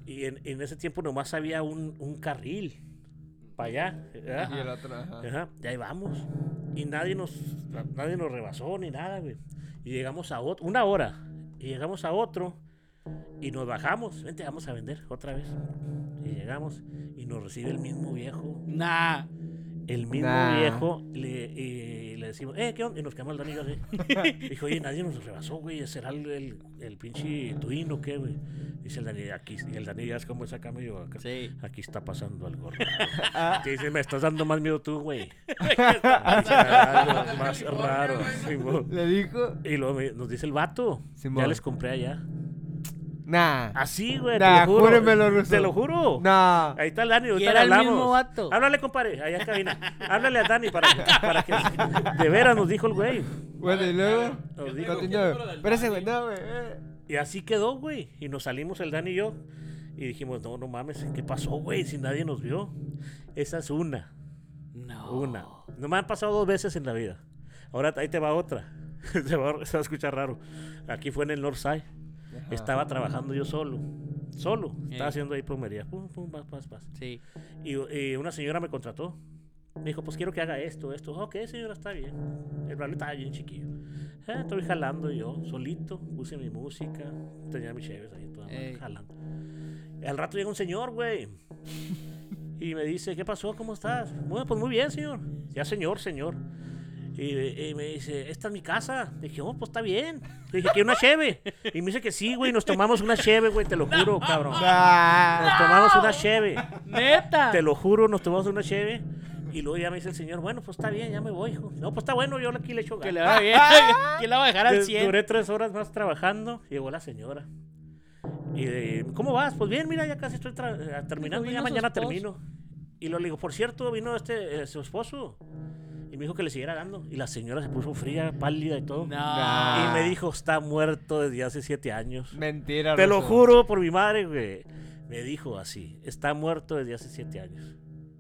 Speaker 3: Y en, en ese tiempo nomás había un, un carril para allá. ¿verdad?
Speaker 2: Y el otro, ajá.
Speaker 3: Ajá, y ahí vamos. Y nadie nos, nadie nos rebasó ni nada, güey. Y llegamos a otro, una hora, y llegamos a otro, y nos bajamos, vente, vamos a vender otra vez. Y llegamos, y nos recibe el mismo viejo,
Speaker 1: Nah.
Speaker 3: el mismo
Speaker 2: Nah.
Speaker 3: viejo, le- y le decimos, eh, ¿qué onda? Y nos quedamos al Danilo así. Dijo, oye, nadie nos rebasó, güey, ¿será el, el, el pinche tuín o qué, güey? Dice el Danilo, aquí, y el Danilo ya es como esa cama, y yo, acá,
Speaker 1: Sí.
Speaker 3: aquí está pasando algo raro.
Speaker 2: Ah.
Speaker 3: Que dice, me estás dando más miedo tú, güey.
Speaker 4: pasando?
Speaker 3: más raro. Simón.
Speaker 2: Le dijo,
Speaker 3: Y luego me- nos dice el vato.
Speaker 2: Simón.
Speaker 3: Ya les compré allá.
Speaker 2: nah.
Speaker 3: Así, güey.
Speaker 2: Nah,
Speaker 3: te lo juro.
Speaker 2: júremelo, Ruso.
Speaker 3: Te lo juro.
Speaker 2: Nah.
Speaker 3: Ahí está el Dani. ahorita
Speaker 1: era
Speaker 3: le
Speaker 1: el
Speaker 3: hablamos.
Speaker 1: mismo vato.
Speaker 3: Háblale, compadre. Allá en cabina. Háblale a Dani para, para que. De veras nos dijo el güey.
Speaker 2: Bueno, y luego.
Speaker 3: Nos dijo-
Speaker 2: Continúa. güey. Espérese, güey, no, güey. eh.
Speaker 3: Y así quedó, güey. Y nos salimos el Dan y yo. Y dijimos, no, no mames, ¿qué pasó, güey? Si nadie nos vio. Esa es una.
Speaker 1: No.
Speaker 3: Una. No me han pasado dos veces en la vida. Ahora ahí te va otra. se, va, se va a escuchar raro. Aquí fue en el Northside.
Speaker 2: Ajá.
Speaker 3: Estaba trabajando yo solo. Solo.
Speaker 1: Ey.
Speaker 3: Estaba haciendo ahí plomería. Pum, pum, pas, pas, pas.
Speaker 1: Sí.
Speaker 3: Y, y una señora me contrató. Me dijo, pues quiero que haga esto, esto. Ok, señora, está bien. El barrio estaba bien chiquillo. Eh, estoy jalando yo, solito. Puse mi música. Tenía mis chéves ahí, toda madre,
Speaker 1: Ey.
Speaker 3: jalando. Al rato llega un señor, güey. Y me dice, ¿qué pasó? ¿Cómo estás? Bueno, pues muy bien, señor. Ya, señor, señor. Y, y me dice, esta es mi casa. Le dije, oh, pues está bien. Le dije, ¿quieres una cheve? Y me dice que sí, güey. Nos tomamos una cheve, güey, te lo juro, cabrón.
Speaker 2: Nah.
Speaker 3: Nos tomamos una cheve.
Speaker 1: Neta.
Speaker 3: Te lo juro, nos tomamos una cheve. Y luego ya me dice el señor, bueno, pues está bien, ya me voy, hijo. No, pues está bueno, yo aquí le echo
Speaker 1: Que
Speaker 3: ganas.
Speaker 1: le va bien. ¿Quién la va a dejar al
Speaker 3: Du-
Speaker 1: 100?
Speaker 3: Duré tres horas más trabajando. Llegó la señora. Y de, ¿cómo vas? Pues bien, mira, ya casi estoy tra- eh, terminando.
Speaker 1: Dijo, vino
Speaker 3: Ya
Speaker 1: su
Speaker 3: mañana
Speaker 1: esposo.
Speaker 3: termino. Y lo le digo, por cierto, vino este, eh, su esposo. Y me dijo que le siguiera dando. Y la señora se puso fría, pálida y todo.
Speaker 1: No.
Speaker 3: Y me dijo, está muerto desde hace siete años.
Speaker 2: Mentira,
Speaker 3: Te lo
Speaker 2: Ruso.
Speaker 3: juro por mi madre, güey. Me dijo así, está muerto desde hace siete años.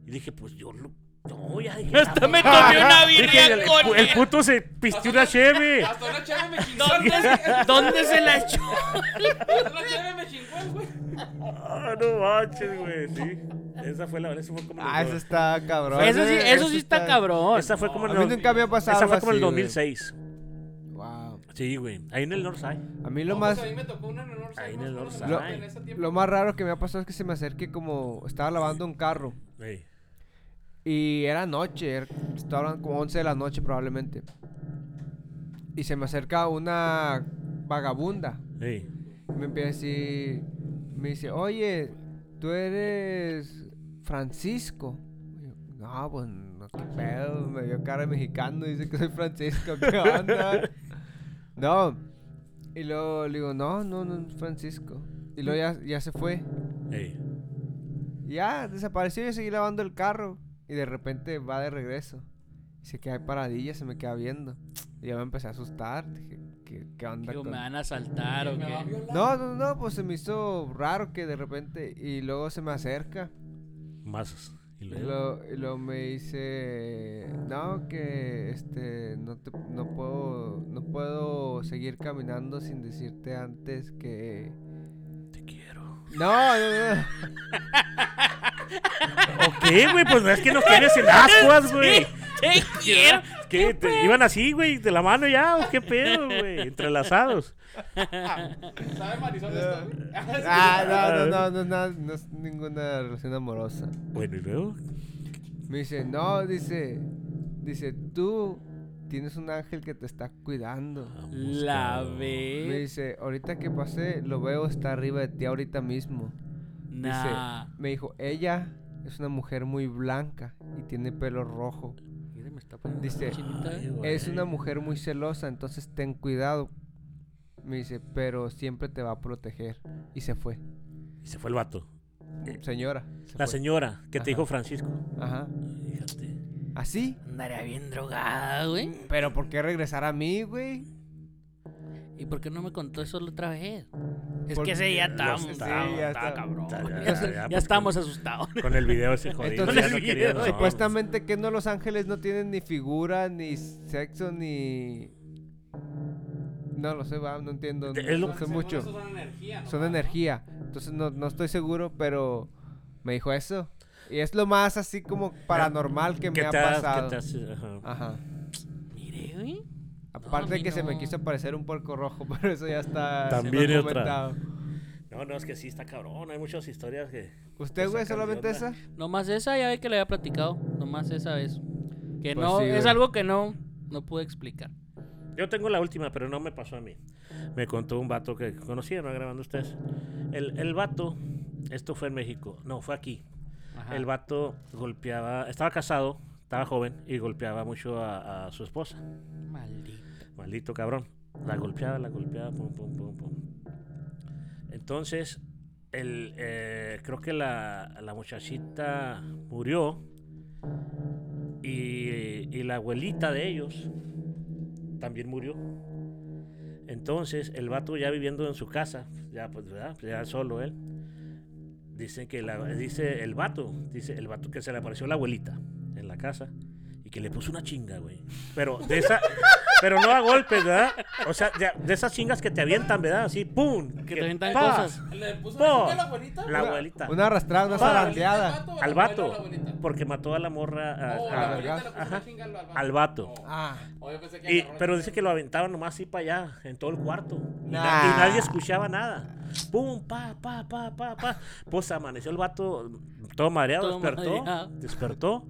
Speaker 3: Y dije, pues yo lo... No, ya dije...
Speaker 1: Hasta
Speaker 3: "Ah,
Speaker 1: me
Speaker 3: no".
Speaker 1: tomé una
Speaker 3: Dije,
Speaker 1: birria
Speaker 3: el,
Speaker 1: con
Speaker 3: pu-
Speaker 1: él.
Speaker 3: el puto se pisteó una cheve.
Speaker 4: Hasta una chave me chingó.
Speaker 1: ¿Dónde, se- ¿Dónde se la echó?
Speaker 4: Hasta una chave me chingó, güey.
Speaker 3: Ah, no manches, güey, sí. Esa fue la... Esa fue como... en el
Speaker 2: Ah, eso está cabrón.
Speaker 1: Eso sí,
Speaker 2: eh,
Speaker 1: eso sí está cabrón.
Speaker 3: Esa fue como...
Speaker 2: A
Speaker 3: en
Speaker 2: mí
Speaker 3: el-
Speaker 2: nunca me ha pasado
Speaker 3: Esa fue
Speaker 2: algo
Speaker 3: como en el
Speaker 2: así, güey.
Speaker 3: 2006.
Speaker 2: Wow.
Speaker 3: Sí, güey. Ahí en el Northside.
Speaker 2: A mí lo
Speaker 4: No,
Speaker 2: más
Speaker 4: pues a mí me tocó una en el Orsay,
Speaker 3: Ahí en
Speaker 4: más
Speaker 3: el
Speaker 4: o menos,
Speaker 3: Orsay.
Speaker 4: en ese tiempo.
Speaker 2: lo más raro que me ha pasado es que se me acerque como estaba lavando un carro
Speaker 3: Ey.
Speaker 2: y era noche, era- estaba hablando como 11 de la noche probablemente. Y se me acerca una vagabunda.
Speaker 3: Ey.
Speaker 2: y Me empieza a decir me dice, "Oye, tú eres Francisco." Y yo, No, pues no, qué pedo, me dio cara de mexicano, dice que soy Francisco, ¿qué onda? no. Y luego le digo, no, no, no, Francisco. Y luego ya, ya se fue.
Speaker 3: Ey.
Speaker 2: Ya, desapareció y seguí lavando el carro. Y de repente va de regreso. Y se queda ahí paradilla, se me queda viendo. Y ya me empecé a asustar. Dije, ¿qué, qué onda?
Speaker 1: Digo,
Speaker 2: con-
Speaker 1: me van a saltar o
Speaker 4: Me va a
Speaker 1: qué.
Speaker 4: violar.
Speaker 2: No, no, no, pues se me hizo raro que de repente. Y luego se me acerca.
Speaker 3: Más. Y
Speaker 2: Y
Speaker 3: luego,
Speaker 2: lo, y lo me dice, no, que este, no, te, no, puedo, no puedo seguir caminando sin decirte antes que...
Speaker 3: te quiero.
Speaker 2: No, no, no.
Speaker 3: Ok, güey, pues no es que nos tienes en ascuas, güey.
Speaker 1: Te quiero.
Speaker 3: ¿Qué? Te-
Speaker 1: pues.
Speaker 3: iban así, güey, de la mano ya, o qué pedo, güey, entrelazados.
Speaker 4: ¿Sabe Marisol esto? güey?
Speaker 2: Ah, no, no, no, no, no, no es ninguna relación amorosa.
Speaker 3: Bueno, y luego,
Speaker 2: Me dice, no, dice, dice, tú tienes un ángel que te está cuidando.
Speaker 3: vamos,
Speaker 1: La
Speaker 3: cabrón.
Speaker 2: Me
Speaker 1: ve.
Speaker 2: dice, ahorita que pasé, lo veo, está arriba de ti ahorita mismo.
Speaker 1: Nah.
Speaker 2: Me dijo, ella es una mujer muy blanca y tiene pelo rojo.
Speaker 1: Mira, me está poniendo
Speaker 2: Dice,
Speaker 1: la chinita,
Speaker 3: Ay,
Speaker 1: eh.
Speaker 3: güey.
Speaker 2: Es una mujer muy celosa, entonces ten cuidado. Me dice, pero siempre te va a proteger. Y se fue.
Speaker 3: Y se fue el vato.
Speaker 2: Señora. se
Speaker 3: La
Speaker 2: fue.
Speaker 3: señora que
Speaker 2: Ajá.
Speaker 3: te dijo Francisco.
Speaker 2: Ajá.
Speaker 3: Fíjate.
Speaker 2: ¿Así?
Speaker 1: Andaría bien drogada, güey.
Speaker 2: ¿Pero por qué regresar a mí, güey?
Speaker 1: ¿Y por qué no me contó eso la otra vez? Es
Speaker 2: Porque
Speaker 1: que ese ya estamos.
Speaker 3: Sí,
Speaker 1: estamos,
Speaker 2: ya
Speaker 1: estaba
Speaker 2: está-
Speaker 1: cabrón.
Speaker 3: Ya, ya,
Speaker 1: Ya,
Speaker 3: ya, porque-
Speaker 1: estamos asustados.
Speaker 3: Con el video ese jodido.
Speaker 2: Entonces,
Speaker 3: ya no
Speaker 1: el
Speaker 3: quería-
Speaker 1: video,
Speaker 3: no,
Speaker 2: Supuestamente que no los ángeles no tienen ni figura, ni sexo, ni... No lo sé, va, no entiendo.
Speaker 3: Es lo
Speaker 2: no
Speaker 3: que
Speaker 2: sé
Speaker 4: Según
Speaker 2: mucho.
Speaker 4: eso Son energía.
Speaker 2: Son
Speaker 4: nomás,
Speaker 2: energía. Entonces no, no estoy seguro, pero me dijo eso. Y es lo más así como paranormal que me
Speaker 3: ¿Qué
Speaker 2: ha
Speaker 3: te has-
Speaker 2: pasado.
Speaker 3: qué te has- ajá.
Speaker 2: Ajá.
Speaker 1: Mire, güey.
Speaker 2: Aparte
Speaker 1: a
Speaker 2: de
Speaker 1: mí
Speaker 2: que se me
Speaker 1: no.
Speaker 2: quiso parecer un puerco rojo, pero eso ya está
Speaker 3: También
Speaker 2: siendo
Speaker 3: otra.
Speaker 2: comentado.
Speaker 3: No, no, es que sí está cabrón. Hay muchas historias que.
Speaker 2: ¿Usted, güey,
Speaker 3: sacan de
Speaker 2: solamente
Speaker 3: onda.
Speaker 2: esa?
Speaker 1: Nomás esa, ya ve que le había platicado. Nomás esa vez. Que
Speaker 2: Pues
Speaker 1: no,
Speaker 2: sí,
Speaker 1: es
Speaker 2: güey.
Speaker 1: algo que no, no pude explicar.
Speaker 3: Yo tengo la última, pero no me pasó a mí. Me contó un vato que conocía, no grabando ustedes. El, el vato, esto fue en México, no, fue aquí.
Speaker 1: Ajá.
Speaker 3: El vato golpeaba, estaba casado, estaba joven y golpeaba mucho a, a su esposa.
Speaker 1: Maldito.
Speaker 3: Maldito cabrón. La golpeaba, la golpeaba, pum, pum, pum, pum. Entonces, el, eh, creo que la, la muchachita murió y, y la abuelita de ellos también murió. Entonces, el vato ya viviendo en su casa, ya pues, ¿verdad? Ya solo él. Dicen que la, dice el vato, dice el vato que se le apareció la abuelita en la casa y que le puso una chinga, güey. Pero de esa, pero no a golpes, ¿verdad? O sea, de, de esas chingas que te avientan, ¿verdad? Así, ¡pum!
Speaker 1: Que te avientan
Speaker 3: ¡paz!
Speaker 1: cosas.
Speaker 4: ¿no? ¿Le puso
Speaker 3: Po.
Speaker 4: una a la abuelita?
Speaker 3: La abuelita.
Speaker 2: Una arrastrada, una
Speaker 4: ¿La
Speaker 2: zarandeada.
Speaker 4: abuelita
Speaker 3: Al
Speaker 4: vato o
Speaker 3: vato.
Speaker 4: la abuela o la abuelita?
Speaker 3: Porque mató a la morra.
Speaker 2: Ah,
Speaker 3: a-
Speaker 4: Oh,
Speaker 3: a-
Speaker 4: la abuelita
Speaker 2: vergas.
Speaker 4: le puso
Speaker 3: Ajá.
Speaker 4: una chinga al vato.
Speaker 3: Al vato.
Speaker 4: Oh.
Speaker 2: Ah,
Speaker 4: Oh, yo pensé que
Speaker 3: Y-
Speaker 4: agarró
Speaker 3: pero
Speaker 4: la
Speaker 3: dice
Speaker 4: chinga.
Speaker 3: que lo aventaban nomás así para allá, en todo el cuarto. Y, na-
Speaker 2: Nah.
Speaker 3: y nadie escuchaba nada. ¡Pum! ¡Pa, pa, pa, pa, pa! Pues amaneció el vato todo mareado,
Speaker 1: Todo
Speaker 3: despertó.
Speaker 1: mareado.
Speaker 3: Despertó.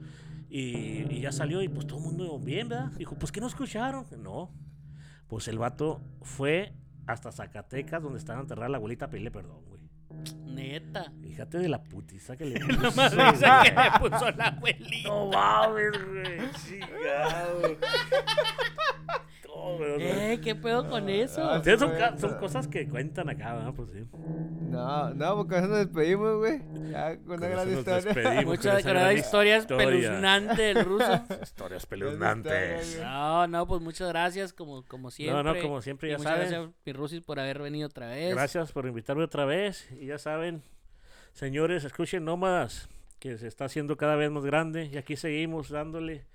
Speaker 3: Y, y ya salió y pues todo el mundo bien, ¿verdad? Dijo, pues que no escucharon. No. Pues el vato fue hasta Zacatecas, donde estaba enterrada la abuelita, a pedirle perdón, güey.
Speaker 1: Neta.
Speaker 3: Fíjate de la putiza que le
Speaker 1: Nomás
Speaker 3: puso,
Speaker 1: esa
Speaker 3: güey.
Speaker 1: que le puso la abuelita.
Speaker 3: No mames, güey. Chingado. No, pero,
Speaker 1: Eh, ¿qué pedo con eso?
Speaker 2: ah,
Speaker 3: o sea, son, ca- son cosas que cuentan acá, ¿verdad? Pues sí.
Speaker 2: no, no, porque eso nos despedimos, güey. Ya, con una
Speaker 3: Con
Speaker 2: gran
Speaker 3: eso nos
Speaker 2: historia.
Speaker 3: despedimos, con
Speaker 1: Muchas
Speaker 3: esa gran
Speaker 1: gracias. Historias
Speaker 3: historia.
Speaker 1: peluznantes del ruso.
Speaker 3: Historias
Speaker 2: peluznantes.
Speaker 3: peluznantes.
Speaker 1: No, no, pues muchas gracias, como, como siempre.
Speaker 3: No, no, como siempre,
Speaker 1: Y
Speaker 3: ya
Speaker 1: muchas
Speaker 3: saben.
Speaker 1: gracias, mi Rusis, por haber venido otra vez.
Speaker 3: Gracias por invitarme otra vez. Y ya saben, señores, escuchen Nómadas, que se está haciendo cada vez más grande. Y aquí seguimos dándole.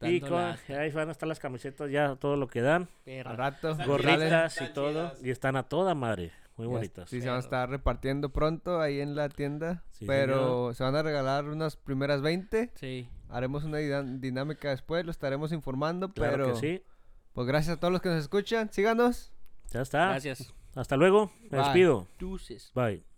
Speaker 3: y
Speaker 1: Dando
Speaker 3: con-
Speaker 1: lata.
Speaker 3: ahí van a estar las camisetas ya, todo lo que dan.
Speaker 1: Perra.
Speaker 2: Al rato.
Speaker 4: Están chidas,
Speaker 3: Gorritas y
Speaker 4: están
Speaker 3: todo.
Speaker 4: chidas.
Speaker 3: Y están a toda madre. Muy bonitas.
Speaker 2: Sí, se van a estar repartiendo pronto ahí en la tienda.
Speaker 3: Sí,
Speaker 2: pero se van a regalar unas primeras 20.
Speaker 1: Sí.
Speaker 2: Haremos una dina- dinámica después, lo estaremos informando.
Speaker 3: Claro
Speaker 2: pero
Speaker 3: que sí.
Speaker 2: pues gracias a todos los que nos escuchan. Síganos.
Speaker 3: Ya está.
Speaker 1: Gracias.
Speaker 3: Hasta luego. Me
Speaker 2: Bye.
Speaker 3: despido.
Speaker 1: Deuces.
Speaker 3: Bye.